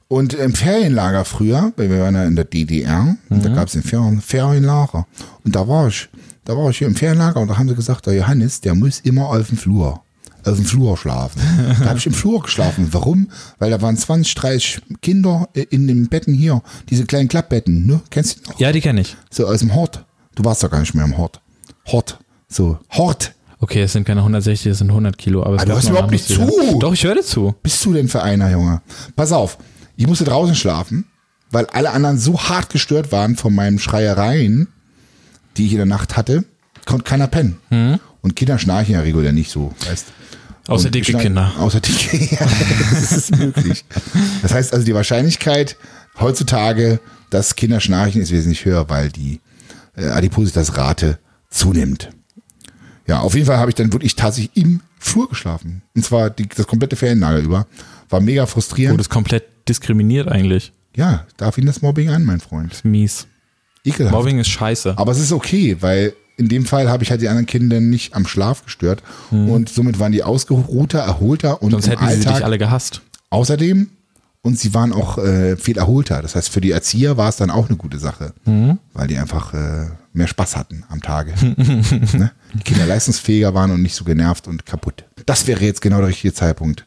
Speaker 1: Und im Ferienlager früher, weil wir waren ja in der DDR, und da
Speaker 2: Mhm.
Speaker 1: gab es ein Ferien, Ferienlager. Und da war ich, da war ich hier im Ferienlager und da haben sie gesagt, der Johannes, der muss immer auf dem Flur, auf dem Flur schlafen. da habe ich im Flur geschlafen. Warum? Weil da waren 20, 30 Kinder äh, in den Betten hier, diese kleinen Klappbetten, ne? Kennst du die noch?
Speaker 2: Ja, die kenne ich.
Speaker 1: So aus dem Hort. Du warst doch gar nicht mehr im Hort. Hort. So. Hort.
Speaker 2: Okay, es sind keine 160, es sind 100 Kilo. Aber es
Speaker 1: Ah, du
Speaker 2: läuft
Speaker 1: hörst
Speaker 2: noch
Speaker 1: überhaupt
Speaker 2: anders
Speaker 1: nicht
Speaker 2: wieder.
Speaker 1: zu.
Speaker 2: Doch, ich höre dir zu.
Speaker 1: Bist du denn für einer, Junge? Pass auf. Ich musste draußen schlafen, weil alle anderen so hart gestört waren von meinen Schreiereien, die ich in der Nacht hatte, konnte keiner pennen. Und Kinder schnarchen ja regulär nicht so, weißt
Speaker 2: Hm? Außer
Speaker 1: Und
Speaker 2: dicke
Speaker 1: schneiden-
Speaker 2: Kinder.
Speaker 1: Außer dicke, <laughs> ja, das ist möglich. Das heißt also, die Wahrscheinlichkeit heutzutage, dass Kinder schnarchen, ist wesentlich höher, weil die äh, Adipositas-Rate zunimmt. Ja, auf jeden Fall habe ich dann wirklich tatsächlich im Flur geschlafen. Und zwar die, das komplette Ferienlager über. War mega frustrierend.
Speaker 2: Wurde es Oh, komplett diskriminiert eigentlich.
Speaker 1: ja, darf ihn das Mobbing an, mein Freund.
Speaker 2: Mies.
Speaker 1: Ekelhaft.
Speaker 2: Mobbing ist scheiße.
Speaker 1: Aber es ist okay, weil in dem Fall habe ich halt die anderen Kinder nicht am Schlaf gestört. Und somit waren die ausgeruhter, erholter und
Speaker 2: Hm. Sonst
Speaker 1: im
Speaker 2: hätten sie
Speaker 1: Alltag
Speaker 2: dich alle gehasst.
Speaker 1: Außerdem, und sie waren auch äh, viel erholter. Das heißt, für die Erzieher war es dann auch eine gute Sache, weil die einfach äh, mehr Spaß hatten am Tage. <laughs> ne? Die Kinder leistungsfähiger waren und nicht so genervt und kaputt. Das wäre jetzt genau der richtige Zeitpunkt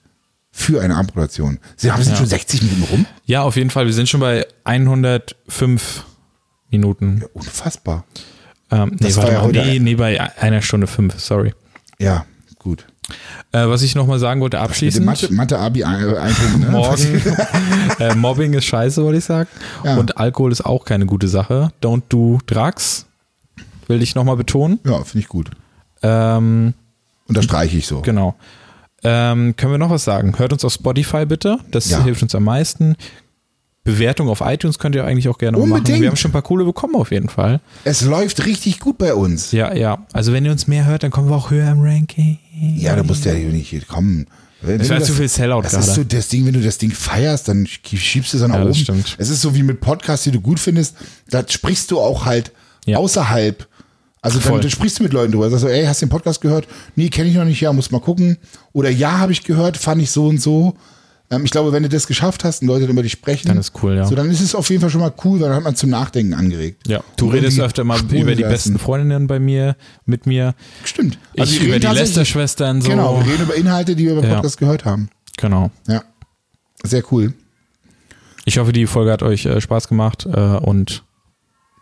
Speaker 1: für eine Amputation. Sie haben sind schon 60 Minuten rum?
Speaker 2: Ja, auf jeden Fall. Wir sind schon bei 105 Minuten.
Speaker 1: Unfassbar.
Speaker 2: Ähm, nee,
Speaker 1: Das war
Speaker 2: warte
Speaker 1: ja
Speaker 2: mal.
Speaker 1: heute-
Speaker 2: nee, nee, bei einer Stunde fünf, sorry.
Speaker 1: Ja, gut.
Speaker 2: Äh, was ich nochmal sagen wollte,
Speaker 1: Mit dem
Speaker 2: abschließend.
Speaker 1: Mathe- Mathe-Abi ein- einpumpen, ne?
Speaker 2: <laughs> Morgen.
Speaker 1: <laughs>
Speaker 2: äh, Mobbing ist scheiße, wollte ich sagen.
Speaker 1: Ja.
Speaker 2: Und Alkohol ist auch keine gute Sache. Don't do drugs. Will ich nochmal betonen.
Speaker 1: Ja, finde ich gut.
Speaker 2: Ähm,
Speaker 1: Unterstreiche ich so.
Speaker 2: Genau. Ähm, können wir noch was sagen? Hört uns auf Spotify bitte. Das
Speaker 1: Ja.
Speaker 2: hilft uns am meisten. Bewertung auf iTunes könnt ihr eigentlich auch gerne mal machen.
Speaker 1: Unbedingt.
Speaker 2: Wir haben schon ein paar coole bekommen auf jeden Fall.
Speaker 1: Es läuft richtig gut bei uns.
Speaker 2: Ja, ja. Also wenn ihr uns mehr hört, dann kommen wir auch höher im Ranking.
Speaker 1: Ja, du musst ja hier nicht hier kommen. Wenn
Speaker 2: Es
Speaker 1: du
Speaker 2: war
Speaker 1: das-
Speaker 2: zu viel Sellout
Speaker 1: das
Speaker 2: gerade.
Speaker 1: Ist so das Ding, wenn du das Ding feierst, dann sch- schiebst du es dann nach
Speaker 2: Ja,
Speaker 1: oben.
Speaker 2: das stimmt.
Speaker 1: Es ist so wie mit Podcasts, die du gut findest, da sprichst du auch halt
Speaker 2: Ja.
Speaker 1: außerhalb Also dann,
Speaker 2: Voll.
Speaker 1: dann sprichst du mit Leuten drüber. Sagst du, ey, hast du den Podcast gehört? Nee, kenne ich noch nicht, ja, muss mal gucken. Oder ja, habe ich gehört, fand ich so und so. Ähm, ich glaube, wenn du das geschafft hast und Leute über dich sprechen,
Speaker 2: Dann ist cool, ja.
Speaker 1: So, dann ist es auf jeden Fall schon mal cool, weil dann hat man zum Nachdenken angeregt.
Speaker 2: Ja, du
Speaker 1: Und
Speaker 2: redest
Speaker 1: irgendwie
Speaker 2: öfter mal
Speaker 1: Spuren
Speaker 2: über die
Speaker 1: lassen.
Speaker 2: besten Freundinnen bei mir, mit mir.
Speaker 1: Stimmt. wir
Speaker 2: ich über
Speaker 1: reden
Speaker 2: die
Speaker 1: tatsächlich-
Speaker 2: Lästerschwestern so.
Speaker 1: Genau, wir reden über Inhalte, die wir beim
Speaker 2: Ja.
Speaker 1: Podcast gehört haben.
Speaker 2: Genau.
Speaker 1: Ja. Sehr cool.
Speaker 2: Ich hoffe, die Folge hat euch äh, Spaß gemacht äh, und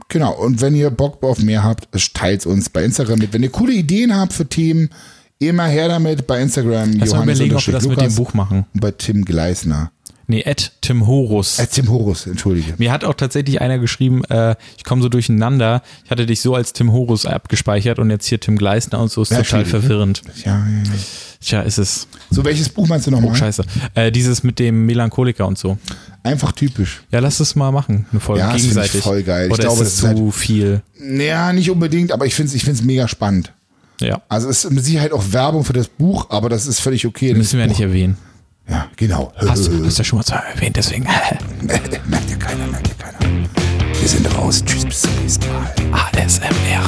Speaker 1: Genau, und wenn ihr Bock auf mehr habt, teilt uns bei Instagram mit. Wenn ihr coole Ideen habt für Themen, immer her damit bei Instagram.
Speaker 2: lass mal überlegen, ob wir das mit dem
Speaker 1: Johannes-Lukas
Speaker 2: Buch machen.
Speaker 1: Und bei Tim Gleisner.
Speaker 2: Nee, at Tim Horus.
Speaker 1: Äh, Tim Horus, entschuldige.
Speaker 2: Mir hat auch tatsächlich einer geschrieben, äh, ich komme so durcheinander. Ich hatte dich so als Tim Horus abgespeichert und jetzt hier Tim Gleisner und so ist
Speaker 1: Ja,
Speaker 2: total
Speaker 1: schwierig,
Speaker 2: verwirrend.
Speaker 1: Ja, ja, ja.
Speaker 2: Tja, ist es.
Speaker 1: So, welches Buch meinst du nochmal?
Speaker 2: Scheiße. Äh, dieses mit dem Melancholiker und so.
Speaker 1: Einfach typisch.
Speaker 2: Ja, lass es mal machen, eine Folge
Speaker 1: Ja, das find ich
Speaker 2: gegenseitig.
Speaker 1: voll geil. Ich
Speaker 2: Oder
Speaker 1: glaube,
Speaker 2: ist
Speaker 1: das
Speaker 2: es
Speaker 1: ist halt
Speaker 2: zu viel?
Speaker 1: Naja, nicht unbedingt, aber ich finde es ich find's mega spannend.
Speaker 2: Ja,
Speaker 1: Also es ist mit Sicherheit auch Werbung für das Buch, aber das ist völlig okay.
Speaker 2: müssen wir ja
Speaker 1: das
Speaker 2: nicht erwähnen.
Speaker 1: Buch, Ja, genau.
Speaker 2: Hast, hast du schon mal zweimal erwähnt, deswegen. <laughs>
Speaker 1: merkt ja keiner, merkt ja keiner. Wir sind raus. Tschüss, bis zum nächsten Mal.
Speaker 2: ASMR.